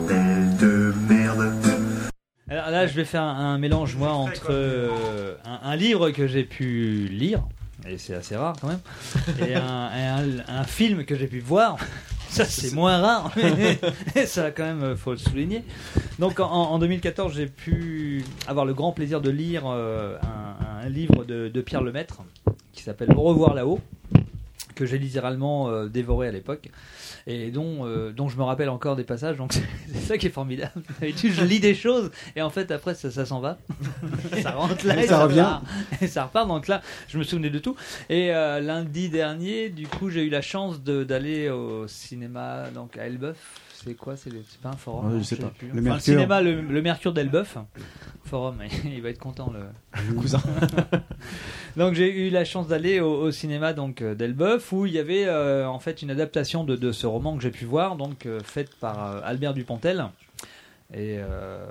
Belle de merde.
Alors là, je vais faire un, un mélange, moi, entre euh, un, un livre que j'ai pu lire, et c'est assez rare quand même, et un, et un- un film que j'ai pu voir. Ça, c'est moins rare, mais ça, quand même, euh, faut le souligner. Donc, en, en 2014, j'ai pu avoir le grand plaisir de lire euh, un, un livre de, de Pierre Lemaître qui s'appelle Au revoir là-haut, que j'ai littéralement euh, dévoré à l'époque et dont, euh, dont je me rappelle encore des passages. Donc c'est c'est ça qui est formidable. D'habitude, je lis des choses et en fait, après, ça, ça s'en va. ça rentre là
Et
et
ça
ça
revient.
repart. Et ça repart. Donc là, je me souvenais de tout. Et euh, lundi dernier, du coup, j'ai eu la chance de- d'aller au cinéma donc à Elbeuf. C'est quoi C'est le- c'est pas un forum
Ouais, je
non,
sais pas.
plus.
Le
Enfin, Le,
Mercure.
cinéma, le, le Mercure d'Elbeuf. Forum, il va être content le,
cousin.
donc j'ai eu la chance d'aller au, au cinéma donc euh, d'Elbeuf où il y avait euh, en fait une adaptation de, de ce roman que j'ai pu voir donc euh, faite par euh, Albert Dupontel et euh,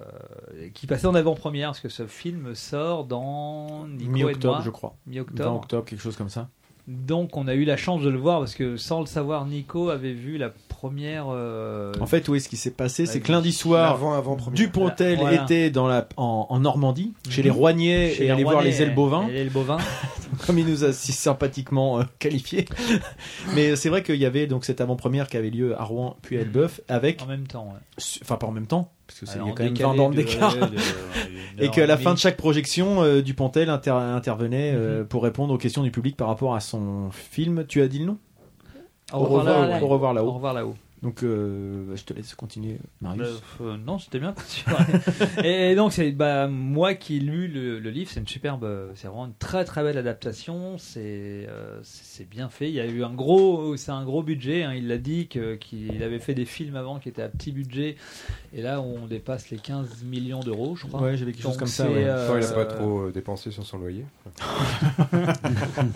et qui passait en avant-première parce que ce film sort dans Nico et
Mi-octobre,
moi.
je crois.
Mi-octobre.
20 octobre, quelque chose comme ça.
Donc on a eu la chance de le voir parce que sans le savoir Nico avait vu la première euh,
En fait, oui, ce qui s'est passé,
Bah,
c'est que lundi soir,
l'avant- avant-première.
Dupontel
Voilà.
était dans la, en, en Normandie, chez
Mhm.
les Roignais,
Chez
et
les
allait voir
Rouennais
les Elbovins,
et les Elbovins.
comme il nous a si sympathiquement euh, qualifiés. Mais euh, c'est vrai qu'il y avait donc cette avant-première qui avait lieu à Rouen, puis à Elbeuf, avec.
Mhm. en même temps. ouais.
Enfin, pas en même temps, parce que c'est- il y a
Alors,
quand même
décalé
20 bornes
de-
d'écart.
de- de-
Et qu'à la fin de
de-
chaque projection, euh, Dupontel inter- intervenait
Mhm.
euh, pour répondre aux questions du public par rapport à son film. Tu as dit le nom
Au revoir là-haut.
Au revoir
Au
là-haut.
revoir là-haut.
Donc, euh, je te laisse continuer, Marius.
Bah, euh, non, c'était bien. continuez. et donc, c'est bah, moi qui ai lu le, le livre. C'est une superbe, euh, c'est vraiment une très très belle adaptation. C'est euh, c'est bien fait. Il y a eu un gros, c'est un gros budget. hein. Il l'a dit que- qu'il avait fait des films avant qui étaient à petit budget. Et là, on dépasse les 15 millions d'euros, je crois.
Ouais, j'avais quelque chose
Donc,
comme ça,
c'est,
ouais.
euh,
Enfin, il a pas trop euh, dépensé sur son loyer.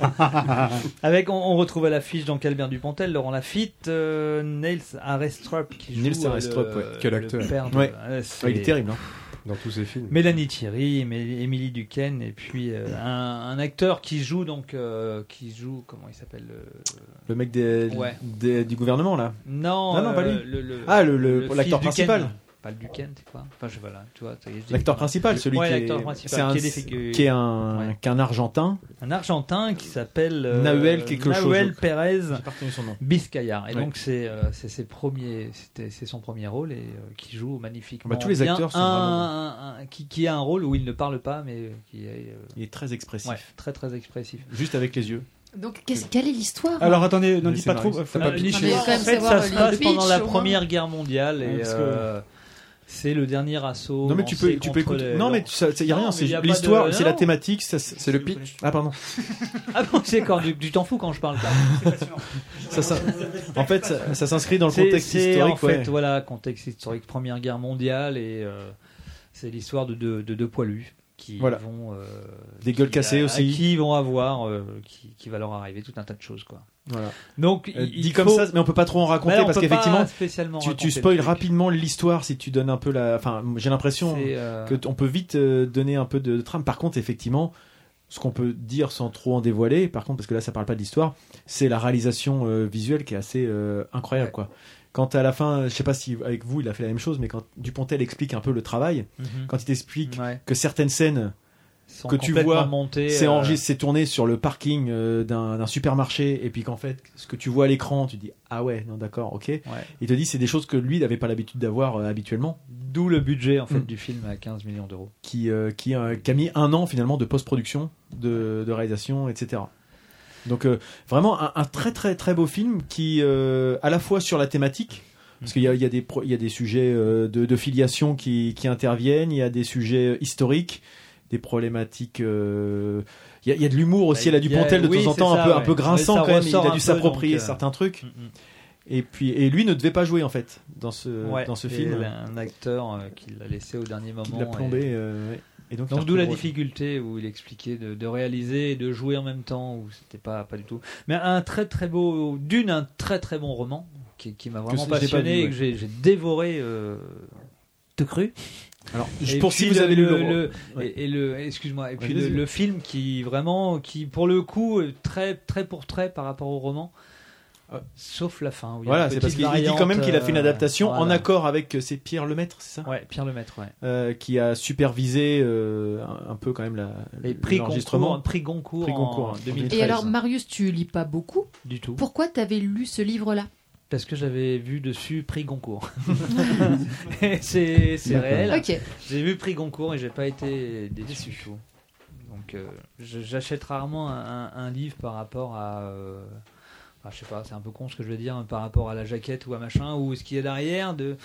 Avec, on, on retrouve à l'affiche donc Albert Dupontel, Laurent Lafitte, euh, Nils Arestrup qui joue
Nils
euh,
Arestrup,
le-
ouais. Quel
le
acteur.
père de-
Ouais.
Ah, c'est-
Ouais, il est terrible, hein.
Dans tous ses films.
Mélanie Thierry, Émi- Émilie Duquesne et puis euh, un, un acteur qui joue donc euh, qui joue comment il s'appelle euh,
Le mec des,
Ouais.
des- du gouvernement, là
Non,
non, non, pas
euh,
lui.
le- le-
ah, le- le-
le
l'acteur
fils Duquesne.
principal.
Pas le Duquesne, c'est quoi Enfin, je voilà, tu vois. ça y est, je dis-
L'acteur principal, celui
Ouais,
qui,
l'acteur
est,
principal,
c'est un-
qui est des figures-
qui est un, qui est un Argentin.
un Argentin qui s'appelle euh,
Nahuel quelque chose,
Nahuel
je crois.
Pérez
J'ai pas retenu son nom.
Biscayar. Et
Ouais.
donc c'est euh, c'est ses premiers, c'était- c'est son premier rôle et euh, qui joue magnifiquement.
Bah, tous les
bien.
acteurs sont
Un-
vraiment
un- un- qui, qui a un rôle où il ne parle pas, mais euh, qui est. euh,
Il est très expressif.
ouais, très très expressif.
Juste avec les yeux.
Donc, qu'est-ce- quelle est l'histoire
Alors attendez, n'en
Mais
dis
c'est
pas trop.
Marius.
euh, faut
T'as
pas-
pas pitché.
Je voulais quand même
En fait,
savoir euh,
ça se
le
passe
pitch,
pendant la
au moins.
Première Guerre mondiale
Ouais,
et
parce que-
euh, c'est le dernier assaut.
Non mais tu peux,
lancé
tu peux
contre
écouter.
les-
Non mais ça, ça y a
Non,
rien.
mais
C'est
il y a pas
l'histoire,
de-
c'est la
non.
thématique. ça, c'est-
C'est le pitch.
Ah pardon.
Ah bon, c'est quand tu tu t'en fous quand je parle. pas.
Ça, ça- en fait, ça, ça s'inscrit dans le
C'est-
contexte
c'est,
historique.
En fait,
ouais.
voilà, contexte historique, Première Guerre mondiale, et euh, c'est l'histoire de deux, de deux poilus qui
Voilà.
vont. euh,
Des gueules
qui-
cassées
à- à
aussi.
Qui vont avoir, euh, qui, qui va leur arriver tout un tas de choses, quoi.
Voilà.
Donc,
Euh,
il-
dit
il
comme
faut-
ça, mais on peut pas trop en raconter
Mais on
parce
peut pas
qu'effectivement,
spécialement
tu,
raconter
tu
le
spoil
truc.
rapidement l'histoire si tu donnes un peu la. Enfin, j'ai l'impression
C'est, euh,
que t- on peut vite euh, donner un peu de, de trame. Par contre, effectivement, ce qu'on peut dire sans trop en dévoiler, par contre, parce que là, ça parle pas de l'histoire, c'est la réalisation euh, visuelle qui est assez euh, incroyable, quoi. Quand à la fin, je sais pas si avec vous il a fait la même chose, mais quand Dupontel explique un peu le travail,
Mhm.
quand il t'explique
Ouais.
que certaines scènes
Sont
que tu
complètement
vois,
montées,
c'est
euh,
enregistré c'est tourné sur le parking euh, d'un d'un supermarché et puis qu'en fait ce que tu vois à l'écran tu dis ah ouais non d'accord ok il te dit c'est des choses que lui n'avait pas l'habitude d'avoir euh, habituellement
d'où le budget en fait
Mm.
du film à 15 millions d'euros.
qui euh, qui, euh, qui a mis un an finalement de post-production de, de réalisation etc donc euh, vraiment un, un très très très beau film qui euh, à la fois sur la thématique parce qu'il y a, il y, a des pro- il y a des sujets euh, de, de filiation qui, qui interviennent, il y a des sujets euh, historiques, des problématiques. euh, Il, y a, il y a de l'humour aussi,
Bah,
elle a
il
du
y a-
Pontel de
oui,
temps en
c'est
temps,
ça,
un peu, un
ouais.
peu
Mais
grinçant
ça
quand même, il
ressort
a
un peu,
dû s'approprier
donc, euh,
certains trucs. Et, puis, et lui ne devait pas jouer en fait dans ce,
Ouais,
dans ce
Euh, et
film.
Un acteur euh, qui l'a laissé au dernier moment.
Qui l'a plombé.
et-
euh, ouais. Et donc,
Donc,
il a
d'où
repris
la
le rôle.
difficulté où il expliquait de, de réaliser et de jouer en même temps où c'était pas pas du tout. Mais un très très beau d'une un très très bon roman qui, qui m'a vraiment
c'est- j'ai pas
passionné
lu,
et que
ouais.
j'ai j'ai dévoré euh, de cru.
Alors
Et
pour
puis
si vous avez lu le roman. Ouais.
et, et le excuse-moi et
Ouais,
puis le,
vas-y.
le film qui vraiment qui pour le coup est très très pour très par rapport au roman. Sauf la fin. où il y
Ah.
a
Voilà,
une
c'est parce
petite
qu'il il dit quand même qu'il a fait une
variante, euh,
adaptation en
voilà.
accord avec euh, c'est Pierre Lemaître, c'est ça
Ouais, Pierre Lemaître, ouais.
Euh, qui a supervisé euh, un, un peu quand même la,
Les prix
l'enregistrement.
Goncourt- hein, prix Goncourt
Prix
en
Goncourt, hein.
2013.
Et alors, Marius, tu lis pas beaucoup
Du tout.
Pourquoi t'avais lu ce livre-là
Parce que j'avais vu dessus prix Goncourt. Et c'est c'est
D'accord.
réel.
Ok.
J'ai vu prix Goncourt et j'ai pas été déçu. du tout. Donc euh, je- j'achète rarement un, un livre par rapport à. euh, enfin, je sais pas, c'est un peu con ce que je veux dire, hein, par rapport à la jaquette ou à machin ou ce qui est derrière. De,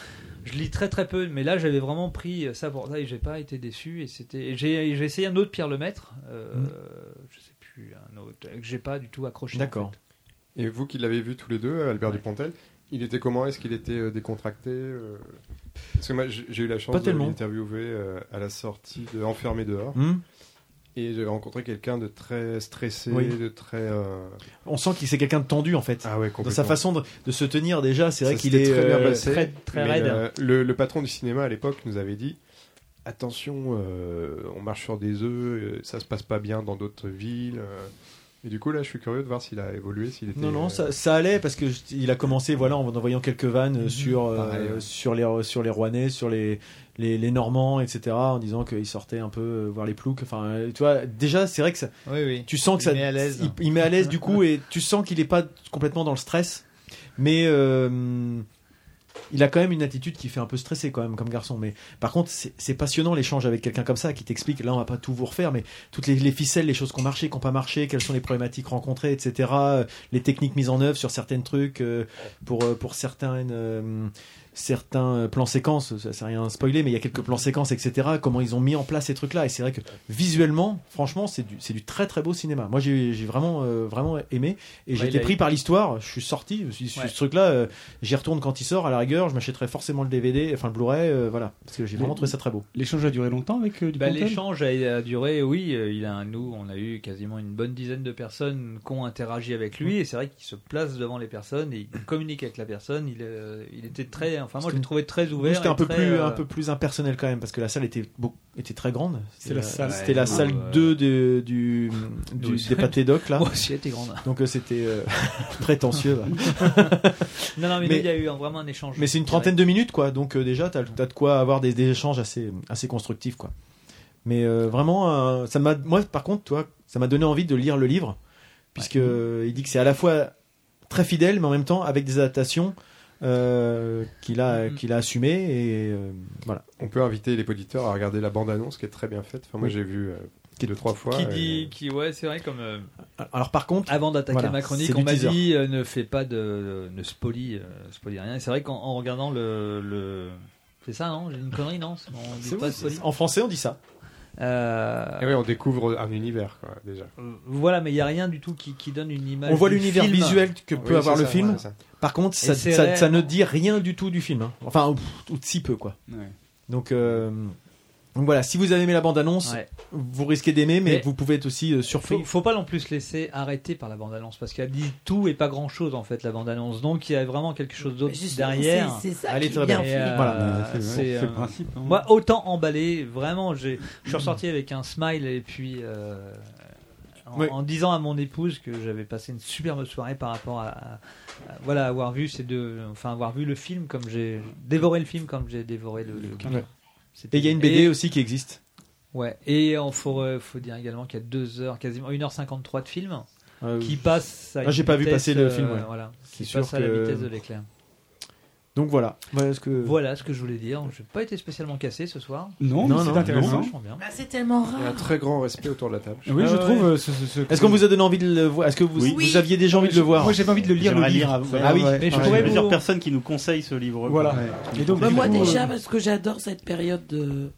je lis très très peu, mais là j'avais vraiment pris ça pour ça et j'ai pas été déçu. Et c'était, et j'ai j'ai essayé un autre Pierre Lemaître, euh, je sais plus un autre que j'ai pas du tout accroché. en fait.
Et vous qui l'avez vu tous les deux, Albert Dupontel, il était comment Est-ce qu'il était euh, décontracté euh Parce que moi, j'ai j'ai eu la chance
Pas
de
tellement.
l'interviewer euh, à la sortie de Enfermé dehors.
Hmm.
Et j'avais rencontré quelqu'un de très stressé,
Oui.
de très. euh,
On sent qu'il c'est quelqu'un de tendu en fait. Dans sa
Ah complètement.
façon de, de se tenir déjà, c'est vrai
Ça
qu'il
s'était
est
très bien
euh,
passé, mais, euh, le, le patron du cinéma à l'époque nous avait dit attention, euh, on marche sur des œufs, euh, ça se passe pas bien dans d'autres villes. euh. Et du coup là, je suis curieux de voir s'il a évolué, s'il était.
Non,
euh, Mhm.
non, ça, ça allait parce que je- il a commencé, voilà, en envoyant quelques vannes sur euh,
Pareil, ouais.
sur les sur les Rouennais, sur les les, les Normands, etc. En disant qu'ils sortaient un peu euh, voir les ploucs. Enfin, euh, tu vois, déjà, c'est vrai que ça, tu sens que
Il
ça
met à l'aise.
Il, il met à l'aise du coup et tu sens qu'il est pas complètement dans le stress, mais euh, il a quand même une attitude qui fait un peu stresser quand même comme garçon. Mais par contre, c'est c'est passionnant l'échange avec quelqu'un comme ça qui t'explique. Là, on va pas tout vous refaire, mais toutes les, les ficelles, les choses qui ont marché, qui n'ont pas marché, quelles sont les problématiques rencontrées, etc. euh, Les techniques mises en œuvre sur certains trucs euh, pour euh, pour certaines. euh, certains euh, plans séquences, ça c'est rien à spoiler, mais il y a quelques plans séquences, etc. Comment ils ont mis en place ces trucs-là. Et c'est vrai que visuellement, franchement, c'est du, c'est du très très beau cinéma. Moi j'ai j'ai vraiment, euh, vraiment aimé. Et
Ouais,
j'ai
il
été
a-
pris par l'histoire, je suis sorti, je me suis dit,
Ouais.
ce truc-là, euh, j'y retourne quand il sort, à la rigueur, je m'achèterai forcément le DVD, enfin le Blu-ray, euh, voilà. Parce que j'ai vraiment trouvé ça très beau.
L'échange a duré longtemps avec euh,
Bah,
Dupontel
L'échange a, a duré, oui, euh, il a un- nous, on a eu quasiment une bonne dizaine de personnes qui ont interagi avec
Mm.
lui, et c'est vrai qu'il se place devant les personnes, et il communique avec la personne, il, euh, il était très, enfin moi je l'ai trouvé très ouvert.
Nous, C'était
et
un peu
très,
plus
euh,
un peu plus impersonnel quand même parce que la salle était beau- était très grande.
C'est la salle.
C'était la
Ouais,
salle
euh,
2 de- du, du-
Oui.
des pâtés doc là.
Moi aussi, elle était grande.
Donc euh, c'était euh, prétentieux. là.
Non, non, mais, il y a eu un- vraiment un échange.
Mais c'est une trentaine de minutes, quoi. Donc euh, déjà, t'as as de quoi avoir des, des échanges assez, assez constructifs, quoi. Mais euh, vraiment, euh, ça m'a, moi, par contre, toi, ça m'a donné envie de lire le livre, puisque euh, il dit que c'est à la fois très fidèle, mais en même temps avec des adaptations euh, qu'il a, qu'il a assumées et euh, voilà.
On peut inviter les auditeurs à regarder la bande-annonce qui est très bien faite. Enfin, moi,
Oui.
j'ai vu euh, deux, trois fois.
Qui
et-
dit, qui, ouais, c'est vrai, comme. euh,
Alors par contre,
avant d'attaquer
voilà,
ma chronique,
c'est du
on m'a
teaser.
dit euh, ne fais pas de, ne spoilie, euh, spoilie rien. Et C'est vrai qu'en en regardant le, le- c'est ça, non J'ai une connerie, non On dit
C'est
pas Euh,
vrai,
spoilie.
c'est- en français, on dit ça.
Et ouais, on découvre un univers, quoi, déjà.
Euh, Voilà, mais il n'y a rien du tout qui, qui donne une image.
On voit
du
l'univers
film.
visuel que peut avoir le film. Par contre,
Et
ça,
c'est
ça-
réel.
ça ne dit rien du tout du film. hein. Enfin, pff, ou si peu, quoi.
Ouais.
Donc, euh, donc voilà, si vous avez aimé la bande-annonce,
Ouais.
vous risquez d'aimer, mais,
Mais-
vous pouvez être aussi euh, surpris.
Faut, faut pas non plus se laisser arrêter par la bande-annonce parce qu'elle dit tout et pas grand-chose en fait la bande-annonce. Donc il y a vraiment quelque chose d'autre
Justement,
derrière.
c'est- c'est ça Elle est qui est très bien
Et,
faite.
euh,
Voilà.
C'est- c'est le principe, hein.
Moi autant emballé, vraiment. j'ai- Je suis ressorti avec un smile et puis euh, en,
Oui.
en disant à mon épouse que j'avais passé une superbe soirée par rapport à, à- à- voilà avoir vu ces deux, enfin avoir vu le film comme j'ai dévoré le film comme j'ai dévoré le, le bouquin.
Ouais.
C'était-
Et il y a une BD
Et-
aussi qui existe.
Ouais, et il faut, euh, faut dire également qu'il y a 2 heures, quasiment 1h53 de film
Ah oui.
qui passe à
Ah, j'ai
une
pas vu
vitesse,
passer le
euh,
film, ouais.
voilà,
C'est
qui
sûr
passe à la
que-
vitesse de l'éclair.
Donc voilà. Voilà ce que.
Voilà ce que je voulais dire. Je n'ai pas été spécialement cassé ce soir.
Non, Non, mais c'est non, intéressant. non. Ah
Vachement bien.
Bah, c'est tellement
Il y a un
rare.
très grand respect autour de la table.
Ah
Oui, je trouve. euh, ce- ce- ce-
Est-ce qu'on vous a donné envie de le voir Est-ce que vous,
Oui. Ah,
vous aviez déjà envie de le voir
Moi, j'avais envie de le lire, le
J'aimerais
livre.
lire avant.
Ah oui,
mais je
Ouais.
pourrais
Ouais.
plusieurs personnes qui nous conseillent ce livre.
Voilà.
Ouais.
Et donc,
Bah,
du
moi
coup,
déjà,
euh,
parce que j'adore cette période de.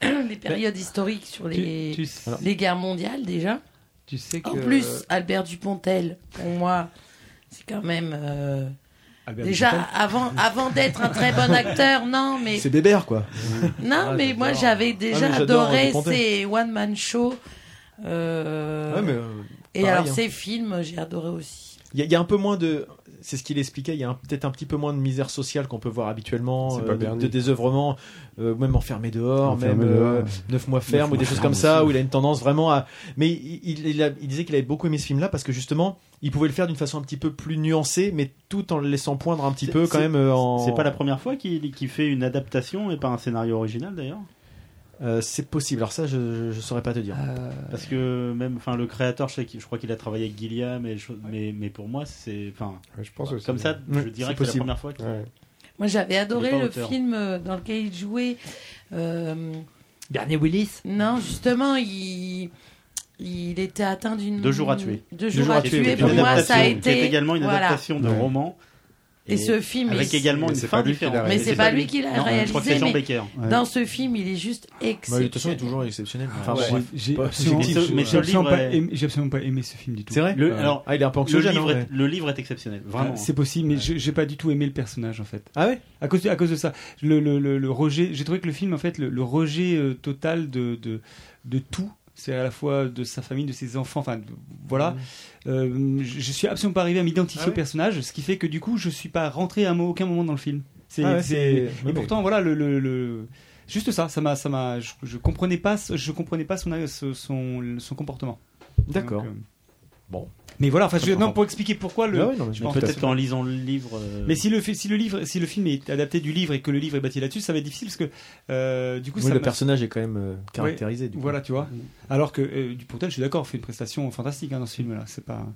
les périodes
Bah,
historiques sur les,
tu sais-
les guerres mondiales déjà.
Tu sais que
En plus, Albert Dupontel, pour moi, c'est quand même. euh,
Albert
déjà,
Dupontel.
avant, avant d'être un très bon acteur, non, mais.
C'est Bébert, quoi.
Non,
Ah,
mais moi
j'adore.
j'avais
Ah,
déjà
mais j'adore
adoré
Dupontel.
ces one-man shows. euh,
Ouais, mais, euh,
et
pareil,
alors
hein.
ces films, j'ai adoré aussi.
Il y, a- il y a un peu moins de. C'est ce qu'il expliquait, il y a un- peut-être un petit peu moins de misère sociale qu'on peut voir habituellement,
C'est pas
euh, de,
perdu.
de désœuvrement, euh, même enfermé dehors,
Enfermé
même euh,
dehors.
neuf mois
Neuf
ferme ou
mois
des choses
ferme
comme ça,
aussi.
où il a une tendance vraiment à. Mais il, il- il a- il disait qu'il avait beaucoup aimé ce film-là parce que justement, il pouvait le faire d'une façon un petit peu plus nuancée, mais tout en le laissant poindre un petit peu quand
C'est-
même euh, en.
C'est pas la première fois qu'il qu'il fait une adaptation et pas un scénario original d'ailleurs.
Euh, c'est possible, alors ça je, je, je saurais pas te dire.
Euh, Parce que même, enfin, le créateur, je, sais qu'il- je crois qu'il a travaillé avec Gilliam, et cho- mais, mais pour moi, c'est, enfin,
je pense aussi.
comme ça,
Ouais,
je dirais
c'est
que c'est la
possible.
première fois. qu'il-
Ouais.
Moi, j'avais
Il est
adoré
pas
le
auteur.
film euh, dans lequel il jouait. euh,
Dernier Willis
Non, justement, il, il était atteint d'une.
Deux jours à tuer.
Deux jours, à, tuer. Pour
Une
moi, ça a
adaptation, qui
été.
est également une
voilà.
adaptation de roman.
Et, ce film.
Avec
il-
également une fin différente.
Mais c'est pas lui qui
Non,
l'a
Je
réalisé.
crois que c'est Jean
mais
Becker.
Dans ce film, il est juste
Bah, de
exceptionnel.
toute façon, il est toujours exceptionnel.
Enfin,
Ah, ouais.
bref, J'ai j'ai
Pas
absolument,
subjectif,
j'ai
mais ce
absolument
livre
pas
est-
aimé- j'ai absolument pas aimé ce film du tout.
C'est vrai
Le-
Euh,
alors,
Ah, il est un peu
le
anxiogène,
livre,
hein,
est,
ouais.
le livre est exceptionnel, vraiment.
Ah, C'est possible, mais je- j'ai pas du tout aimé le personnage en fait.
Ah ouais
à cause, de, à cause de ça, le, le, le, le rejet. J'ai trouvé que le film en fait le, le rejet euh, total de, de de tout. C'est à la fois de sa famille, de ses enfants. Enfin, de- voilà. Euh, je je suis absolument pas arrivé à
Ah
m'identifier au personnage, ce qui fait que du coup, je suis pas rentré à mo- aucun moment dans le film. C'est
Ah ouais,
c'est-
c'est-
et
oui,
pourtant voilà le, le- le- juste ça, ça m'a ça m'a je, je comprenais pas ce- je comprenais pas son son son, comportement.
D'accord.
Donc, euh,
Bon.
Mais voilà, enfin,
Très
je- non,
content.
pour expliquer pourquoi le.
Ah ouais, non, mais
je
mais
pense-
Peut-être qu'en lisant le livre. euh,
mais si le, fi- si, le livre, si le film est adapté du livre et que le livre est bâti là-dessus, ça va être difficile parce que euh, du coup,
Oui, le
ça m'a-
personnage est quand même euh, caractérisé.
Ouais,
du coup.
Voilà, tu
Mm.
vois. Alors que euh, Dupontel, je suis d'accord, fait une prestation fantastique hein, dans ce film-là. C'est pas.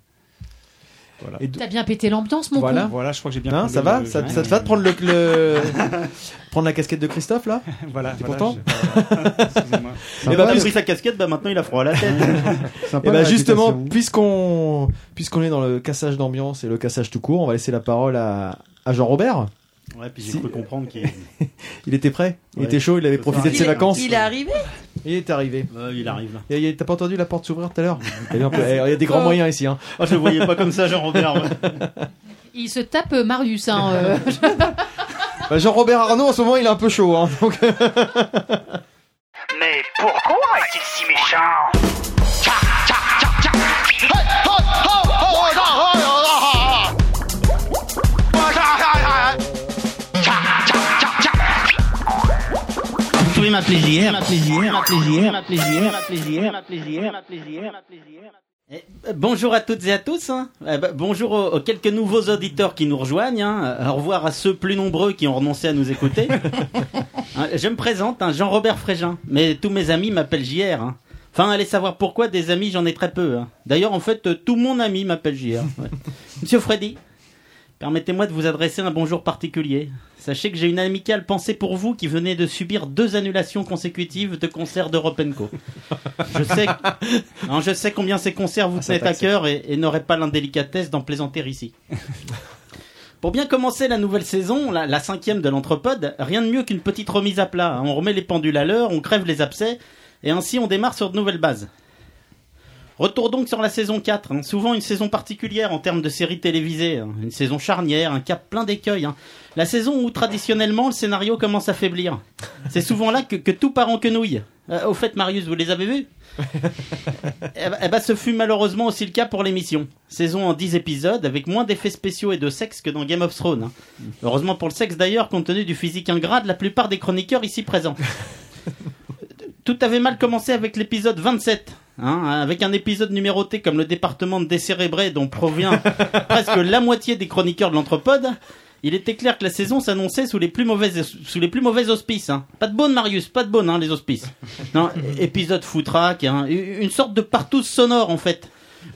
Et
T'as bien pété l'ambiance, mon
Voilà.
con.
Voilà, je crois que j'ai bien
Hein,
pris
ça
le-
va
le-
ça,
le-
ça te va de prendre le, le- prendre la casquette de Christophe là
Voilà,
T'es
voilà,
content
Il
Eh
a
ben,
pris
puisque-
sa casquette, bah maintenant il a froid à la tête.
Et bah justement, puisqu'on puisqu'on est dans le cassage d'ambiance et le cassage tout court, on va laisser la parole à, à Jean-Robert.
Ouais, puis j'ai
Si-
cru comprendre qu'il
Il était prêt, il
Ouais.
était chaud, il avait
Ce
profité
soir.
de ses
Il est-
vacances.
Il est arrivé
Il est arrivé.
il arrive là.
Et- et- T'as pas entendu la porte s'ouvrir tout à l'heure Il y a un peu- eh, il y a des grands moyens ici. Hein.
Ah, je le voyais pas comme ça, Jean-Robert, ouais.
Il se tape euh, Marius. Hein, euh, je-
Bah, Jean-Robert Arnaud, en ce moment, il est un peu chaud. Hein, donc...
Mais pourquoi est-il si méchant Tcha, tcha, tcha, tcha. Hey, ho, ho, ho, ho, da, ho, ho, da, ha, ha. Ho, da, ha, ha. Tcha, tcha, tcha, tcha.
Vous pouvez m'appeler JR, m'appeler JR, m'appeler JR, m'appeler JR, m'appeler JR.
Euh, Bonjour à toutes et à tous. hein. Euh, bah, bonjour aux, aux quelques nouveaux auditeurs qui nous rejoignent. hein. Euh, Au revoir à ceux plus nombreux qui ont renoncé à nous écouter. Hein, Je me présente, hein, Jean-Robert Frégin. Mais tous mes amis m'appellent JR. hein. Enfin, allez savoir pourquoi, des amis, j'en ai très peu. hein. D'ailleurs, en fait, euh, tout mon ami m'appelle JR. ouais. Monsieur Freddy, permettez-moi de vous adresser un bonjour particulier. Sachez que j'ai une amicale pensée pour vous qui venez de subir deux annulations consécutives de concerts d'Europe Co. Je sais, que- non, je sais combien ces concerts
Ah,
vous
ça
tenez à
taxe.
cœur et, et n'aurez pas l'indélicatesse d'en plaisanter ici. Pour bien commencer la nouvelle saison, la, la cinquième de l'Entrepode, rien de mieux qu'une petite remise à plat. On remet les pendules à l'heure, on crève les abcès, et ainsi on démarre sur de nouvelles bases. Retour donc sur la saison 4, hein. souvent une saison particulière en termes de séries télévisées, hein. une saison charnière, un cap plein d'écueils. hein. La saison où traditionnellement le scénario commence à faiblir. C'est souvent là que, que tout part en quenouille. Euh, au fait, Marius, vous les avez vus eh ben- eh ben, ce fut malheureusement aussi le cas pour l'émission. Saison en 10 épisodes, avec moins d'effets spéciaux et de sexe que dans Game of Thrones. hein. Heureusement pour le sexe d'ailleurs, compte tenu du physique ingrat de la plupart des chroniqueurs ici présents. Tout avait mal commencé avec l'épisode 27. hein, avec un épisode numéroté comme le département de décérébrés dont provient presque la moitié des chroniqueurs de l'anthropode, il était clair que la saison s'annonçait sous les plus mauvais sous les plus mauvais auspices. hein. Pas de bonne Marius, pas de bonne hein, les auspices. Non, é- épisode foutraque, hein, une sorte de partout sonore en fait,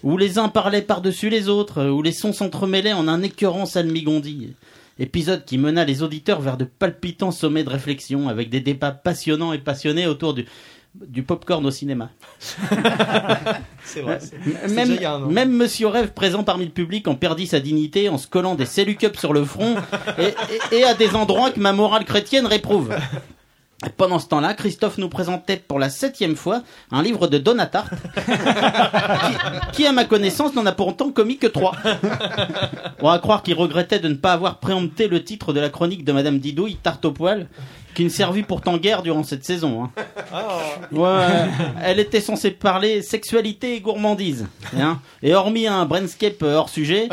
où les uns parlaient par-dessus les autres, euh, où les sons s'entremêlaient en un écœurant salmigondi. Épisode qui mena les auditeurs vers de palpitants sommets de réflexion, avec des débats passionnants et passionnés autour du, du popcorn au cinéma.
C'est vrai, c'est-
M-
c'est
Même,
déjà il y a un an.
même Monsieur Rêve, présent parmi le public, en perdit sa dignité en se collant des cellucups sur le front et, et- et à des endroits que ma morale chrétienne réprouve. Pendant ce temps-là, Christophe nous présentait pour la septième fois un livre de Donatarte, qui, qui, à ma connaissance, n'en a pourtant commis que trois. On va croire qu'il regrettait de ne pas avoir préempté le titre de la chronique de Madame Didouille, Tarte au poil, qui ne servit pourtant guère durant cette saison. hein. Ouais, elle était censée parler sexualité et gourmandise. hein. Et hormis un brainscape euh, hors sujet,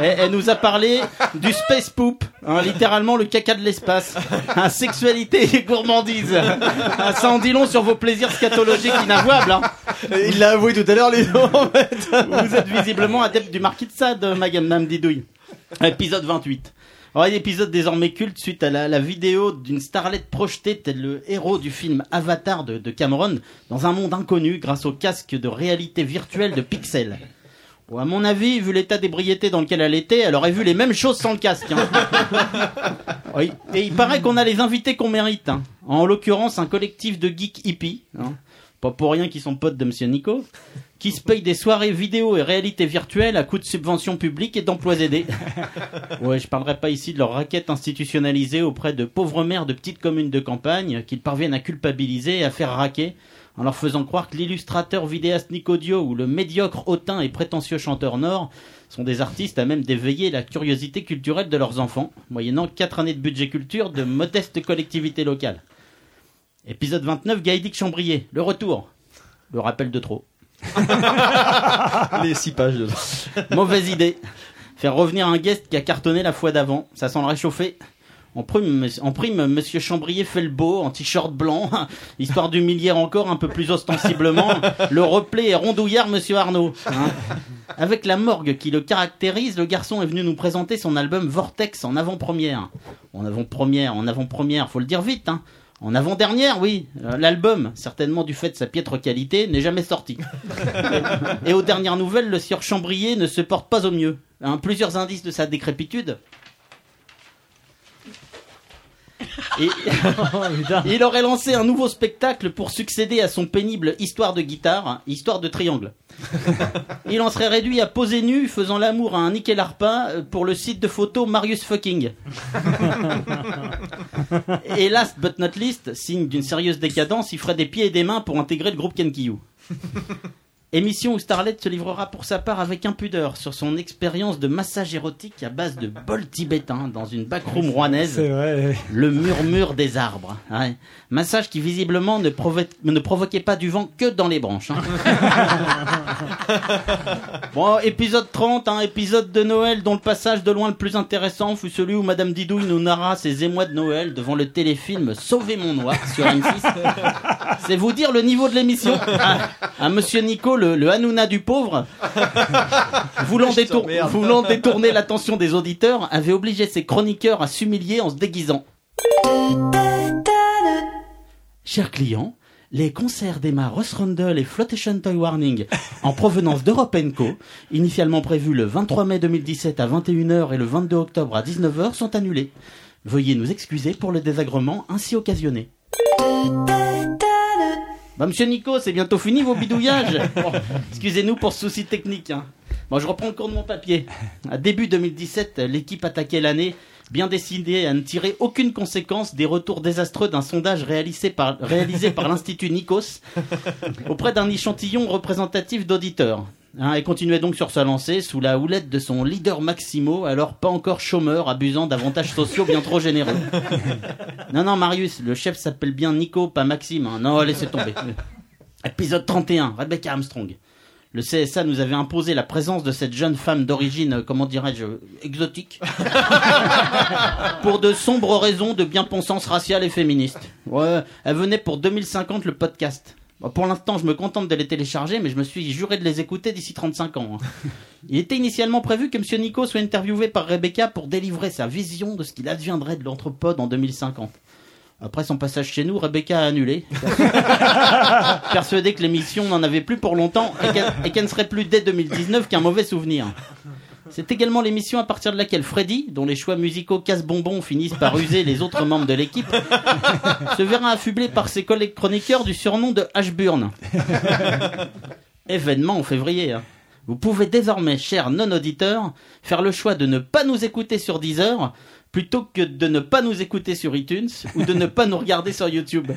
elle, elle nous a parlé du space poop, hein, littéralement le caca de l'espace. Hein, sexualité et gourmandise. Ah, ça en dit long sur vos plaisirs scatologiques inavouables. hein.
Il l'a avoué tout à l'heure, les gens. en fait.
Vous êtes visiblement adepte du marquis de Sade, euh, Madame Didouille. Épisode 28. Alors, un épisode désormais culte suite à la, la vidéo d'une starlette projetée tel le héros du film Avatar de, de Cameron dans un monde inconnu grâce au casque de réalité virtuelle de Pixel. Bon, à mon avis, vu l'état d'ébriété dans lequel elle était, elle aurait vu les mêmes choses sans le casque. hein. Oui, Et il paraît qu'on a les invités qu'on mérite. hein. En l'occurrence, un collectif de geeks hippies. hein. Pas pour rien qu'ils sont potes de Monsieur Nico. Qui se payent des soirées vidéo et réalité virtuelle à coups de subventions publiques et d'emplois aidés. Ouais, je parlerai pas ici de leur raquette institutionnalisée auprès de pauvres maires de petites communes de campagne qu'ils parviennent à culpabiliser et à faire raquer en leur faisant croire que l'illustrateur vidéaste Nico Dio ou le médiocre hautain et prétentieux chanteur Nord sont des artistes à même d'éveiller la curiosité culturelle de leurs enfants, moyennant 4 années de budget culture de modestes collectivités locales. Épisode 29, Gaïdic Chambrier, le retour. Le rappel de trop.
Les six pages de
Mauvaise idée. Faire revenir un guest qui a cartonné la fois d'avant, ça sent le réchauffer. En prime, en prime, Monsieur Chambrier fait le beau en t-shirt blanc, histoire d'humilier encore un peu plus ostensiblement le replay et rondouillard Monsieur Arnaud. hein. Avec la morgue qui le caractérise, le garçon est venu nous présenter son album Vortex en avant-première. En avant-première, en avant-première, faut le dire vite. hein. En avant-dernière, oui. Euh, L'album, certainement du fait de sa piètre qualité, n'est jamais sorti. Et aux dernières nouvelles, le sieur Chambrier ne se porte pas au mieux. Hein, plusieurs indices de sa décrépitude. Et-
Oh,
il aurait lancé un nouveau spectacle pour succéder à son pénible Histoire de guitare, Histoire de triangle. Il en serait réduit à poser nu, faisant l'amour à un Nickel Harpa euh, pour le site de photos Marius Fucking. Et last but not least, signe d'une sérieuse décadence, il ferait des pieds et des mains pour intégrer le groupe Kenkyu. Émission où Starlet se livrera pour sa part avec impudeur sur son expérience de massage érotique à base de bol tibétain dans une backroom rouennaise.
C'est vrai, ouais.
Le murmure des arbres. Ouais. Massage qui visiblement ne, provo- ne provoquait pas du vent que dans les branches. hein. bon, épisode 30, hein, épisode de Noël dont le passage de loin le plus intéressant fut celui où Madame Didouille nous narra ses émois de Noël devant le téléfilm Sauvez mon noir sur M6. C'est vous dire le niveau de l'émission. À, à Monsieur Nico, le, le Hanouna du pauvre, voulant, détour- voulant détourner l'attention des auditeurs, avait obligé ses chroniqueurs à s'humilier en se déguisant. Chers clients, les concerts d'Emma Rossrundle et Flotation Toy Warning en provenance d'Europe Co, initialement prévus le 23 mai 2017 à 21h et le 22 octobre à 19h, sont annulés. Veuillez nous excuser pour le désagrément ainsi occasionné. Bah, monsieur Nico, c'est bientôt fini vos bidouillages. Bon, excusez-nous pour ce souci technique. hein. Bon, je reprends le cours de mon papier. À début 2017, l'équipe attaquait l'année, bien décidée à ne tirer aucune conséquence des retours désastreux d'un sondage réalisé par, réalisé par l'Institut Nikos auprès d'un échantillon représentatif d'auditeurs. Hein, et continuait donc sur sa lancée sous la houlette de son leader Maximo, alors pas encore chômeur, abusant d'avantages sociaux bien trop généreux. Non, non, Marius, le chef s'appelle bien Nico, pas Maxime. hein. Non, laissez tomber. Épisode 31, Rebecca Armstrong. Le CSA nous avait imposé la présence de cette jeune femme d'origine, euh, comment dirais-je, euh, exotique, pour de sombres raisons de bien-pensance raciale et féministe. Ouais, elle venait pour 2050 le podcast. Bon, pour l'instant, je me contente de les télécharger, mais je me suis juré de les écouter d'ici 35 ans. hein. Il était initialement prévu que Monsieur Nico soit interviewé par Rebecca pour délivrer sa vision de ce qu'il adviendrait de l'anthropode en 2050. Après son passage chez nous, Rebecca a annulé. Persuadée que l'émission n'en avait plus pour longtemps et qu'elle- et qu'elle ne serait plus dès 2019 qu'un mauvais souvenir. C'est également l'émission à partir de laquelle Freddy, dont les choix musicaux casse-bonbons finissent par user les autres membres de l'équipe, se verra affublé par ses collègues chroniqueurs du surnom de Ashburn. Événement en février. hein. Vous pouvez désormais, chers non-auditeurs, faire le choix de ne pas nous écouter sur Deezer plutôt que de ne pas nous écouter sur iTunes ou de ne pas nous regarder sur YouTube.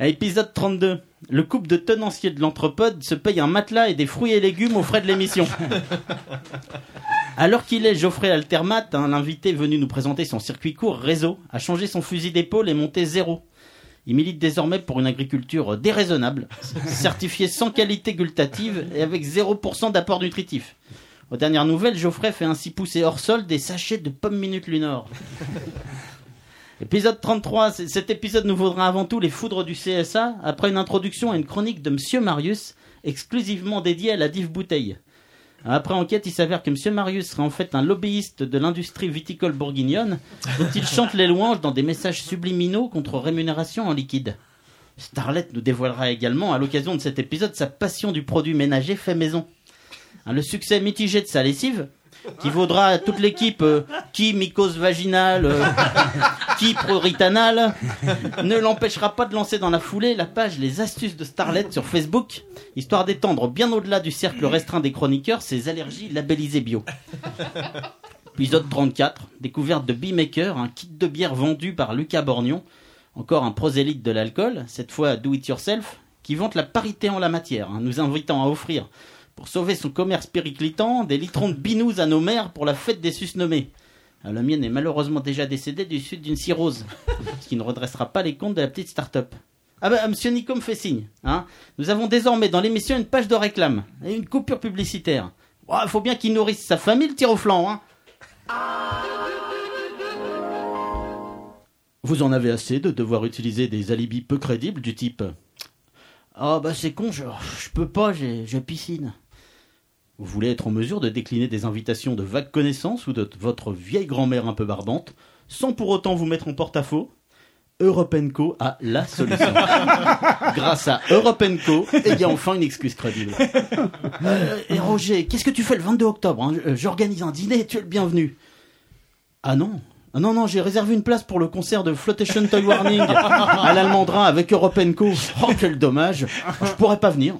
À épisode 32, le couple de tenanciers de l'anthropode se paye un matelas et des fruits et légumes aux frais de l'émission. Alors qu'il est Geoffrey Altermat, hein, l'invité venu nous présenter son circuit court réseau, a changé son fusil d'épaule et monté zéro. Il milite désormais pour une agriculture déraisonnable, certifiée sans qualité gustative et avec 0% d'apport nutritif. Aux dernières nouvelles, Geoffrey fait ainsi pousser hors sol des sachets de pommes minutes Lunor. Épisode 33, c- cet épisode nous vaudra avant tout les foudres du CSA, après une introduction à une chronique de Monsieur Marius, exclusivement dédiée à la dive bouteille. Après enquête, il s'avère que Monsieur Marius serait en fait un lobbyiste de l'industrie viticole bourguignonne, dont il chante les louanges dans des messages subliminaux contre rémunération en liquide. Starlet nous dévoilera également, à l'occasion de cet épisode, sa passion du produit ménager fait maison. Hein, Le succès mitigé de sa lessive, qui vaudra à toute l'équipe euh, qui mycose vaginale, euh, qui pruritanale, ne l'empêchera pas de lancer dans la foulée la page Les astuces de Starlet sur Facebook, histoire d'étendre bien au-delà du cercle restreint des chroniqueurs ses allergies labellisées bio. Épisode 34, découverte de Beemaker, un kit de bière vendu par Lucas Borgnon, encore un prosélyte de l'alcool, cette fois do it yourself, qui vante la parité en la matière, hein, nous invitant à offrir, pour sauver son commerce périclitant, des litrons de binous à nos mères pour la fête des susnommés. Ah, La mienne est malheureusement déjà décédée du suite d'une cirrhose, ce qui ne redressera pas les comptes de la petite start-up. Ah bah, monsieur Nico me fait signe. Hein Nous avons désormais dans l'émission une page de réclame et une coupure publicitaire. Il faut bien qu'il nourrisse sa famille, le tir au flanc. Hein Vous en avez assez de devoir utiliser des alibis peu crédibles du type Ah bah c'est con, je, je peux pas, j'ai j'ai piscine. Vous voulez être en mesure de décliner des invitations de vagues connaissances ou de t- votre vieille grand-mère un peu barbante, sans pour autant vous mettre en porte-à-faux Europenco a la solution. Ah, Grâce à Europenco, eh bien, il y a enfin une excuse crédible. Euh, et Roger, qu'est-ce que tu fais le 22 octobre hein Euh, J'organise un dîner, tu es le bienvenu. Ah non Ah non, non, j'ai réservé une place pour le concert de Flotation Toy Warning à l'Almandrin avec Europenco. Oh, quel dommage Je pourrais pas venir.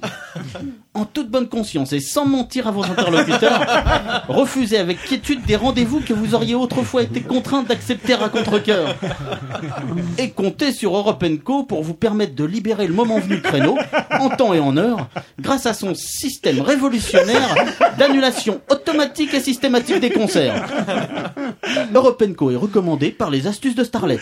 En toute bonne conscience et sans mentir à vos interlocuteurs, refusez avec quiétude des rendez-vous que vous auriez autrefois été contraint d'accepter à contre-coeur. Et comptez sur Europenco pour vous permettre de libérer le moment venu le créneau, en temps et en heure, grâce à son système révolutionnaire d'annulation automatique et systématique des concerts. Europenco est recommandé par les astuces de Starlet.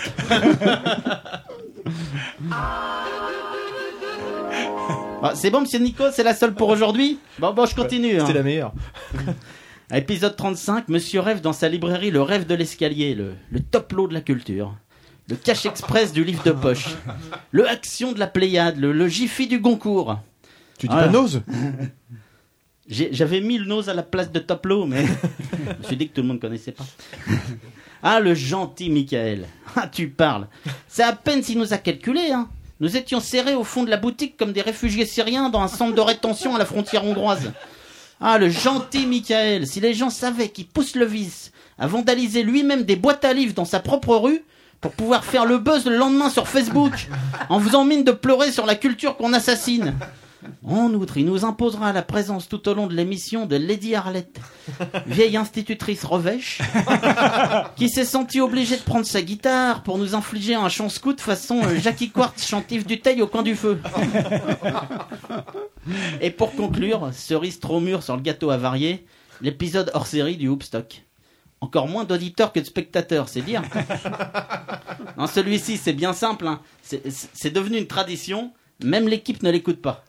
Ah, c'est bon, monsieur Nico, c'est la seule pour aujourd'hui Bon, bon, je continue. C'est la meilleure. Épisode 35, monsieur rêve dans sa librairie le rêve de l'escalier, le, le top lot de la culture. Le cash express du livre de poche. Le action de la Pléiade, le, le jiffy du Goncourt.
Tu dis pas nose
J'ai- J'avais mis le nose à la place de top lot, mais je me suis dit que tout le monde connaissait pas. Ah, le gentil Michael. Ah, tu parles. C'est à peine s'il nous a calculé, hein. Nous étions serrés au fond de la boutique comme des réfugiés syriens dans un centre de rétention à la frontière hongroise. Ah, le gentil Michael. Si les gens savaient qu'il pousse le vice à vandaliser lui-même des boîtes à livres dans sa propre rue pour pouvoir faire le buzz le lendemain sur Facebook en faisant mine de pleurer sur la culture qu'on assassine. En outre, il nous imposera la présence tout au long de l'émission de Lady Arlette, vieille institutrice revêche, qui s'est sentie obligée de prendre sa guitare pour nous infliger un chant scout façon euh, Jackie Quartz chantif du taille au coin du feu. Et pour conclure, cerise trop mûre sur le gâteau avarié, l'épisode hors série du Hoopstock. Encore moins d'auditeurs que de spectateurs, c'est dire. Non, celui-ci, c'est bien simple. hein. C'est- C'est devenu une tradition. Même l'équipe ne l'écoute pas.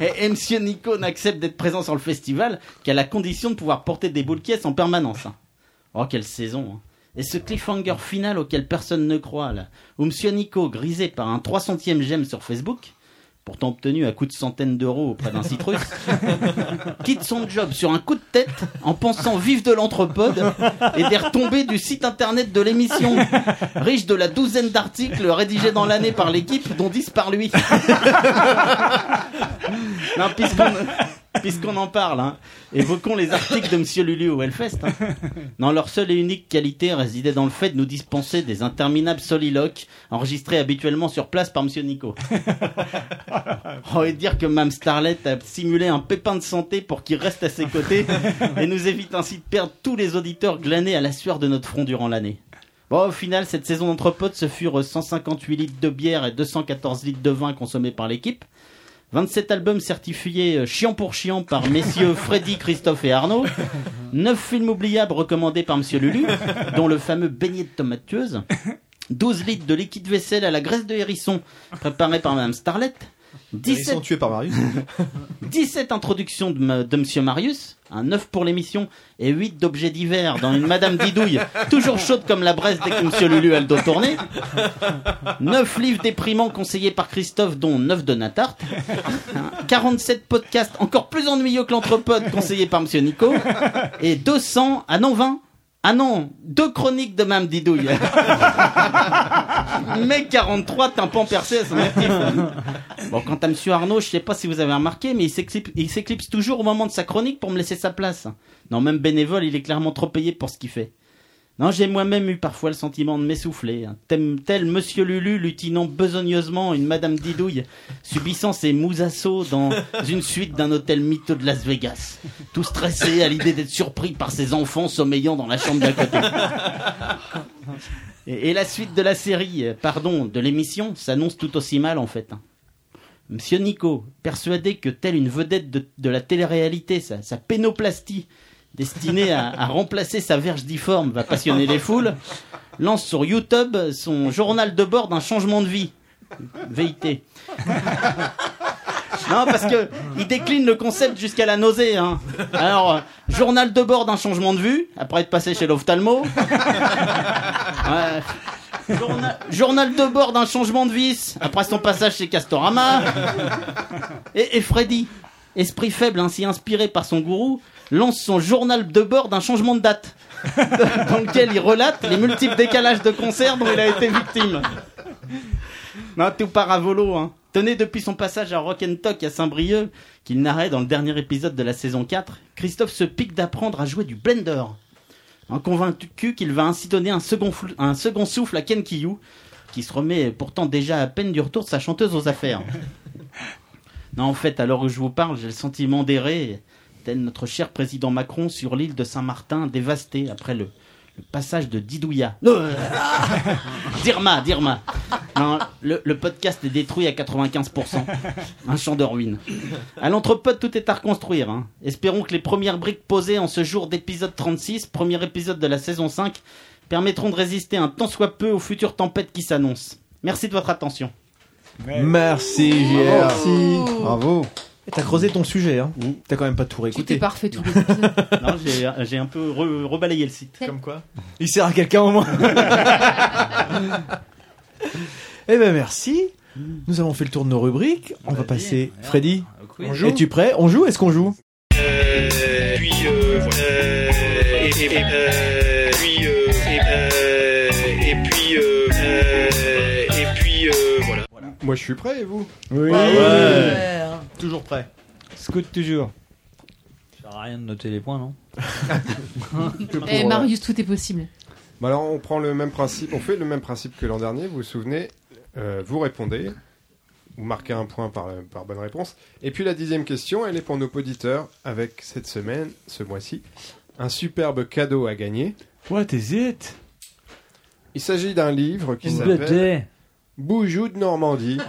et, et Monsieur Nico n'accepte d'être présent sur le festival qu'à la condition de pouvoir porter des boules caisses en permanence. hein. Oh, quelle saison hein. Et ce cliffhanger final auquel personne ne croit, là, où Monsieur Nico, grisé par un 300ème j'aime sur Facebook, pourtant obtenu à coup de centaines d'euros auprès d'un site russe, quitte son job sur un coup de tête en pensant vivre de l'anthropode et des retombées du site internet de l'émission, riche de la douzaine d'articles rédigés dans l'année par l'équipe, dont 10 par lui. Non, puisqu'on puisqu'on en parle, hein, évoquons les articles de Monsieur Lulu au Hellfest. hein. Non, leur seule et unique qualité résidait dans le fait de nous dispenser des interminables soliloques enregistrés habituellement sur place par Monsieur Nico. Oh, et dire que Mme Starlet a simulé un pépin de santé pour qu'il reste à ses côtés et nous évite ainsi de perdre tous les auditeurs glanés à la sueur de notre front durant l'année. Bon, au final, cette saison d'entre potes, ce furent 158 litres de bière et 214 litres de vin consommés par l'équipe. 27 albums certifiés euh, chiant pour chiant par messieurs Freddy, Christophe et Arnaud. 9 films oubliables recommandés par monsieur Lulu, dont le fameux beignet de tomate tueuse. 12 litres de liquide vaisselle à la graisse de hérisson, préparé par madame Starlet.
Hérisson tué par Marius.
17 introductions de, M- de Monsieur Marius, un 9 pour l'émission et 8 d'objets divers dans une Madame Didouille, toujours chaude comme la braise dès que Monsieur Lulu a le dos tourné. 9 livres déprimants conseillés par Christophe, dont 9 de Natarte. 47 Hein, podcasts encore plus ennuyeux que l'Entrepode conseillé par Monsieur Nico. Et 200, ah non 20, ah non, deux chroniques de Madame Didouille. Mais 43 tympans percés à son actif. Bon, quant à Monsieur Arnaud, je sais pas si vous avez remarqué, mais il s'éclipse, il s'éclipse toujours au moment de sa chronique pour me laisser sa place. Non, même bénévole, il est clairement trop payé pour ce qu'il fait. Non, j'ai moi-même eu parfois le sentiment de m'essouffler. hein. Tel, tel Monsieur Lulu lutinant besogneusement une Madame Didouille, subissant ses mousassos dans une suite d'un hôtel mytho de Las Vegas. Tout stressé à l'idée d'être surpris par ses enfants sommeillant dans la chambre d'à côté. Et, et la suite de la série, euh, pardon, de l'émission, s'annonce tout aussi mal en fait. hein. Monsieur Nico, persuadé que telle une vedette de, de la télé-réalité, sa, sa pénoplastie, destinée à, à remplacer sa verge difforme, va passionner les foules, lance sur YouTube son journal de bord d'un changement de vie. VIT. Non, parce que il décline le concept jusqu'à la nausée. hein. Alors, euh, journal de bord d'un changement de vue, après être passé chez l'ophtalmo. Ouais. Journa- journal de bord d'un changement de vis, après son passage chez Castorama. Et, et Freddy, esprit faible ainsi inspiré par son gourou, lance son journal de bord d'un changement de date, dans lequel il relate les multiples décalages de concerts dont il a été victime. Non, tout part à volo, hein. Tenez, depuis son passage à Rock'n'Talk à Saint-Brieuc, qu'il narrait dans le dernier épisode de la saison 4, Christophe se pique d'apprendre à jouer du blender. Un convaincu qu'il va ainsi donner un second, flou- un second souffle à Ken Kiyou, qui se remet pourtant déjà à peine du retour de sa chanteuse aux affaires. Non, en fait, à l'heure où je vous parle, j'ai le sentiment d'errer, tel notre cher président Macron sur l'île de Saint-Martin, dévastée après le, le passage de Didouya. Non, euh, Dirma, Dirma. Non, le, le podcast est détruit à 95%. Un champ de ruines. À l'entrepôt, tout est à reconstruire. hein. Espérons que les premières briques posées en ce jour d'épisode 36, premier épisode de la saison 5, permettront de résister un tant soit peu aux futures tempêtes qui s'annoncent. Merci de votre attention.
Merci, JR.
Merci.
Bravo. Et Oh, T'as creusé ton sujet, hein. T'as quand même pas tout réécouté.
parfait tous les épisodes.
Non, j'ai- j'ai un peu re- rebalayé le site.
Comme
quoi Il sert à quelqu'un au moins. eh ben merci. Nous avons fait le tour de nos rubriques. On va passer. Freddy,
On joue
es-tu prêt On joue Est-ce qu'on joue
Puis euh, voilà. Euh, et, et, euh, puis euh, et, euh, et puis euh, euh, et puis euh, voilà.
Moi je suis prêt et vous
Oui.
Toujours prêt.
Scoot toujours.
Ça sert à rien de noter les points, non
Eh,
Et Eh,
euh,
Marius, tout est possible.
Bah alors on prend le même principe, on fait le même principe que l'an dernier, vous vous souvenez, euh, vous répondez, vous marquez un point par, par bonne réponse, et puis la dixième question, elle est pour nos auditeurs, avec cette semaine, ce mois-ci, un superbe cadeau à gagner.
What is it
Il s'agit d'un livre qui
Une
s'appelle
BD.
Boujou de Normandie.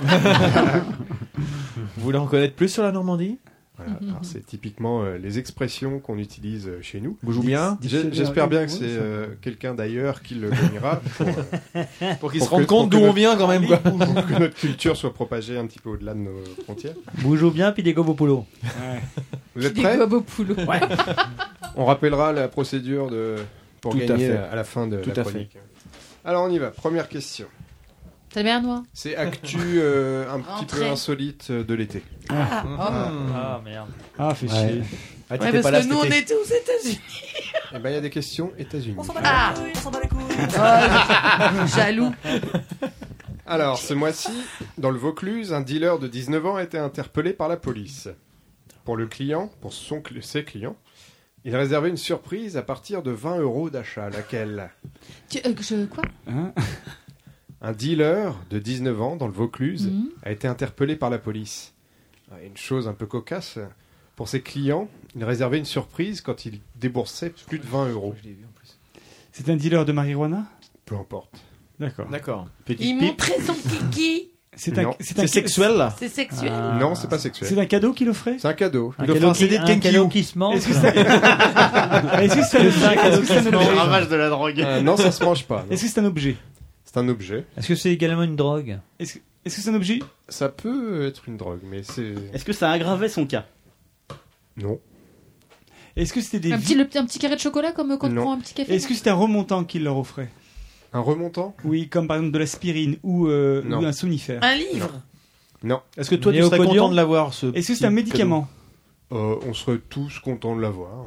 Vous voulez en connaître plus sur la Normandie
Voilà, alors c'est typiquement euh, les expressions qu'on utilise euh, chez nous.
Boujou bien
J'ai- J'espère bien que c'est euh, quelqu'un d'ailleurs qui le gagnera. Pour, euh,
Pour qu'ils se
que-
rendent
pour
compte
que
d'où on
notre-
vient quand même, quoi.
Pour que notre culture soit propagée un petit peu au-delà de nos frontières.
Boujou bien, puis des gobopoulos.
Vous êtes prêts
Ouais.
On rappellera la procédure de... pour
Tout à
gagner euh,
fait.
à, la fin de
Tout
la
à fait.
chronique. Alors on y va, première question.
T'as bien, noir
C'est actu euh, un petit peu
Rentrée.
insolite euh, de l'été.
Ah,
Mmh.
oh.
Ah, merde.
Ah, fais
Ouais.
chier.
Ah,
Ouais,
t'étais pas là
parce que
cet
nous, on
été.
était aux États-Unis.
Eh ben, il y a des questions États-Unis.
Ah Ah, Jaloux.
Alors, ce mois-ci, dans le Vaucluse, un dealer de 19 ans a été interpellé par la police. Pour le client, pour son, cl- ses clients, il réservait une surprise à partir de 20 euros d'achat. Laquelle
Tu- euh, je, quoi
Hein
Un dealer de 19 ans dans le Vaucluse
Mhm.
a été interpellé par la police. Ouais, Une chose un peu cocasse, pour ses clients, il réservait une surprise quand il déboursait plus de 20 euros.
C'est un dealer de marijuana
Peu importe.
D'accord.
D'accord.
Il montrait son kiki.
C'est un,
Non.
un-
C'est sexuel, là
C'est sexuel.
Ah.
Non, c'est pas sexuel.
C'est un cadeau qu'il offrait
C'est un cadeau.
Un
Il offre
cadeau
un
qui-
CD de
un
Ken
cadeau
Kiyou.
qui se mange. Est-ce que ça- Est-ce que c'est un objet Est-ce que c'est un objet
Les ravages de la drogue.
Euh, non, ça se mange pas. non.
Est-ce que c'est un objet
C'est un objet.
Est-ce que c'est également une drogue
Est-ce que est-ce que c'est un objet
Ça peut être une drogue, mais c'est.
Est-ce que ça aggravait son cas
Non.
Est-ce que c'était des
un petit, le- un petit carré de chocolat comme euh, quand
Non.
on prend un petit café
Est-ce que c'était un remontant qu'il leur offrait
Un remontant
Oui, comme par exemple de l'aspirine ou, euh,
Non.
ou un somnifère.
Un livre.
Non.
Est-ce que toi, tu serais
Néocodion
content de l'avoir ce
Est-ce que
petit
c'est un médicament
Euh, On serait tous contents de l'avoir.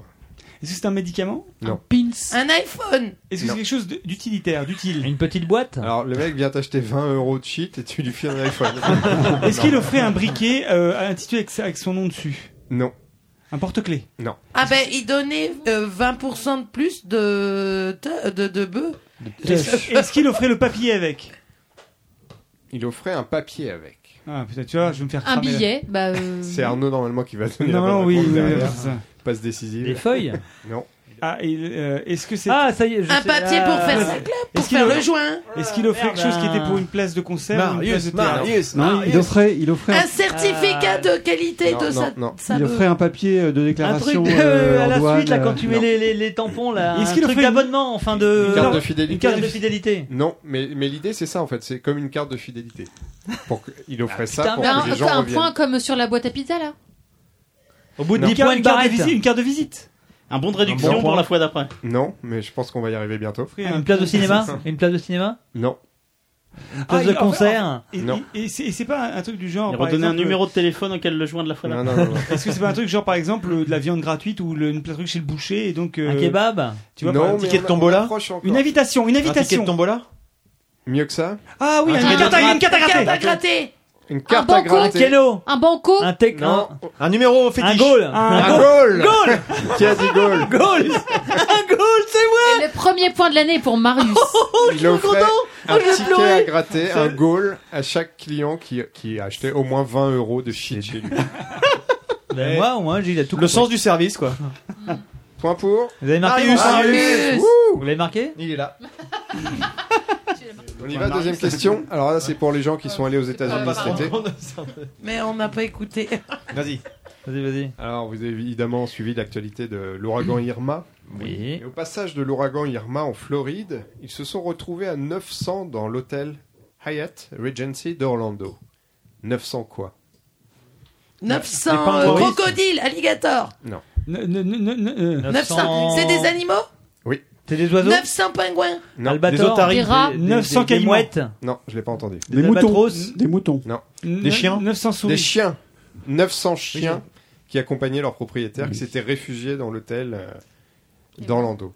Est-ce que c'est un médicament
Non. Un
Un iPhone.
Est-ce que
Non.
c'est quelque chose de- d'utilitaire, d'utile
Une petite boîte
Alors, le mec vient t'acheter 20 euros de shit et tu lui files un iPhone.
Est-ce
Non.
qu'il offrait un briquet euh, intitulé avec, sa- avec son nom dessus
Non.
Un porte-clés
Non.
Ah ben, il donnait euh, 20% de plus de, te- de, de bœufs.
Est-ce est-ce qu'il offrait le papier avec
Il offrait un papier avec.
Ah putain, tu vois, je vais me faire
Un
cramer, là.
billet bah, euh,
C'est Arnaud normalement qui va donner la
Normalement,
bonne
oui,
réponse
oui, oui,
derrière.
c'est ça.
Passe décisive.
Des feuilles
Non.
Ah, et, euh, est-ce que c'est.
Ah, ça y est, je
Un
sais.
papier
Ah.
pour faire sa clope, pour
Est-ce qu'il
faire
a-
le joint.
Est-ce qu'il offrait
Merde,
quelque chose qui
un-
était pour une place de concert ou une place de
Marius,
théâtre
Marius,
Non,
Marius.
il offrait, il offrait,
Un certificat de qualité
Non,
de
non,
sa,
non.
sa
il
bœuf.
offrait un papier euh, de
Un truc
déclaration
de-
euh,
à
en
la
douane,
suite, là, quand
euh,
tu mets les, les- les tampons, là.
Est-ce
Un
qu'il
truc
offrait une-
d'abonnement, enfin de.
Une carte
Euh, Non,
de fidélité.
Une carte de fidélité.
Non, mais, mais l'idée c'est ça en fait, c'est comme une carte de fidélité. Pour que- Il offrait ça
putain,
pour
mais
un,
que les gens
un
reviennent.
point comme euh, sur la boîte à pizza là
Au bout de
Non.
10 points,
une
une
carte de visite,
barrette.
une carte de visite.
Un bon de réduction
bon
pour
point.
la fois d'après.
Non, mais je pense qu'on va y arriver bientôt.
Offrir un-
Une place de cinéma Une place de cinéma
Non.
Une place de
Ah, il- en fait,
concert
en fait, et-
Non.
Et, et c'est et c'est pas un, un truc du genre.
Il
par
redonnait un
exemple,
euh,
numéro de téléphone auquel le joint de la fois
Non, non, non. Est-ce que c'est pas un truc genre par exemple euh, de la viande gratuite ou le, une un truc chez le boucher et donc euh,
Un kebab
Tu vois
Non,
par
mais
exemple,
on a- on approche encore.
Une invitation, une
Un
invitation.
ticket de
tombola
Mieux que ça
Ah oui,
Un
une
ticket de
carte à-
gratte.
une carte à gratter.
Une carte à
gratter.
Une
Un
carte à
banco
gratter.
Un banco
Un tech,
Non.
Un numéro fétiche.
Un goal.
Un goal. Qui a dit goal
Goal
Un goal, c'est moi Le premier point de l'année pour Marius.
Il offrait
Oh,
un
je vais
ticket
pleurer.
à gratter, un goal à chaque client qui, qui achetait au moins 20 euros de shit chez lui.
Ben, moi, au moins, Gilles a tout
Le sens du service, quoi.
Point pour.
Vous avez
Ah,
marqué
Marius.
mon point
Marius.
Wouh Vous l'avez marqué
Il est là.
On y va, deuxième question. Alors là, c'est pour les gens qui sont allés
Ah,
aux États-Unis cet
Ah,
été.
Mais on n'a pas écouté.
Vas-y.
Vas-y, vas-y.
Alors, vous avez évidemment suivi l'actualité de l'ouragan Irma.
Oui.
Et au passage de l'ouragan Irma en Floride, ils se sont retrouvés à 900 dans l'hôtel Hyatt Regency d'Orlando. 900 quoi
900
Les pingouins.
euh, crocodiles, alligators.
Non.
euh.
900. C'est des animaux
Oui.
C'est des
900 pingouins.
Non.
Albators. Des otaries. Des rats.
900
cailloux.
caillouettes.
Non, je l'ai pas entendu.
Des Des moutons. albatros.
Des moutons. Non.
Des Neuf- chiens. 900 souris.
Des chiens. 900 chiens qui accompagnaient leur propriétaire qui s'étaient réfugiés dans l'hôtel euh,
Eh ben.
d'Orlando.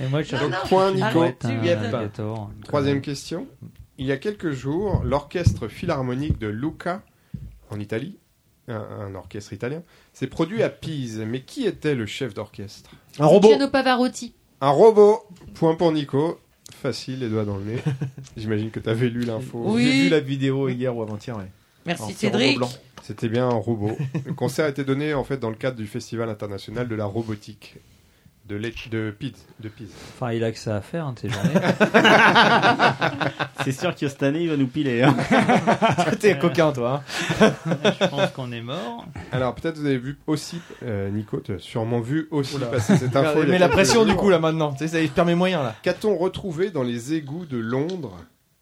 Et moi, je cherche
Donc,
un petit
point
peu
Nico.
de Putain,
Yep.
hein, euh, alligator.
Troisième question. Il y a quelques jours, l'orchestre philharmonique de Lucca, en Italie, un, un orchestre italien, s'est produit à Pise. Mais qui était le chef d'orchestre
Luciano Pavarotti.
Un robot. Point pour Nico. Facile, les doigts dans le nez. J'imagine que tu avais lu l'info.
Oui. J'ai vu la vidéo hier ou avant-hier. ouais.
Merci,
Alors, c'est
Cédric.
robot blanc.
C'était bien un robot. Le concert a été donné en fait dans le cadre du Festival international de la robotique de, l'é- de, Pise, de Pise.
Enfin, il a que ça à faire, hein, de ces journées.
C'est sûr que cette année, il va nous piler. Hein.
T'es coquin,
toi. hein.
Je pense qu'on est mort.
Alors peut-être vous avez vu aussi, euh, Nico, tu as sûrement vu aussi
Oula.
passer cette info. il y a
Mais la
quelques
pression du
jours.
coup là maintenant, tu sais, ça perd mes moyens là.
Qu'a-t-on retrouvé dans les égouts de Londres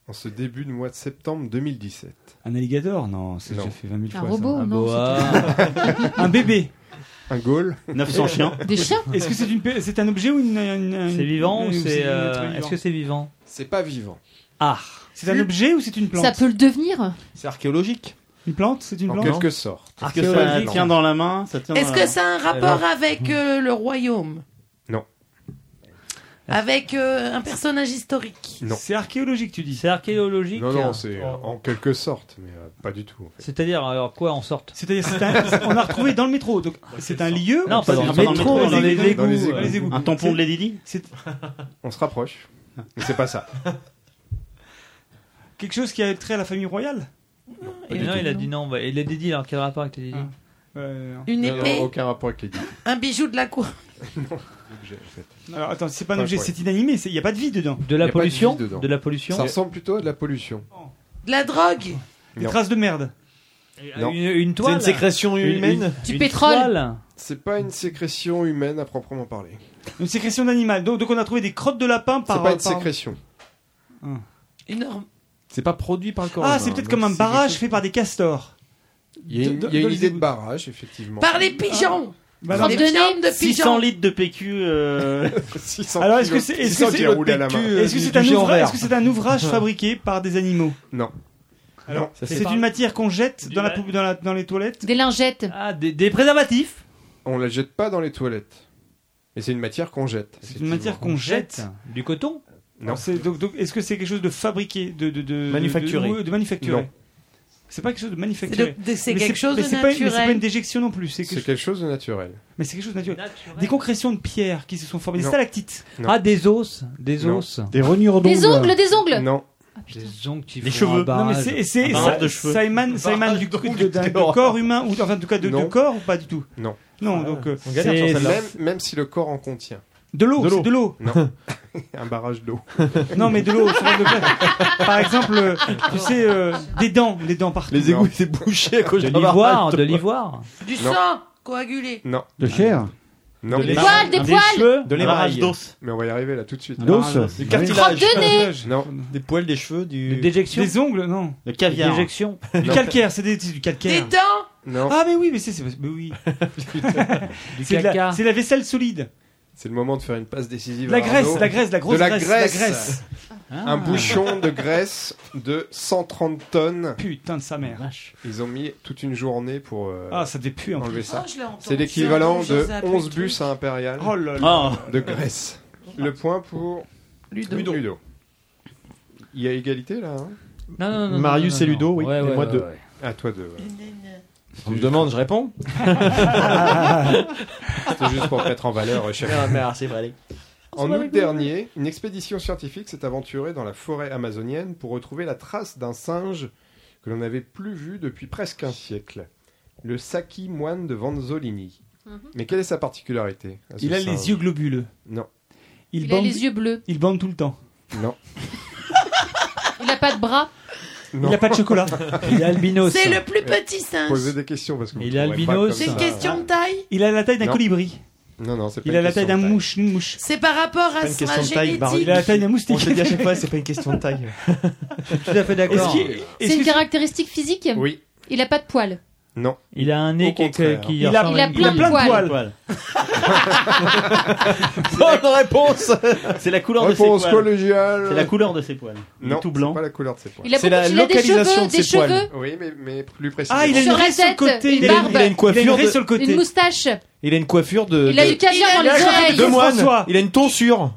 en ce début de mois de septembre 2017
Un alligator Non, c'est
Non.
déjà fait 20 000
Un
fois.
robot,
ça.
Un non, boa. c'était-
un bébé.
Un gaul
900 chiens.
Des chiens
Est-ce que c'est une pe- c'est un objet ou une. une- une-
C'est vivant ou
une-
c'est.
une-
euh,
un truc
Est-ce que c'est vivant
C'est pas vivant.
Ah
C'est un objet ou c'est une plante
Ça peut le devenir
C'est archéologique.
Une plante C'est une
En
plante
quelque sorte.
Est-ce que ça
Archéologique.
tient dans la main ça tient
Est-ce
dans
que
la-
ça a un rapport avec euh, le royaume
Non.
Avec euh, un personnage historique
Non.
C'est archéologique, tu dis
C'est archéologique
Non, non, c'est euh, en quelque sorte, mais euh, pas du tout. en fait.
C'est-à-dire, alors quoi en sorte
C'est-à-dire, c'est un- on a retrouvé dans le métro. Donc,
Bah,
c'est un lieu.
Non, pas dans le
C'est-
métro, dans les égouts, euh,
dans les égouts.
Un tampon de
C'est-
Lady Di
C'est
On se rapproche. Mais c'est pas ça.
quelque chose qui a trait à la famille royale
Et non, il a dit non. bah, il a dit, alors quel rapport avec les Didi
Ah.
Une
Non, non,
épée
aucun rapport avec les dix.
Un bijou de la cour
Objet, en fait.
Alors attends, c'est pas un
Pas
objet,
pour
c'est inanimé, il n'y a pas de vie dedans.
De la
Y a pas de
pollution
vie dedans.
De la pollution
Ça ressemble plutôt à de la pollution.
De la drogue
Des
Non.
traces de merde.
Non.
Une, une toile
une sécrétion
Une-
humaine
une- une toile
C'est pas une sécrétion humaine à proprement parler.
Une sécrétion d'animal. Donc, donc on a trouvé des crottes de lapin
C'est
par.
pas une
par-
sécrétion.
Énorme.
C'est pas produit par le corps.
Ah,
hein,
humain, hein,
c'est peut-être
donc
comme un
c'est
barrage
quelque
fait par des castors.
Il y a une,
Dans-
il y a
dans
une
les
idée de
égouts.
barrage, effectivement.
Par les pigeons
Bah,
Des
non.
viandes de
600
pigeons
litres de PQ. euh,
600
Alors est-ce que
kilos-
c'est est-ce
600
que c'est
qui roulent à la main.
est-ce que
du-
c'est
du
un
géant
ouvrage
vert.
est-ce que c'est un ouvrage fabriqué par des animaux
Non.
Alors
Ça,
c'est une matière qu'on jette dans la pou- dans la- dans les toilettes.
Des lingettes.
Ah, des, des préservatifs
On la jette pas dans les toilettes. Mais c'est une matière qu'on jette.
C'est une matière qu'on jette.
Du coton
Non.
Alors, c'est- donc, donc, est-ce que c'est quelque chose de fabriqué, de, de, de
Manufacturé.
de, de manufacturé
Non.
C'est pas quelque chose de manufacturé.
C'est de- de- c'est
Mais
quelque chose
mais
de
c'est pas une- mais c'est pas
naturel.
une déjection non plus. C'est quelque
C'est quelque chose de naturel.
Mais c'est quelque chose de naturel. Des concrétions de pierre qui se sont formées, des
Non.
stalactites.
Non.
Ah, des os Des
Non.
os
Des rognures
Des ongles, des ongles Ah,
Non.
Des ongles qui
Des
font
cheveux.
un barrage.
Non, mais c'est, c'est-
Un
ça-
barrage de cheveux.
ça émane, ça émane du, de- d'un- du
dehors.
corps humain, ou enfin, en tout cas de, de
Non.
corps, ou pas du tout
Non.
Ah.
Non, donc. euh,
Ah, On galère sur
c'est-
celle-là.
Même, même si le corps en contient.
de l'eau, c'est de l'eau.
Non. un barrage d'eau.
Non, mais de l'eau, je parle de quoi Par exemple, euh, tu sais, euh, des dents, des dents partout.
Les égouts étaient bouchés à cause
De
d'un
l'ivoire,
barrage
de l'ivoire.
Du
Non.
sang coagulé
Non.
De chair
Ah. Non.
Des poils, des poils
De
un barrage
l'émail.
d'os.
Mais on va y arriver là tout de suite. Ah,
D'os
Du
Oui.
Crotte
cartilage.
de nez
Non.
Des poils, des cheveux, du.
Des déjections
Ah, Des ongles, non.
Le
Des
caviar.
déjections
Du calcaire, c'est des- c'est du
Des
calcaire.
dents
Non.
Ah mais oui, mais c'est c'est- mais oui.
Du
C'est de la-
caca
c'est la vaisselle solide.
C'est le moment de faire une passe décisive.
La
à
Grèce,
Arnaud.
la Grèce, la grosse
de la
Grèce, la
Grèce.
Grèce. Ah.
Un bouchon de Grèce de 130 tonnes.
Putain de sa mère.
Ils ont mis toute une journée pour euh,
Ah, ça devait puer, en
enlever
plus.
ça.
Oh, je l'ai entendu,
C'est l'équivalent
j'ai entendu,
de
j'ai zappé le
11
truc.
bus à Impérial
Oh là là.
de Grèce. Le point pour Ludo. Il y a égalité là hein
Non, non, non, non,
Marius
non, non,
et Ludo,
non.
oui.
Ouais,
et
ouais,
moi
ouais,
deux.
ouais.
À Ah, toi deux. ouais.
On me demande, je réponds.
Ah.
C'était juste pour mettre en valeur euh, chacun.
Non, mais alors, c'est vrai, allez.
En
On va avec
août
vous.
dernier, une expédition scientifique s'est aventurée dans la forêt amazonienne pour retrouver la trace d'un singe que l'on n'avait plus vu depuis presque un siècle. Le Saki moine de Vanzolini.
Mhm.
Mais quelle est sa particularité
Ah,
à ce
Il a
singe
les yeux globuleux.
Non.
Il a les yeux bleus.
Il bande tout le temps.
Non.
Il n'a pas de bras.
Il a pas de chocolat.
Il est albinos.
C'est le plus petit singe.
Posez des questions parce que vous
Il est
trouverez pas
albinos.
comme
C'est une
ça.
Question de taille
Il a la taille d'un
Non.
colibri.
Non, non, c'est pas
Il a
une
la taille
question de
d'un mouche, une mouche.
C'est par rapport
Ah,
à son génétique.
Il a la taille d'un moustique.
On se dit à chaque fois, c'est pas une question de taille.
Tout à fait d'accord.
Est-ce qu'il-
C'est une caractéristique physique
Oui.
Il n'a pas de poils.
Non.
Il a un nez qui,
contraire.
qui
Il a-
ressemble
il a
à une
plein de
bille.
poils.
Bonne réponse
C'est la couleur
Réponse
de ses poils.
collégiale.
C'est la couleur de ses poils. Il est
Non,
tout blanc.
c'est pas la couleur de ses poils.
Il a C'est beaucoup- la il a des localisation cheveux, de ses des poils. cheveux.
Oui, mais, mais plus précisément.
Ah, il a une
Sur la
raie sur le
tête,
côté.
une
Il a une-
barbe.
il a une
Il a
coiffure
une raie
de-
sur le côté.
Une moustache.
Il a une coiffure de.
Il a
de-
du caviar dans les oreilles.
de moine. Il a une tonsure.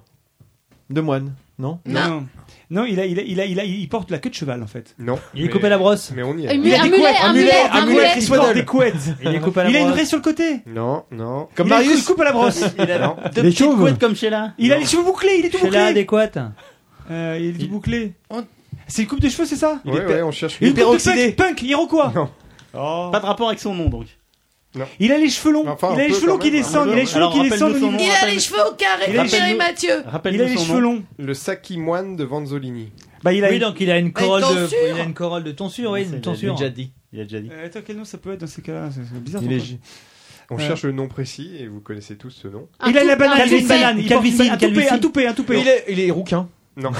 De moine, non
Non. Non, il, a, il, a, il, a, il, a- il porte la queue de cheval en fait.
Non.
Il est coupé la brosse.
Mais on y
Un
est.
mulet, un mulet, un mulet, un mulet.
Il porte des couettes.
Il est coupé à la
Il a une
brosse.
raie sur le côté.
Non, non.
Comme il Marius. coupe à la brosse.
Il a
Non.
deux petites couettes comme chez là.
Il a les cheveux bouclés. Il est tout
C'est là
bouclé.
adéquate.
Euh, il est tout bouclé. C'est une coupe de cheveux, c'est ça
Ouais, ouais, on cherche.
Une coupe de punk, punk, iroquois.
Non.
Oh.
Pas de rapport avec son nom donc.
Il a les cheveux longs.
Enfin, un
il a les
peu
cheveux longs
quand
qui
même, hein.
descendent.
un
Il a les cheveux
Alors,
qui descendent.
rappelle-nous son
au
nom.
niveau-
Il a les cheveux au
Il
carré,
a les
chérie
cheveux-
Mathieu.
Il a les
Rappelle-nous son
cheveux
nom.
longs.
Le Saki moine de Vanzolini.
Bah, il a.
Oui, donc il a une corolle de,
tonsure.
il a une corolle de tonsure, oui,
C'est
une
la
tonsure.
déjà dit. Il a déjà dit.
Euh, attends, quel nom ça peut être dans ces cas-là C'est c'est bizarre. Euh,
Il
ton
est-
pote.
On
Ouais.
cherche le nom précis et vous connaissez tous ce nom.
Un
Il a la
toupet,
banane,
un
il a une
toupet.
banane, il porte une
Calvitie,
banane, un toupet,
calvitie.
un toupé, un toupé.
Il est, il est rouquin.
Non.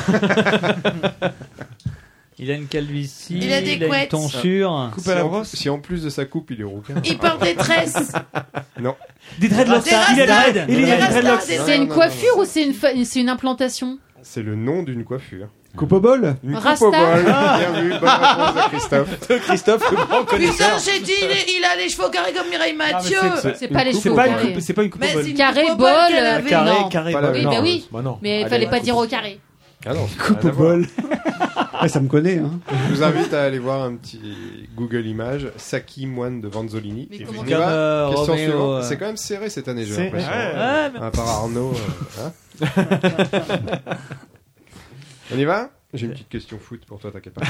Il a une calvitie,
Il a des
une
couettes.
tonsure.
Ah.
Coupe
si,
à la
en,
brosse.
si en plus de sa coupe, il est rouquin.
Il porte des tresses.
Non.
Des dreadlocks.
Des rastas.
Il a des dreads.
Des
Il a des
rastas.
dreadlocks.
Non,
C'est
non,
une
non,
coiffure
non.
ou c'est une, fa- c'est une implantation
C'est le nom d'une coiffure.
Coupe au bol.
Une
Rasta.
coupe au bol. Bien vu, bonne réponse à Christophe.
Christophe, le grand
Putain, j'ai dit, il, est- il a les cheveux au carré comme Mireille Mathieu.
c'est-
C'est pas les
C'est
cheveux
pas
au
une
carré.
coupe- c'est pas une coupe au
Mais
bol.
c'est une
Carré,
coupe au
bol,
qu'elle
euh,
avait.
Carré,
Non.
carré.
Pas la-
bol.
Oui, bah
Non,
oui.
bah non.
Mais il
Allez,
fallait
là,
pas
coupe.
dire au carré.
Ah non,
Coupe
rien
au
à voir.
bol.
Ah, ça me connaît. Hein.
Je vous invite à aller voir un petit Google image Saki moine de Vanzolini.
Mais
Et
comment
on y
dire,
va.
euh,
Question
Roméo,
suivante.
euh,
C'est quand même serré cette année, j'ai
C'est-
l'impression. Hein,
ouais,
ouais, mais-
À part Arnaud. euh, hein. on y va J'ai une petite question foot pour toi, t'inquiète pas.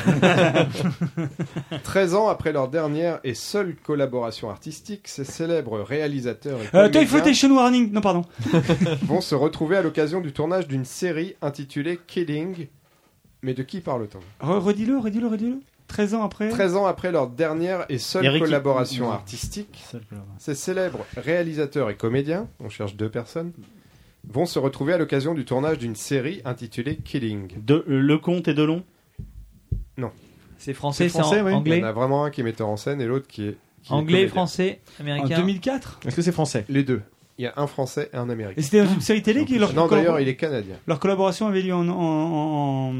13 ans après leur dernière et seule collaboration artistique, ces célèbres réalisateurs et
Euh,
comédiens
Toyflotation Warning. Non, pardon.
vont se retrouver à l'occasion du tournage d'une série intitulée Killing. Mais de qui parle-t-on
Re- Redis-le, redis-le, redis-le. 13 ans après.
13 ans après leur dernière et seule
Eric-
collaboration
Non.
artistique, ces célèbres réalisateurs et comédiens, on cherche deux personnes, vont se retrouver à l'occasion du tournage d'une série intitulée Killing.
De,
euh,
le comte et Delon.
C'est français,
C'est
c'est
français,
en-
oui.
Il
anglais,
y en a vraiment un qui est metteur en scène et l'autre qui est. qui est
anglais,
comédien.
français,
En
américain.
2004.
Est-ce que c'est français
Les deux. Il y a un français et un
Et
américain.
c'était dans une série télé qui leur
Non,
collabor-
d'ailleurs, il est canadien.
leur collaboration avait lieu en, en, en- en-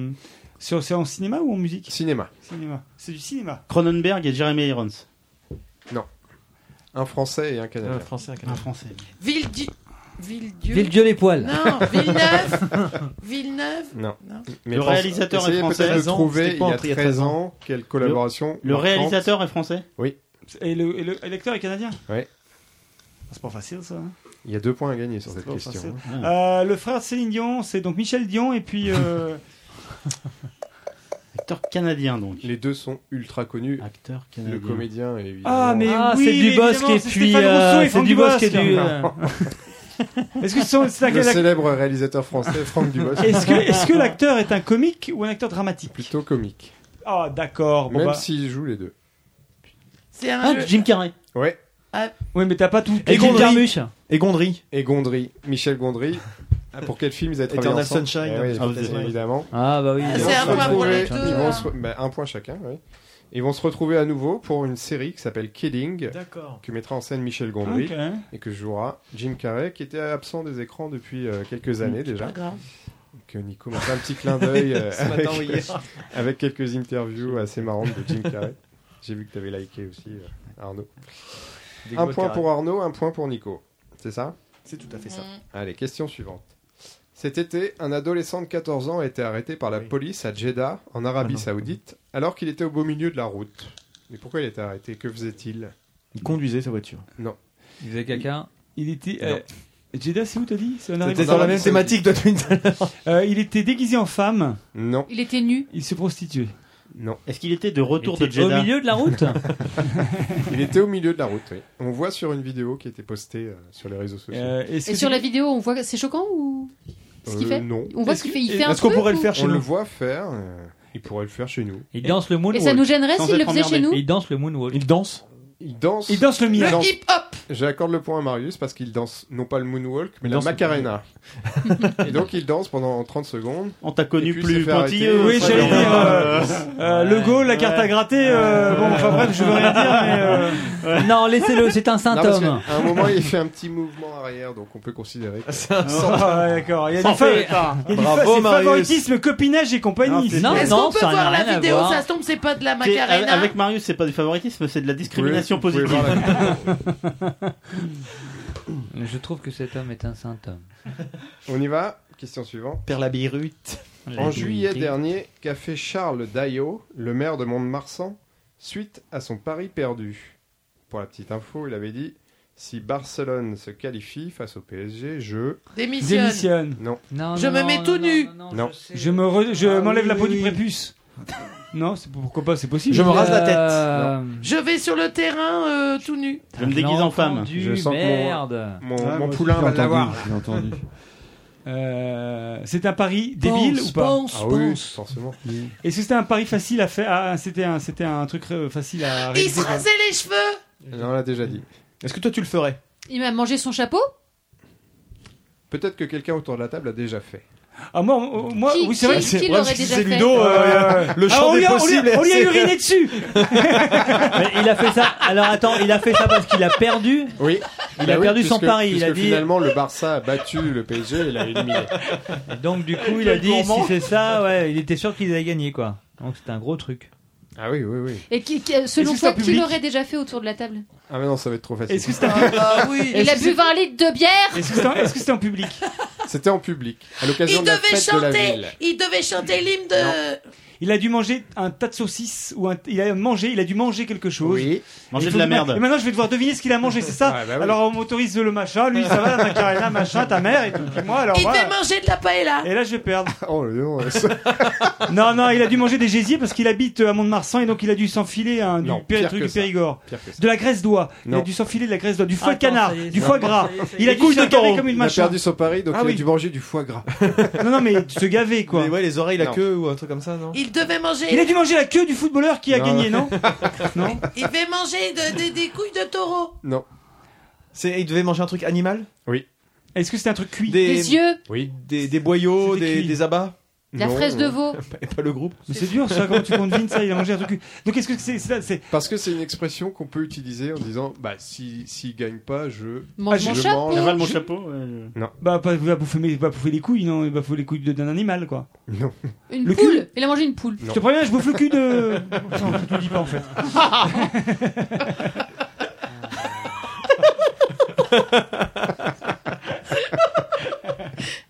sur c'est en cinéma ou en musique
Cinéma.
Cinéma. C'est du cinéma.
Cronenberg et Jeremy Irons.
Un français et un canadien.
Un français, un
Un
canadien.
français.
Villedieu. Villedieu.
Ville Dieu les poils.
Non, Villeneuve. Villeneuve.
Non.
Non.
Mais
Le
France-
réalisateur est
essayez
français.
peut-être de
13 ans,
trouver
c'était
il
quoi
y a
entre il y a
13
13
ans quelle collaboration.
hein. Le
marquante.
réalisateur est français.
Et le et le- et l'acteur est canadien
Ouais.
C'est pas facile ça. hein.
Il y a deux points à gagner sur
C'est
cette
pas
question. hein.
facile.
Ah.
Euh, le frère de Céline Dion, c'est donc Michel Dion et puis euh,
Acteur canadien donc.
Les deux sont ultra connus.
Acteur canadien.
Le comédien est
ah mais
Ah,
oui,
c'est du Bosc
évidemment,
et
c'est
puis
Stéphane
euh,
Rousseau et
c'est
Franck
du Bosc et
Dubosc.
du.
Est-ce que ce sont- c'est un-
Le célèbre réalisateur français Franck Dubosc.
est-ce que est-ce que l'acteur est un comique ou un acteur dramatique
Plutôt comique.
Ah d'accord. Bon,
Même
bah.
s'il joue les deux.
C'est un.
Ah,
jeu-
Jim Carrey.
Ouais.
Oui mais t'as pas tout.
Et Gilles Carmuche.
Et Gondry.
Et Gondry. Michel Gondry. Ah, pour quel film ils avaient travaillé
Eternal
ensemble
Sunshine Ah,
Eh oui,
of the
évidemment.
Ah bah oui.
Ah,
Ils
ils
vont
c'est
ont-
un
se
point pour les
retrouver-
deux,
ils vont
hein.
se- bah, un point chacun, oui. Ils vont se retrouver à nouveau pour une série qui s'appelle Kidding,
D'accord.
que mettra en scène Michel Gondry
Ok.
et que jouera Jim Carrey, qui était absent des écrans depuis euh, quelques années
c'est
déjà.
pas grave.
Donc euh, Nico m'a fait un petit clin d'œil euh,
Ce
avec,
matin ou hier.
avec quelques interviews assez marrantes de Jim Carrey. J'ai vu que tu avais liké aussi euh, Arnaud.
Des
Un
gros
point
carrés.
pour Arnaud, un point pour Nico. C'est ça
C'est tout à fait ça. Mm.
Allez, question suivante. Cet été, un adolescent de 14 ans a été arrêté par la police à Jeddah, en Arabie Saoudite, alors qu'il était au beau milieu de la route. Mais pourquoi il était arrêté Que faisait-il
Il conduisait sa voiture.
Non.
Il faisait caca
Il était. euh, Jeddah, c'est où t'as dit C'est en
C'était
Arabie
sur la même
Saoudite.
thématique, toi, depuis tout à l'heure.
Euh, Il était déguisé en femme.
Non.
Il était nu.
Il se prostituait.
Non.
Est-ce qu'il était de retour
Il était
de Jeddah
au milieu de la route
Il était au milieu de la route, oui. On voit sur une vidéo qui a été postée euh, sur les réseaux sociaux.
Et sur la vidéo, on voit que c'est choquant ou ce qu'il
Euh,
fait
Non.
On voit ce qu'il fait. Il fait un truc ou-
On le voit faire. euh, il pourrait le faire chez nous.
Il danse le moonwalk.
Et ça nous gênerait s'il le faisait chez nous
Il danse le moonwalk.
Il danse
Il danse.
Il danse le
Il
mia.
danse-
hip-hop
J'accorde le point à Marius parce qu'il danse non pas le moonwalk, mais
Il
la
danse le
macarena. et donc il danse pendant 30 secondes.
On t'a
connu
plus pointilleux,
Oui, j'allais dire. euh, euh, le goal, la carte à gratter. euh, bon, enfin bref, je veux rien dire, mais. euh,
Non, laissez-le, c'est un symptôme.
à un moment, il fait un petit mouvement arrière, donc on peut considérer. que-
Ah, ouais, D'accord, il y a
Sans
du, fa-
fait, hein.
il y a du
Bravo,
fa- c'est
Marius.
favoritisme, copinage et compagnie.
Non,
Est-ce
non,
qu'on peut
ça n'a
voir la
rien à
vidéo
voir.
Ça se tombe, c'est pas de la
Qui est-
Macarena.
Avec Marius, c'est pas du favoritisme, c'est de la discrimination
Vous pouvez- vous
positive.
pouvez Je trouve que cet homme est un saint homme.
On y va. Question suivante.
Père la birute.
En juillet dernier, qu'a fait Charles Daillot, le maire de Mont-de-Marsan, suite à son pari perdu Pour la petite info, il avait dit si Barcelone se qualifie face au PSG, je
Démissionne. Démissionne.
Non.
Je me mets tout nu.
Non.
Je me re- je
Ah
m'enlève
oui,
la peau
oui,
du
oui.
prépuce. non, c'est pourquoi pas, c'est possible. Euh,
Je me rase la
tête.
Je vais sur le terrain euh, tout nu.
Je me déguise en femme.
entendu,
Je sens que mon-
merde.
mon-
Ah,
Ah,
mon poulain va l'avoir.
J'ai entendu.
Oh,
Euh, c'est un pari débile
Pense,
ou pas
pense, Ah oui, pense.
forcément.
Est-ce que c'était un pari facile à faire Ah, c'était un, c'était un truc euh, facile à
Il
réaliser.
se rasait les cheveux.
Non, on l'a déjà dit.
Est-ce que toi tu le ferais
Il m'a mangé son chapeau
Peut-être que quelqu'un autour de la table a déjà fait.
Ah moi, on- moi,
Qui-
oui c'est vrai
qui-
que c'est
qui
bref,
l'aurait
si
déjà
c'est
fait
Ludo, euh,
Le
ah,
champ
on
des
lui a- on lui a-
possibles est
On lui a
assez-
uriné dessus.
Mais il a fait ça. Alors attends, il a fait ça parce qu'il a perdu.
Oui.
Il
Bah
a
oui,
perdu son
puisque-
pari. Il
puisque
a dit.
Finalement, le Barça a battu le PSG et l'a éliminé.
Et Donc du coup, il a dit si c'est ça, ouais, il était sûr qu'il allait gagner quoi. Donc c'était un gros truc.
Ah oui, oui, oui.
Et qui, qui- selon
Est-ce que c'est
toi,
un
qui
public
l'aurait déjà fait autour de la table
Ah mais non, ça va être trop facile.
Est-ce que c'était
Ah, bah oui.
Il a bu 20 litres de bière
Est-ce que c'était en- est-ce que c'était en public
C'était en public, à l'occasion
Il
de la
devait
fête de la
chanter.
ville.
Il devait chanter l'hymne de.
Il a dû manger un tas de saucisses ou un- il a mangé, il a dû manger quelque chose.
Oui. Manger
Et
de
faut-
la merde.
Et maintenant je vais devoir deviner ce qu'il a mangé, c'est ça
Ouais, bah oui.
Alors on m'autorise le machin, lui ça va, la macarena, machin, ta mère et tout. Et moi alors
il
voilà.
devait manger de la paella.
Et là je vais perdre.
Oh le nom.
non non, il a dû manger des gésiers parce qu'il habite à Mont-de-Marsan et donc il a dû s'enfiler un du
Non,
péri-
pire
truc
que
du
ça.
Périgord.
Pire que ça.
De la graisse d'oie. Il a
Non.
dû s'enfiler de la graisse d'oie, du foie de
Attends,
canard,
ça y est,
du
ça
foie
y est,
gras.
ça y est, ça y est.
Il a dû
Couilles
se
de
gaver
taureau.
comme une
Il a
machin.
perdu son pari, donc
Ah
il a
oui.
dû manger du foie gras.
Non non mais se gaver quoi.
Mais ouais, les oreilles, la
Non.
queue ou un truc comme ça, non
Il devait manger.
Il a dû manger la queue du footballeur qui a
Non.
gagné, non
Il devait manger de- de- des couilles de taureau.
Non.
C'est, il devait manger un truc animal
Oui.
Est-ce que c'était un truc cuit
Des,
Des yeux
Oui.
Des, des boyaux, des,
C'était cuit.
des abats
La fraise de veau
Et pas le groupe.
Mais c'est dur ça quand tu devines ça, il a mangé un truc. Donc est-ce que c'est c'est- c'est
Parce que c'est une expression qu'on peut utiliser en disant bah si s'il gagne pas, je Ah,
Mange
je
mon chapeau.
mange.
J'avale mon chapeau. ouais, je-
bah pas va bouffer mais va bouffer les couilles non, il va bouffer les couilles de- d'un animal quoi.
Non.
Une
Le
poule Il a mangé une poule.
Je te préviens, je bouffe le cul de Non, tu le dis pas en fait.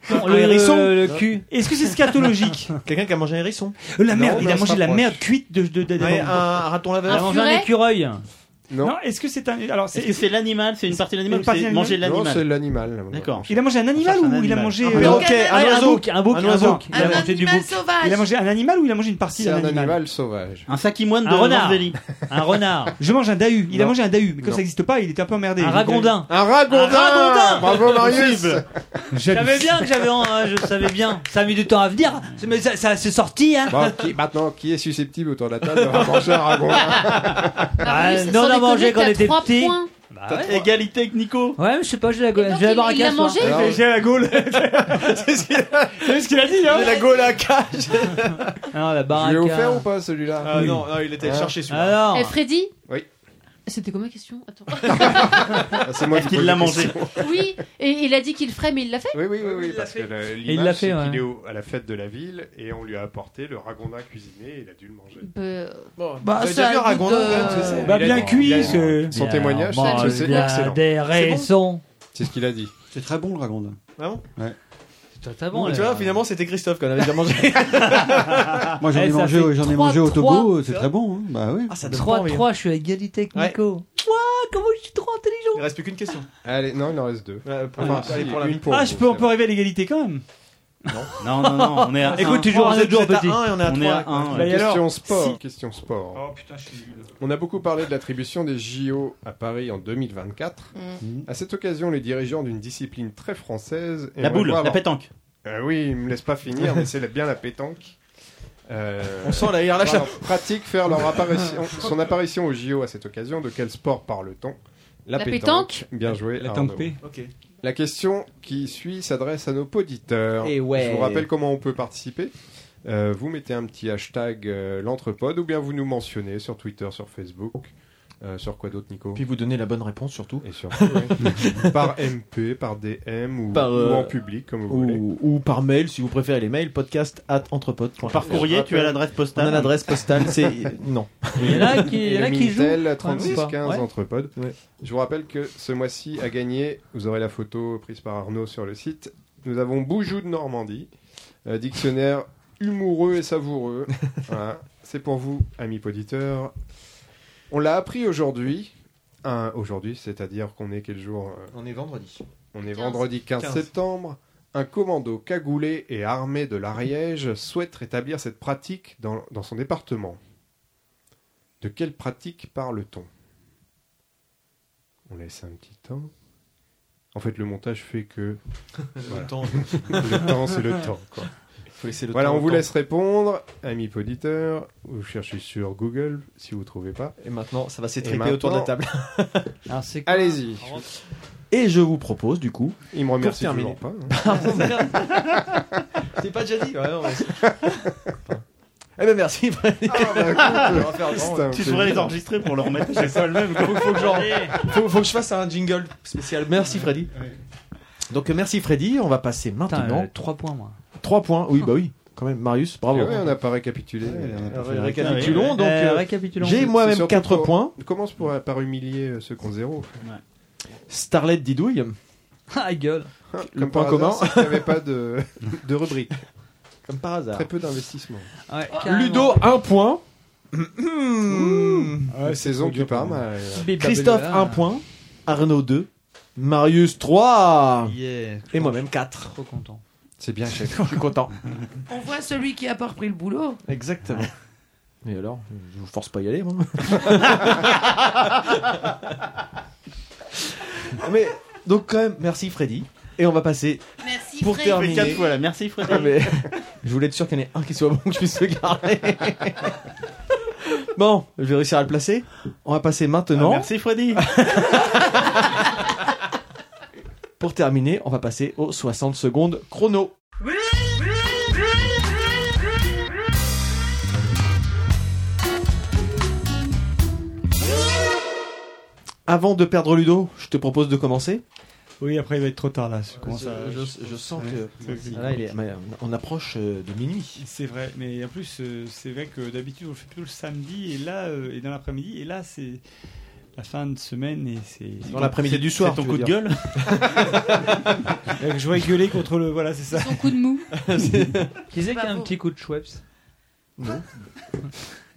Un hérisson
cul.
euh, Est-ce que c'est scatologique
Quelqu'un qui a mangé un hérisson
Euh, La
Non,
merde, il
mais
a
on
mangé
se
de la
rapproche.
merde cuite de de, de- de-
Ouais, un, un raton
Il a
laveur
mangé un
furet
écureuil.
Non.
Non, est-ce que c'est un alors c'est
Est-ce que c'est l'animal C'est une partie de l'animal
Une
ou
partie
c'est
de
manger de
Non, c'est
l'animal
l'animal.
D'accord.
il a mangé un animal
cherche
ou
un
il a
animal.
mangé
Un
euh,
bouc, un
Un
oiseau.
bouc, un bouc,
Un
un
oiseau.
bouc. Il
Un
a mangé du
animal
bouc.
sauvage.
il a mangé un animal ou il a mangé une partie
C'est
d'un
un
animal,
animal sauvage.
Un sakimoine de
Un renard.
Morvelli.
Un renard.
Je mange un dahu. Il a
Non.
mangé un dahu, mais comme
Non.
ça n'existe pas, il était un peu emmerdé.
Un
Donc,
ragondin.
Un ragondin.
ragondin
Bravo Marius.
euh,
Je
j'habite.
savais bien que j'avais, en- euh, je savais bien. Ça a mis du temps à venir, hein. mais ça, ça s'est sorti, hein.
Bon, qui- maintenant, qui est susceptible autour de la table d'avoir mangé un ragondin
Ah,
Ah,
oui,
non,
sans
on a mangé
déconner,
quand on
t'as
était
trois
petit.
points.
bah
T'as
ouais.
trois- Égalité avec Nico.
Ouais, mais je sais pas, j'ai la gaule.
donc,
J'ai la
il-
barre à
il a
cache, moi.
mangé Alors- J'ai
la gaule. C'est ce qu'il a- c'est ce qu'il a dit, hein.
J'ai la gaule à cage.
Ah,
Non, la barre
Je l'ai
à
offert
hein.
cache.
ou pas celui-là
Ah, non, non, il était
Ah.
cherché celui-là.
Alors.
Eh, Freddy
Oui. Ah,
C'était quoi ma question Attends.
c'est moi qui
Qu'il
pose
l'a
la
mangé.
question.
oui, et il a dit qu'il le ferait, mais il l'a fait
Oui, oui, oui, oui, parce que le-
Et il l'a
l'image,
fait,
c'est
ouais.
qu'il est au- à la fête de la ville et on lui a apporté le ragondin cuisiné et il a dû le manger.
Bah,
ça a goût de-
Bah,
Il a
bien
dit-
cuit,
il a dit-
ce-
Son
Bien,
témoignage,
bon,
c'est- c'est
il y a
excellent.
des
C'est bon
raisons.
C'est ce qu'il a dit.
C'est très bon le ragondin.
Ah bon
Ouais.
Totalement.
Tu vois, finalement, c'était Christophe qu'on avait déjà mangé.
Moi j'en ai
Eh, ça
mangé,
fait
j'en ai
trois-
mangé au Togo,
trois.
euh, c'est très bon. hein. Bah oui.
Ah, ça donne pas envie, hein.
3-3, je suis à égalité avec
Ouais.
Nico. comment je suis trop intelligent
Il reste plus qu'une question.
Allez, non, il en reste deux.
pour-
Enfin,
allez,
si,
pour la-
une pour
ah,
vous,
je peux, on
c'est
peut arriver à l'égalité quand même.
Non, non, non, on est à
Écoute,
un.
toujours
Vous
un
êtes-
autre jour,
vous êtes à
petit.
un et on est à
On est
trois.
à un, ouais.
Bah, et
Question
alors,
sport.
si-
Question sport.
Oh putain, je suis nul.
On a beaucoup parlé de l'attribution des JO à Paris en 2024.
Mm.
À cette occasion, les dirigeants d'une discipline très française.
La boule, la
pétanque.
pétanque.
Euh, oui, il me laisse pas finir, mais c'est la- bien la pétanque. Euh,
On sent la guerre à la
voilà,
chape.
Pratique faire leur apparition, son apparition aux JO à cette occasion. De quel sport parle-t-on
La pétanque.
Bien joué.
La
Arnaud.
tank P.
Ok.
La question qui suit s'adresse à nos auditeurs.
Eh ouais.
Je vous rappelle comment on peut participer. Euh, vous mettez un petit hashtag euh, l'entrepode ou bien vous nous mentionnez sur Twitter, sur Facebook, euh, sur quoi d'autre, Nico
Puis vous donnez la bonne réponse surtout.
Et surtout, ouais. par MP, par DM ou,
Par, euh,
ou en public, comme vous voulez.
Ou, ou par mail, si vous préférez les mails, podcast at entrepod.fr.
Par courrier, tu as l'adresse
On a
postale.
l'adresse postale, c'est. Non.
Il y en a qui, il y en
Et
a
le
qui jouent.
Minitel,
Ouais, ou
3615
pas Ouais.
Entrepod.
Ouais.
Je vous rappelle que ce mois-ci à gagner, vous aurez la photo prise par Arnaud sur le site. Nous avons Boujou de Normandie, euh, dictionnaire humoureux et savoureux. Voilà. C'est pour vous, amis auditeurs. On l'a appris aujourd'hui. Un- Aujourd'hui, c'est-à-dire qu'on est quel jour euh,
On est vendredi.
On est
15.
vendredi 15,
15.
septembre. Un commando cagoulé et armé de l'Ariège souhaite rétablir cette pratique dans, dans son département. De quelle pratique parle-t-on On laisse un petit temps. En fait, le montage fait que Voilà.
Le temps,
le temps, c'est le temps. quoi.
faut laisser le
Voilà,
temps
on
au
vous
temps.
laisse répondre, amis auditeurs. Vous cherchez sur Google si vous ne trouvez pas.
Et maintenant, ça va
Et
s'étriper
maintenant-
autour de la table.
Alors, c'est quoi
Allez-y.
Et je vous propose, du coup.
Il me remercie
Pour
toujours
terminer.
pas. hein.
C'est pas déjà dit ouais, non, mais c'est- Enfin. Eh ben merci, Freddy.
bah, écoute,
On va faire grand.
c'est un
Tu
plaisir.
devrais les enregistrer pour leur mettre.
C'est pas le même. Faut, faut que j'en- faut- faut que je fasse un jingle spécial. Merci, Freddy. Donc, euh, merci, Freddy. On va passer
Putain,
maintenant.
3 points, moi.
3 points. Oui, bah oui. Quand même, Marius, bravo.
Ah ouais, on n'a pas récapitulé. Euh,
Alors,
fait le
Euh, Récapitulons. Donc,
Euh,
euh,
récapitulons.
j'ai
C'est
moi-même
surtout
4
pour-
points.
On commence pour- par humilier euh, ceux qui ont zéro.
Starlet Didouille.
Ah, gueule.
Le
Comme
point
par hasard,
commun.
c'est qu'il n'y avait pas de, de rubrique.
Comme par hasard.
Très peu d'investissement.
Ah,
Ouais,
Ludo, 1 point. Mmh.
La saison qui part mal.
Christophe, 1 point. Arnaud, 2. Marius, 3.
Yeah.
Et moi-même, 4.
Trop content.
C'est bien, chef.
Je suis content.
On voit celui qui a pas repris le boulot.
Exactement. Et alors Je vous force pas à y aller, moi. Mais, donc, quand même, merci Freddy. Et on va passer
Merci
pour
Fred.
Fais
terminer.
quatre fois là. Merci
Ah,
Frédéric.
mais je voulais être sûr qu'il y en ait un qui soit bon que je puisse le garder. bon, je vais réussir à le placer. On va passer
Ah,
maintenant.
Ah, Merci Freddy.
Pour terminer, on va passer aux 60 secondes chrono. Avant de perdre Ludo, je te propose de commencer.
Oui, après il va être trop tard là. Ah, Je commence à-
sens Ah
que-
Là, il est- mais on approche euh, de minuit.
C'est vrai, mais en plus euh, c'est vrai que d'habitude on le fait plutôt le samedi et là euh, et dans l'après-midi et là c'est la fin de semaine et c'est.
Dans l'après-midi du soir.
C'est ton
tu
coup
veux
de
dire.
gueule.
Euh, Je vais gueuler contre le voilà c'est ça.
Son coup de mou.
Qui c'est qui a
Bravo.
un petit coup de Schweppes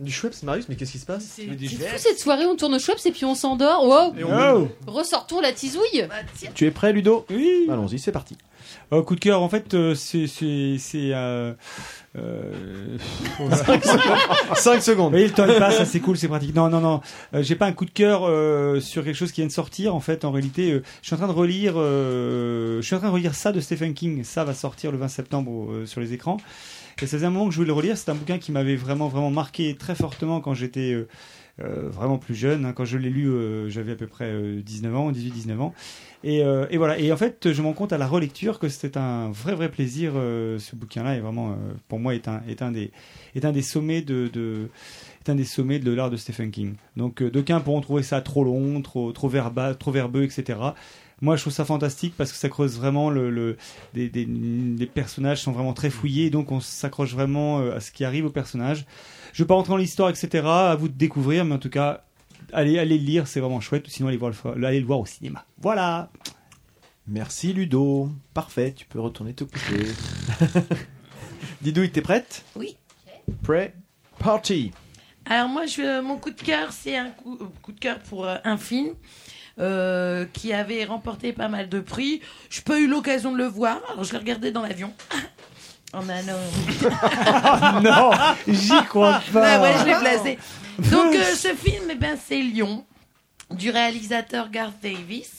Du Schweppes, Marius, mais qu'est-ce qui se passe
C'est-
C'est fou cette soirée, on tourne au Schweppes et puis on s'endort. Wow.
Oh,
Ressortons la tisouille.
Bah, tiens.
Tu es prêt, Ludo
oui.
Allons-y, c'est parti.
Euh, coup de cœur en fait euh, c'est c'est c'est. euh, euh,
5
Vous
secondes.
voyez, le temps il passe, ça, c'est cool, c'est pratique. Non, non, non, Euh, j'ai pas un coup de cœur euh, sur quelque chose qui vient de sortir. En fait, en réalité, euh, je suis en train de relire, euh, je suis en train de relire ça de Stephen King. Ça va sortir le 20 septembre euh, sur les écrans. Et ça faisait un moment que je voulais le relire. C'est un bouquin qui m'avait vraiment, vraiment marqué très fortement quand j'étais euh, euh, vraiment plus jeune. hein. Quand je l'ai lu, euh, j'avais à peu près euh, 19 ans, 18-19 ans. Et, euh, et voilà. Et en fait, je me rends compte à la relecture que c'était un vrai, vrai plaisir. euh, ce bouquin-là est vraiment, euh, pour moi, est un, est un des, est un des sommets de, de- est un des sommets de l'art de Stephen King. Donc, euh, d'aucuns pourront trouver ça trop long, trop, trop verba, trop verbeux, etc. Moi, je trouve ça fantastique parce que ça creuse vraiment le, le- des, des- des personnages sont vraiment très fouillés, donc on s'accroche vraiment euh, à ce qui arrive aux personnages. Je ne vais pas rentrer dans l'histoire, etc. À vous de découvrir, mais en tout cas, allez, allez le lire, c'est vraiment chouette. ou Sinon, allez, voir le, fo- allez le voir au cinéma. Voilà.
Merci Ludo. Parfait, tu peux retourner te coucher. Didouille, t'es prête
Oui.
Prêt Party
Alors moi, je, euh, mon coup de cœur, c'est un coup, euh, coup de cœur pour euh, un film euh, qui avait remporté pas mal de prix. Je n'ai pas eu l'occasion de le voir. Alors je l'ai regardé dans l'avion. En allant.
Oh non, j'y crois pas.
Bah ouais,
Ah.
je l'ai placé. Donc euh, ce film, eh ben, c'est Lyon, du réalisateur Garth Davis,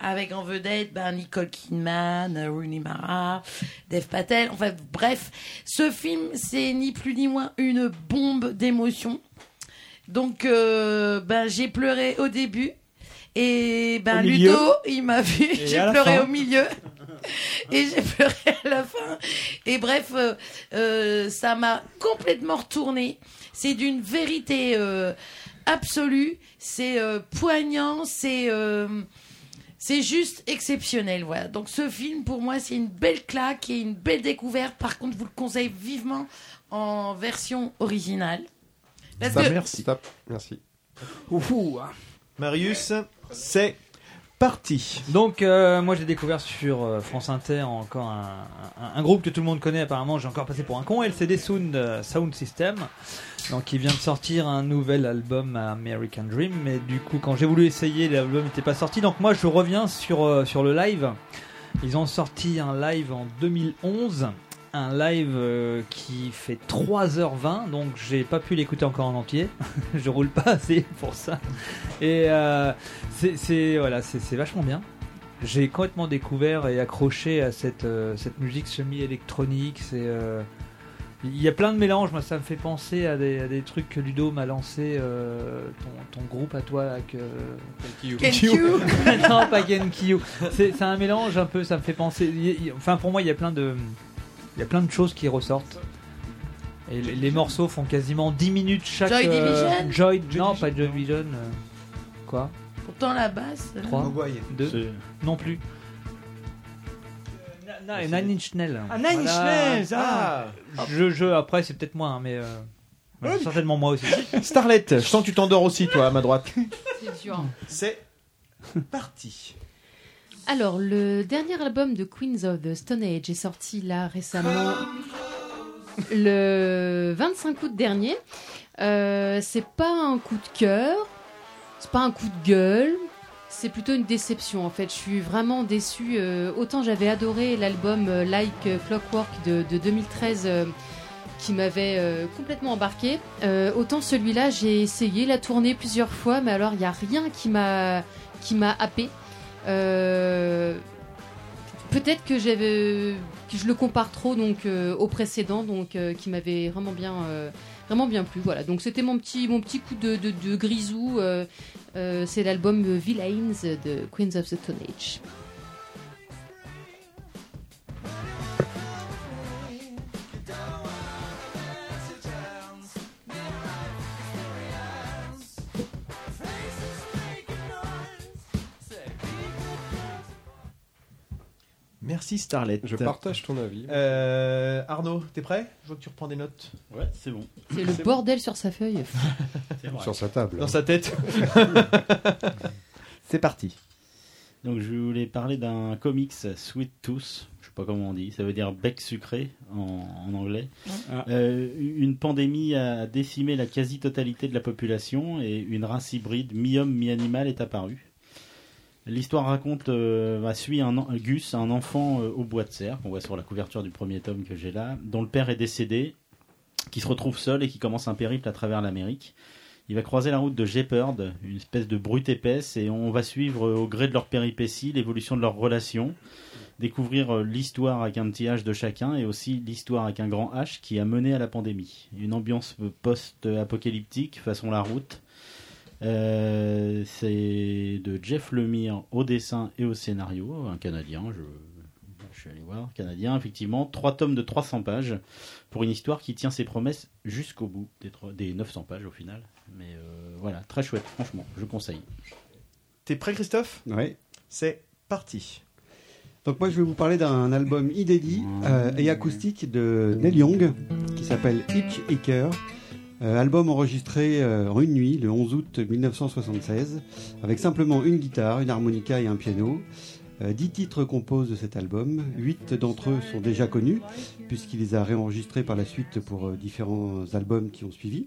avec en vedette ben, Nicole Kidman, euh, Rooney Mara, Dev Patel. Enfin bref, ce film, c'est ni plus ni moins une bombe d'émotion. Donc euh, ben, j'ai pleuré au début. Et ben
Au milieu.
Ludo, il m'a vu,
Et
j'ai
à la
pleuré
fin.
au milieu et j'ai pleuré à la fin. Et bref, euh, euh, ça m'a complètement retournée. C'est d'une vérité euh, absolue. C'est euh, poignant. C'est euh, c'est juste exceptionnel, voilà. Donc ce film, pour moi, c'est une belle claque et une belle découverte. Par contre, je vous le conseille vivement en version originale. Parce
Bah,
que-
Stop. Merci.
Marius, c'est parti.
Donc, euh, moi j'ai découvert sur euh, France Inter encore un, un- un groupe que tout le monde connaît apparemment, j'ai encore passé pour un con, LCD Sound, euh, Sound System. Donc, il vient de sortir un nouvel album American Dream, mais du coup, quand j'ai voulu essayer, l'album n'était pas sorti. Donc, moi je reviens sur, euh, sur le live. Ils ont sorti un live en 2011. Un live euh, qui fait 3h20, donc j'ai pas pu l'écouter encore en entier. je roule pas assez pour ça. Et euh, c'est- c'est voilà, c'est c'est vachement bien. J'ai complètement découvert et accroché à cette, euh, cette musique semi-électronique. C'est euh, il y a plein de mélanges, moi ça me fait penser à des, à des trucs que Ludo m'a lancé, euh, ton, ton groupe à toi là, que...
Kenkyu. Kenkyu.
non, pas Genkyu. C'est c'est un mélange un peu, ça me fait penser... il y a- enfin pour moi il y a plein de, il y a plein de choses qui ressortent. Et les, les morceaux font quasiment 10 minutes chaque... euh,
Joy Division
Joy, non, pas Joy Division. euh, quoi
Pourtant, la basse. euh,
Mmh.
3 2 Non plus. Et Nine Inch Nails.
Ah, Nine Inch Nails, ah.
Je, je, après, c'est peut-être moi, hein, mais. euh, voilà, certainement moi aussi.
Starlet, Ah. je sens que tu t'endors aussi, toi, à ma droite.
C'est dur.
C'est parti.
Alors, le dernier album de Queens of the Stone Age est sorti là récemment, le 25 août dernier. Euh, c'est pas un coup de cœur, c'est pas un coup de gueule, c'est plutôt une déception en fait. Je suis vraiment déçue. Euh, autant j'avais adoré l'album euh, Like Clockwork de, de 2013. euh, qui m'avait euh, complètement embarqué. autant celui-là, j'ai essayé la tournée plusieurs fois, mais alors il n'y a rien qui m'a qui m'a happé. Euh, Peut-être que j'avais que je le compare trop donc euh, au précédent, donc euh, qui m'avait vraiment bien euh, vraiment bien plu. Voilà, donc c'était mon petit mon petit coup de, de, de grisou. euh, euh, C'est l'album euh, Villains de Queens of the Stone Age.
Merci Starlet.
Je partage ton avis.
Euh, Arnaud, t'es prêt Je vois que tu reprends des notes.
Ouais, c'est bon.
C'est le bordel sur sa feuille.
Sur sa table.
Dans sa tête. C'est parti.
Donc je voulais parler d'un comics Sweet Tooth, je sais pas comment on dit, ça veut dire bec sucré en, en anglais. Euh, une pandémie a décimé la quasi-totalité de la population et une race hybride mi-homme mi-animal est apparue. L'histoire raconte, euh, bah, suit un en- Gus, un enfant euh, au bois de serre, qu'on voit sur la couverture du premier tome que j'ai là, dont le père est décédé, qui se retrouve seul et qui commence un périple à travers l'Amérique. Il va croiser la route de Jeppard, une espèce de brute épaisse, et on va suivre euh, au gré de leurs péripéties l'évolution de leurs relations, découvrir euh, l'histoire avec un petit H de chacun et aussi l'histoire avec un grand H qui a mené à la pandémie. Une ambiance euh, post-apocalyptique façon la route. Euh, c'est de Jeff Lemire au dessin et au scénario, un Canadien, je, je suis allé voir, Canadien, effectivement, trois tomes de 300 pages pour une histoire qui tient ses promesses jusqu'au bout, des, trois- des 900 pages au final. Mais euh, voilà, très chouette, franchement, je conseille.
T'es prêt, Christophe
Ouais.
C'est parti.
Donc moi je vais vous parler d'un album inédit euh, et acoustique de Neil Young qui s'appelle Hitch Hiker. Euh, album enregistré euh, en une nuit le 11 août 1976 avec simplement une guitare, une harmonica et un piano. Euh, Dix titres composent de cet album. Huit d'entre eux sont déjà connus puisqu'il les a réenregistrés par la suite pour euh, différents albums qui ont suivi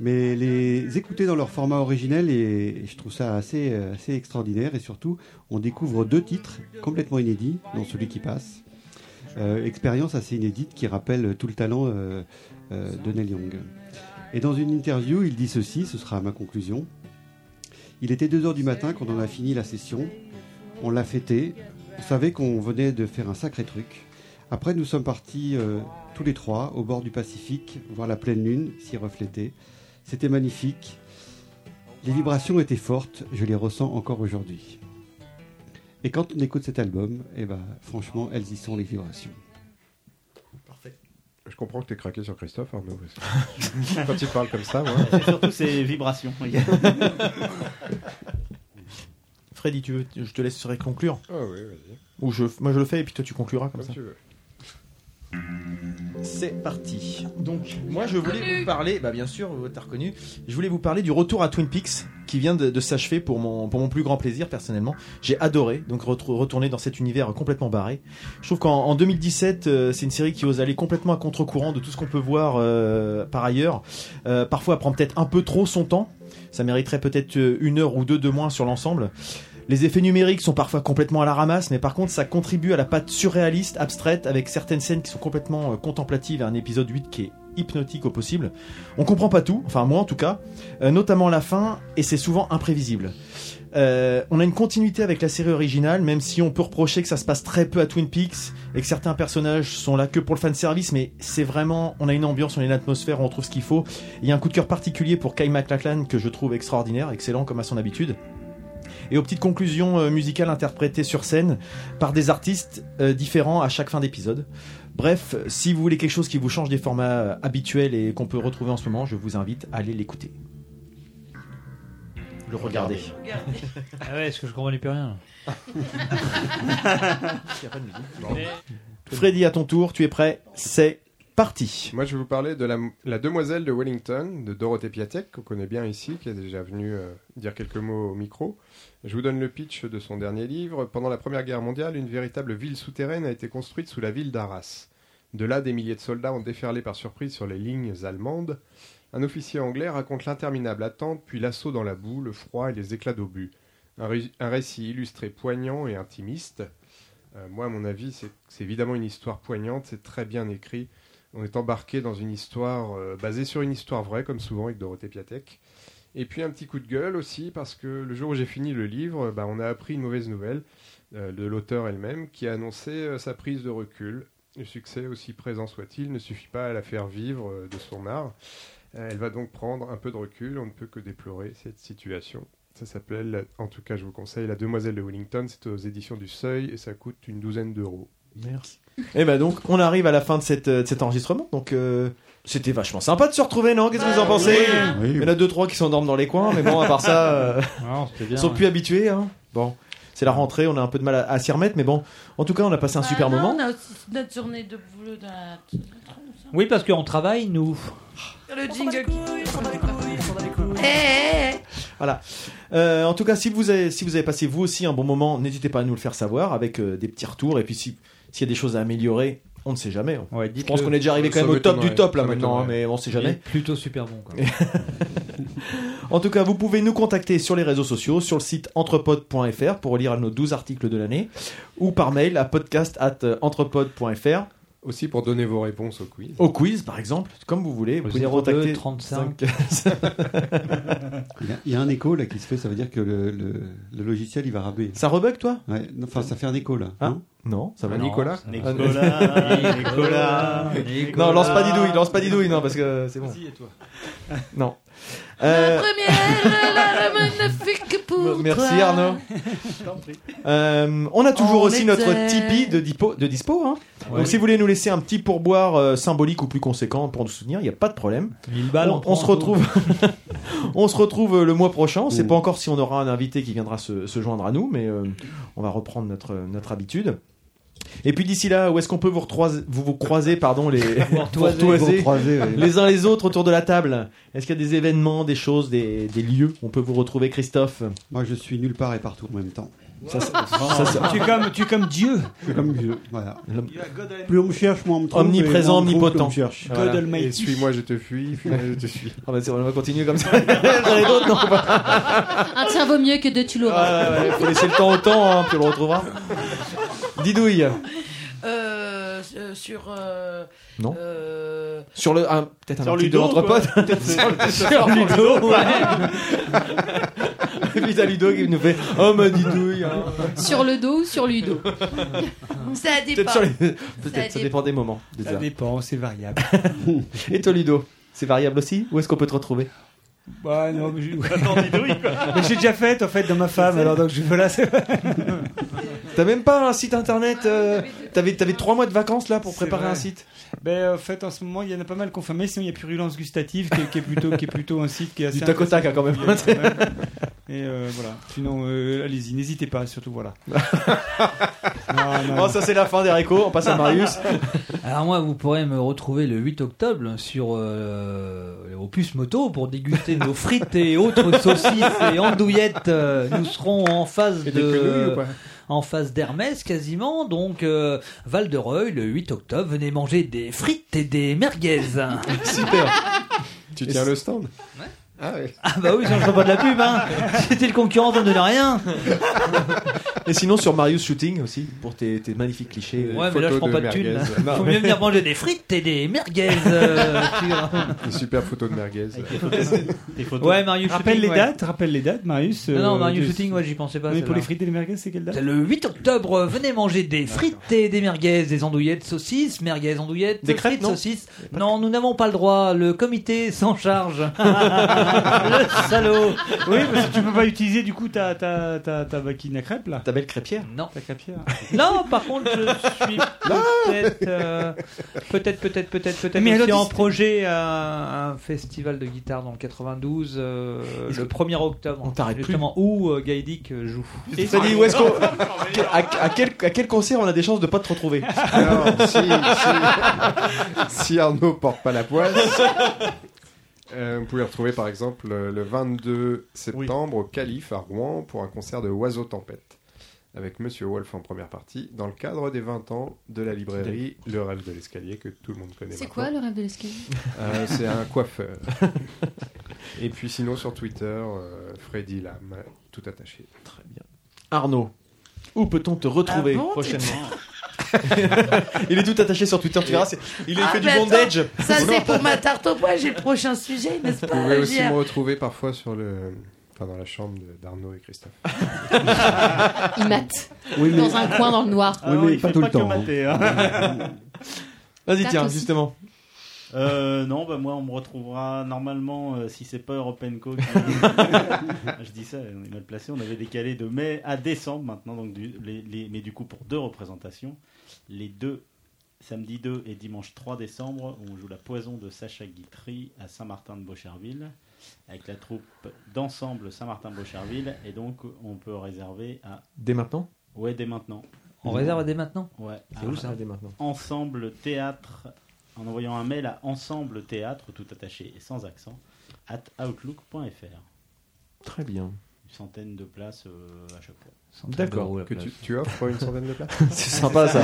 mais les écouter dans leur format originel et, et je trouve ça assez, euh, assez extraordinaire et surtout on découvre deux titres complètement inédits dans celui qui passe. Euh, expérience assez inédite qui rappelle tout le talent euh, euh, de Neil Young. Et dans une interview, il dit ceci, ce sera ma conclusion. Il était 2h du matin quand on a fini la session. On l'a fêté. On savait qu'on venait de faire un sacré truc. Après, nous sommes partis euh, tous les trois au bord du Pacifique voir la pleine lune s'y refléter. C'était magnifique. Les vibrations étaient fortes. Je les ressens encore aujourd'hui. Et quand on écoute cet album, eh ben, franchement, elles y sont les vibrations.
Je comprends que t'es craqué sur Christophe, hein, Arnaud. parce que Quand il parle comme ça, moi.
C'est surtout ses vibrations, oui.
Freddy, tu veux, je te laisserai conclure.
Ah oui, vas-y.
Ou je, moi je le fais et puis toi tu concluras comme,
Comme
ça.
tu veux.
Euh, C'est parti. Donc moi je voulais vous parler, bah bien sûr, euh, t'as reconnu, je voulais vous parler du retour à Twin Peaks qui vient de, de s'achever pour mon, pour mon plus grand plaisir personnellement. J'ai adoré, donc retru- retourner dans cet univers complètement barré. Je trouve qu'en en 2017, euh, c'est une série qui ose aller complètement à contre-courant de tout ce qu'on peut voir euh, par ailleurs. Euh, parfois elle prend peut-être un peu trop son temps, ça mériterait peut-être euh, une heure ou deux de moins sur l'ensemble. Les effets numériques sont parfois complètement à la ramasse, mais par contre, ça contribue à la patte surréaliste, abstraite, avec certaines scènes qui sont complètement euh, contemplatives à un épisode 8 qui est hypnotique au possible. On comprend pas tout, enfin moi en tout cas, euh, notamment la fin, et c'est souvent imprévisible. Euh, on a une continuité avec la série originale, même si on peut reprocher que ça se passe très peu à Twin Peaks et que certains personnages sont là que pour le fan service, mais c'est vraiment, on a une ambiance, on a une atmosphère, on retrouve ce qu'il faut. Il y a un coup de cœur particulier pour Kyle MacLachlan que je trouve extraordinaire, excellent comme à son habitude et aux petites conclusions euh, musicales interprétées sur scène par des artistes euh, différents à chaque fin d'épisode. Bref, si vous voulez quelque chose qui vous change des formats euh, habituels et qu'on peut retrouver en ce moment, je vous invite à aller l'écouter. Le regarder.
Ah ouais, est-ce que je comprends plus rien
Freddy, à ton tour, tu es prêt C'est parti.
Moi, je vais vous parler de la, La Demoiselle de Wellington de Dorothée Piatek, qu'on connaît bien ici, qui est déjà venue euh, dire quelques mots au micro. Je vous donne le pitch de son dernier livre. Pendant la Première Guerre mondiale, une véritable ville souterraine a été construite sous la ville d'Arras. De là, des milliers de soldats ont déferlé par surprise sur les lignes allemandes. Un officier anglais raconte l'interminable attente, puis l'assaut dans la boue, le froid et les éclats d'obus. Un, ré- un récit illustré, poignant et intimiste. Euh, moi, à mon avis, c'est c'est évidemment une histoire poignante, c'est très bien écrit. On est embarqué dans une histoire euh, basée sur une histoire vraie, comme souvent avec Dorothée Piatek. Et puis un petit coup de gueule aussi, parce que le jour où j'ai fini le livre, euh, bah, on a appris une mauvaise nouvelle euh, de l'auteur elle-même, qui a annoncé euh, sa prise de recul. Le succès, aussi présent soit-il, ne suffit pas à la faire vivre euh, de son art. Euh, elle va donc prendre un peu de recul, on ne peut que déplorer cette situation. Ça s'appelle, en tout cas je vous conseille, La Demoiselle de Wellington, c'est aux éditions du Seuil et ça coûte une douzaine d'euros.
Merci. Et ben donc, on arrive à la fin de, cette, euh, de cet enregistrement. Donc, euh, c'était vachement sympa de se retrouver, non Qu'est-ce que vous
Bah
en pensez
Oui.
Il y en a deux, trois qui s'endorment dans les coins, mais bon, à part ça, euh,
Non, c'était bien.
ils sont plus habitués. Hein. Bon, c'est la rentrée, on a un peu de mal à, à s'y remettre, mais bon, en tout cas, on a passé un super
Bah non,
moment.
On a aussi notre journée de boulot dans la.
Oui, parce qu'on travaille, nous.
Le jingle. Eh, eh, eh.
Voilà. Euh, en tout cas, si vous avez, si vous avez passé vous aussi un bon moment, n'hésitez pas à nous le faire savoir avec euh, des petits retours. Et puis, si- s'il y a des choses à améliorer, on ne sait jamais.
Ouais,
Je
dites-le.
pense qu'on est déjà arrivé quand
Ça
même au top
m'étonnerait,
du top là
ça
maintenant, hein,
m'étonnerait.
mais on ne sait
Il est
jamais.
Plutôt super bon, quoi.
En tout cas, vous pouvez nous contacter sur les réseaux sociaux, sur le site euh, entrepod.fr pour lire nos 12 articles de l'année, ou par mail à podcast@entrepod.fr.
Aussi pour donner vos réponses au quiz.
Au quiz, par exemple, comme vous voulez. Vous pouvez nous
02
contacter.
35.
Il y, a, il y a un écho là qui se fait, ça veut dire que le, le- le logiciel il va raber.
Ça rebug toi
Ouais, non, enfin ça fait un écho là.
Hein non, ça va. Ah,
Nicolas
Nicolas,
Nicolas, Nicolas.
Non, lance pas Didouille, lance pas Didouille, non, parce que c'est bon.
Vas-y, et toi
Non. Euh,
Première larme ne fut que pour
Merci
toi.
Arnaud. Euh, on a toujours
On
aussi notre
était-
Tipeee de, dipo- de dispo. hein.
Ouais.
Donc si vous voulez nous laisser un petit pourboire euh, symbolique ou plus conséquent pour nous soutenir, il n'y a pas de problème.
balles, on
on,
prend
se
tout.
retrouve. on se retrouve euh, le mois prochain. On ne sait
Mm.
pas encore si on aura un invité qui viendra se, se joindre à nous, mais euh, on va reprendre notre, notre habitude. Et puis d'ici là, où est-ce qu'on peut vous, retroiser- vous, vous croiser, pardon, les,
Vous retoiser.
vous retoiser
Vous retoiser, oui.
les uns les autres autour de la table Est-ce qu'il y a des événements, des choses, des, des lieux où on peut vous retrouver, Christophe
Moi, je suis nulle part et partout en même temps.
Ça, ça- ça- ça-
tu, es comme, tu es comme Dieu.
Je suis comme Dieu, voilà.
L'homme-
Plus on me cherche, moins on me trouve.
Omniprésent,
et moins on me trouve, plus on
omnipotent.
me cherche.
Voilà.
Et suis-moi, je te fuis, fuis-moi, je te suis.
Ah bah, c'est- on va continuer comme ça. J'en ai d'autres, non on va-
Un tien Ah, vaut mieux que deux, tu l'auras.
Ah Ouais, ouais, ouais, faut laisser le temps au temps, hein, puis on le retrouvera. Didouille,
Euh, euh, sur. euh,
Non.
euh,
sur le. ah, Peut-être un
Sur
article de
Ludo,
l'entrepôt.
quoi.
Sur Ludo, ouais. Et puis t'as Ludo qui nous fait Oh ma Didouille. hein.
Sur le dos ou sur Ludo
Ça
Peut-être sur les- Peut-être, ça dépend des moments. des
Ça
heures.
dépend, c'est variable.
Et toi, Ludo, c'est variable aussi Où est-ce qu'on peut te retrouver
Bah non, mais j'ai Mais j'ai déjà fait en fait dans ma femme, alors donc je voilà. c'est-
T'as même pas un site internet euh, T'avais t'avais trois mois de vacances là pour préparer
vrai.
un site
Ben en fait en ce moment il y en a pas mal confirmés, sinon il y a Purulence Gustative qui est, qui est plutôt qui est plutôt un site qui est assez
Du tac au tac, hein, quand même.
Ouais. Et euh, voilà. Sinon euh, allez-y, n'hésitez pas surtout voilà.
Oh, ça c'est la fin des récords, on passe à Marius.
Alors moi, vous pourrez me retrouver le 8 octobre sur euh, Opus Moto pour déguster nos frites et autres saucisses et andouillettes. Euh, Nous serons en phase
des quenouilles
de
ou pas
en phase d'Hermès quasiment. Donc euh, Val de Reuil le 8 octobre, venez manger des frites et des merguez.
Super. Tu tiens le stand
Ah, bah oui, sinon je fais pas de la pub. Hein. C'était le concurrent, ça ne donnait rien.
Et sinon sur Marius Shooting aussi, pour tes, tes magnifiques clichés.
Ouais, mais là je prends pas de thunes. là.
Non.
Faut mieux venir manger des frites et des merguez. euh,
Une super photo de merguez.
Ouais, Mario
Rappelle
Shooting,
les
ouais.
dates, rappelle les dates, Marius.
Non, non,
euh,
Mario
de-
Shooting, ouais, j'y pensais pas,
Mais pour
celle-là.
les frites et les merguez, c'est quelle date
C'est le 8 octobre, euh, venez manger des frites et des merguez, des andouillettes saucisses, merguez andouillettes,
Des crêpes,
frites
non
saucisses. Non, nous n'avons pas le droit, le comité s'en charge. le salaud.
Oui, parce que tu peux pas utiliser du coup ta, ta, ta, ta maquine à crêpes là.
Ta belle crêpière
Non.
Ta crêpière.
Non, par contre, je suis peut-être, euh, peut-être, peut-être, peut-être, peut-être
Mais
aussi
alors,
en
dis-
projet un, un festival de guitare dans le 92, euh, le 1er octobre. On t'arrête Justement, où euh, Gaïdic euh, joue.
Et ça dit où est-ce qu'on à, à quel à quel concert on a des chances de pas te retrouver
Si Arnaud porte pas la poisse, euh, vous pouvez retrouver par exemple euh, le 22 septembre au Calife à Rouen pour un concert de Oiseau Tempête avec Monsieur Wolf en première partie dans le cadre des 20 ans de la librairie Le Rêve de l'Escalier que tout le monde connaît.
C'est
maintenant.
quoi le rêve de l'escalier
Euh, C'est un coiffeur. Et puis sinon sur Twitter, euh, Freddy Lame, tout attaché.
Très bien. Arnaud, où peut-on te retrouver
Ah bon,
prochainement
Il est tout attaché sur Twitter,
tu verras, c'est- il est
Ah,
fait du
mais attends,
bondage.
Ça, c'est pour ma tarte au pois, j'ai le prochain sujet, n'est-ce pas
Vous pouvez aussi
Gilles
me retrouver parfois sur le... enfin, dans la chambre de- d'Arnaud et Christophe.
Il mate. Dans un coin dans le noir.
Oui,
Ah
mais pas tout le temps.
hein. Vas-y,
Tarte
tiens,
aussi.
justement.
Euh, non, bah moi on me retrouvera normalement euh, si c'est pas Europenco. Qui... je dis ça, on est mal placé. On avait décalé de mai à décembre maintenant, donc du- les- les- mais du coup pour deux représentations, les deux samedi 2 et dimanche 3 décembre, on joue la Poison de Sacha Guitry à Saint-Martin-de-Beaucherville avec la troupe d'ensemble Saint-Martin-Beaucherville et donc on peut réserver à
Dès maintenant
ouais dès maintenant.
On réserve dès maintenant
Ouais.
C'est où, ça, Mmh. Ah, dès maintenant
Ensemble Théâtre, en envoyant un mail à Ensemble Théâtre, tout attaché et sans accent, at outlook.fr.
Très bien.
Une centaine de places euh, à chaque fois.
D'accord.
Que tu, tu offres une centaine de places
bah, C'est sympa ça.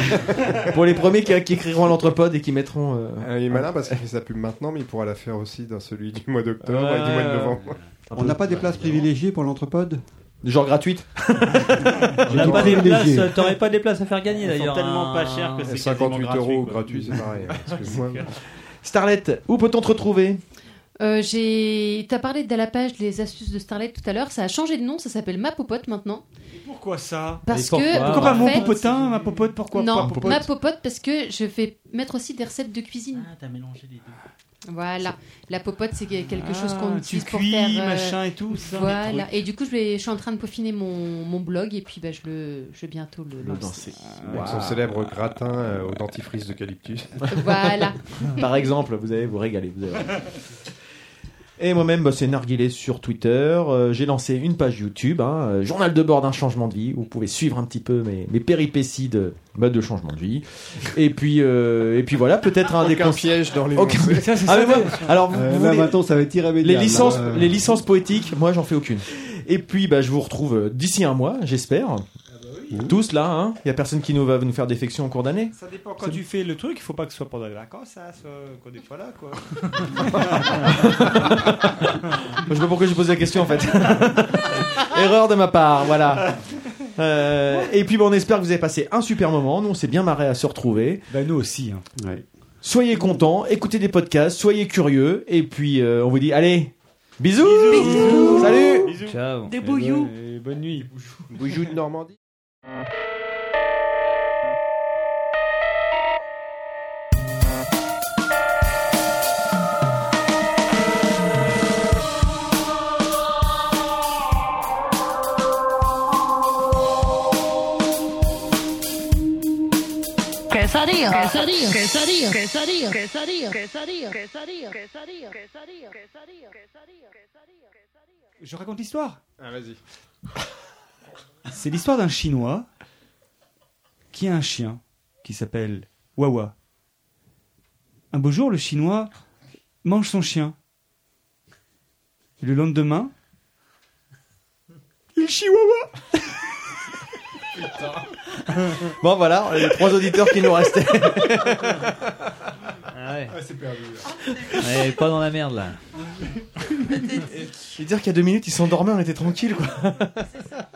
Pour les premiers qui, qui écriront à l'entrepode et qui mettront. euh,
Euh, il est malin parce qu'il fait sa pub maintenant, mais il pourra la faire aussi dans celui du mois d'octobre
Ouais,
et du mois de
ouais,
novembre.
ouais.
On n'a pas des places privilégiées pour l'entrepode
Genre gratuite
On n'a pas des
euh,
places, t'aurais pas des places à faire gagner
Elles sont
d'ailleurs. hein.
tellement pas chères que
Ah.
c'est
58
quasiment
euros gratuit,
gratuit,
c'est pareil. hein, parce que moi-
Starlet, où peut-on te retrouver
Euh, j'ai... T'as parlé d'Alapage, les astuces de Starlet tout à l'heure. Ça a changé de nom, ça s'appelle Ma Popote maintenant.
Pourquoi ça
Parce Et pourquoi que,
Pourquoi
en
pas mon
fait-
popotin, ma popote Pourquoi pas
non,
popote
Ma Popote parce que je vais mettre aussi des recettes de cuisine. Ah, t'as mélangé les deux. Voilà, la popote c'est quelque chose
Ah,
qu'on
tu
utilise pour
cuis,
faire euh,
machin et tout, ça. Des
Voilà.
trucs.
Et du coup, je, vais, je suis en train de peaufiner mon, mon blog et puis bah, je le, je vais bientôt le,
Le
lancer.
Avec son célèbre gratin euh, au dentifrice d'eucalyptus.
Voilà.
Par exemple, vous allez vous régaler. vous allez voir. Et moi-même, bah, c'est Narguilé sur Twitter. Euh, J'ai lancé une page YouTube, hein, euh, Journal de bord d'un changement de vie, où vous pouvez suivre un petit peu mes, mes péripéties de, bah, de changement de vie. Et puis, euh, et puis voilà, peut-être un des
Aucun
conseils-
piège dans les
Aucun-
lancers. Ça, c'est
Ah,
ça,
mais moi-
ouais.
alors, vous-
Euh,
vous
là,
voulez-
maintenant, ça va être
les
irrémédiable. hein.
licences,
là.
les licences poétiques, moi, j'en fais aucune. Et puis, bah, je vous retrouve euh, d'ici un mois, j'espère.
Ah, bah
Tous là, hein. il n'y a personne qui nous va nous faire défection en cours d'année.
Ça dépend quand tu fais le truc, il faut pas que ce soit pendant les vacances, ça, soit qu'on n'est pas là, quoi.
Je sais pas pourquoi j'ai posé la question en fait. Erreur de ma part, voilà. Euh, et puis bon, on espère que vous avez passé un super moment. Nous, on s'est bien marré à se retrouver.
Bah, nous aussi.
Soyez contents, écoutez des podcasts, soyez curieux. Et puis, euh, on vous dit allez, bisous, Salut
Ciao.
Des
Eh
bouillous.
bonne nuit.
Bouillou de Normandie.
Quesadilla.
Quesadilla.
Quesadilla.
Quesadilla.
Quesadilla.
Quesadilla.
Quesadilla. Quesadilla.
Je raconte l'histoire.
Ah, vas-y.
C'est l'histoire d'un Chinois qui a un chien qui s'appelle Wawa. Un beau jour, le Chinois mange son chien. Et le lendemain, il chihuahua.
Bon, voilà, les trois auditeurs qui nous restaient.
Ah ouais.
Ah, c'est perdu.
Ouais, pas dans la merde là.
Je veux dire qu'il y a deux minutes, ils s'endormaient, on était tranquille quoi.
C'est ça.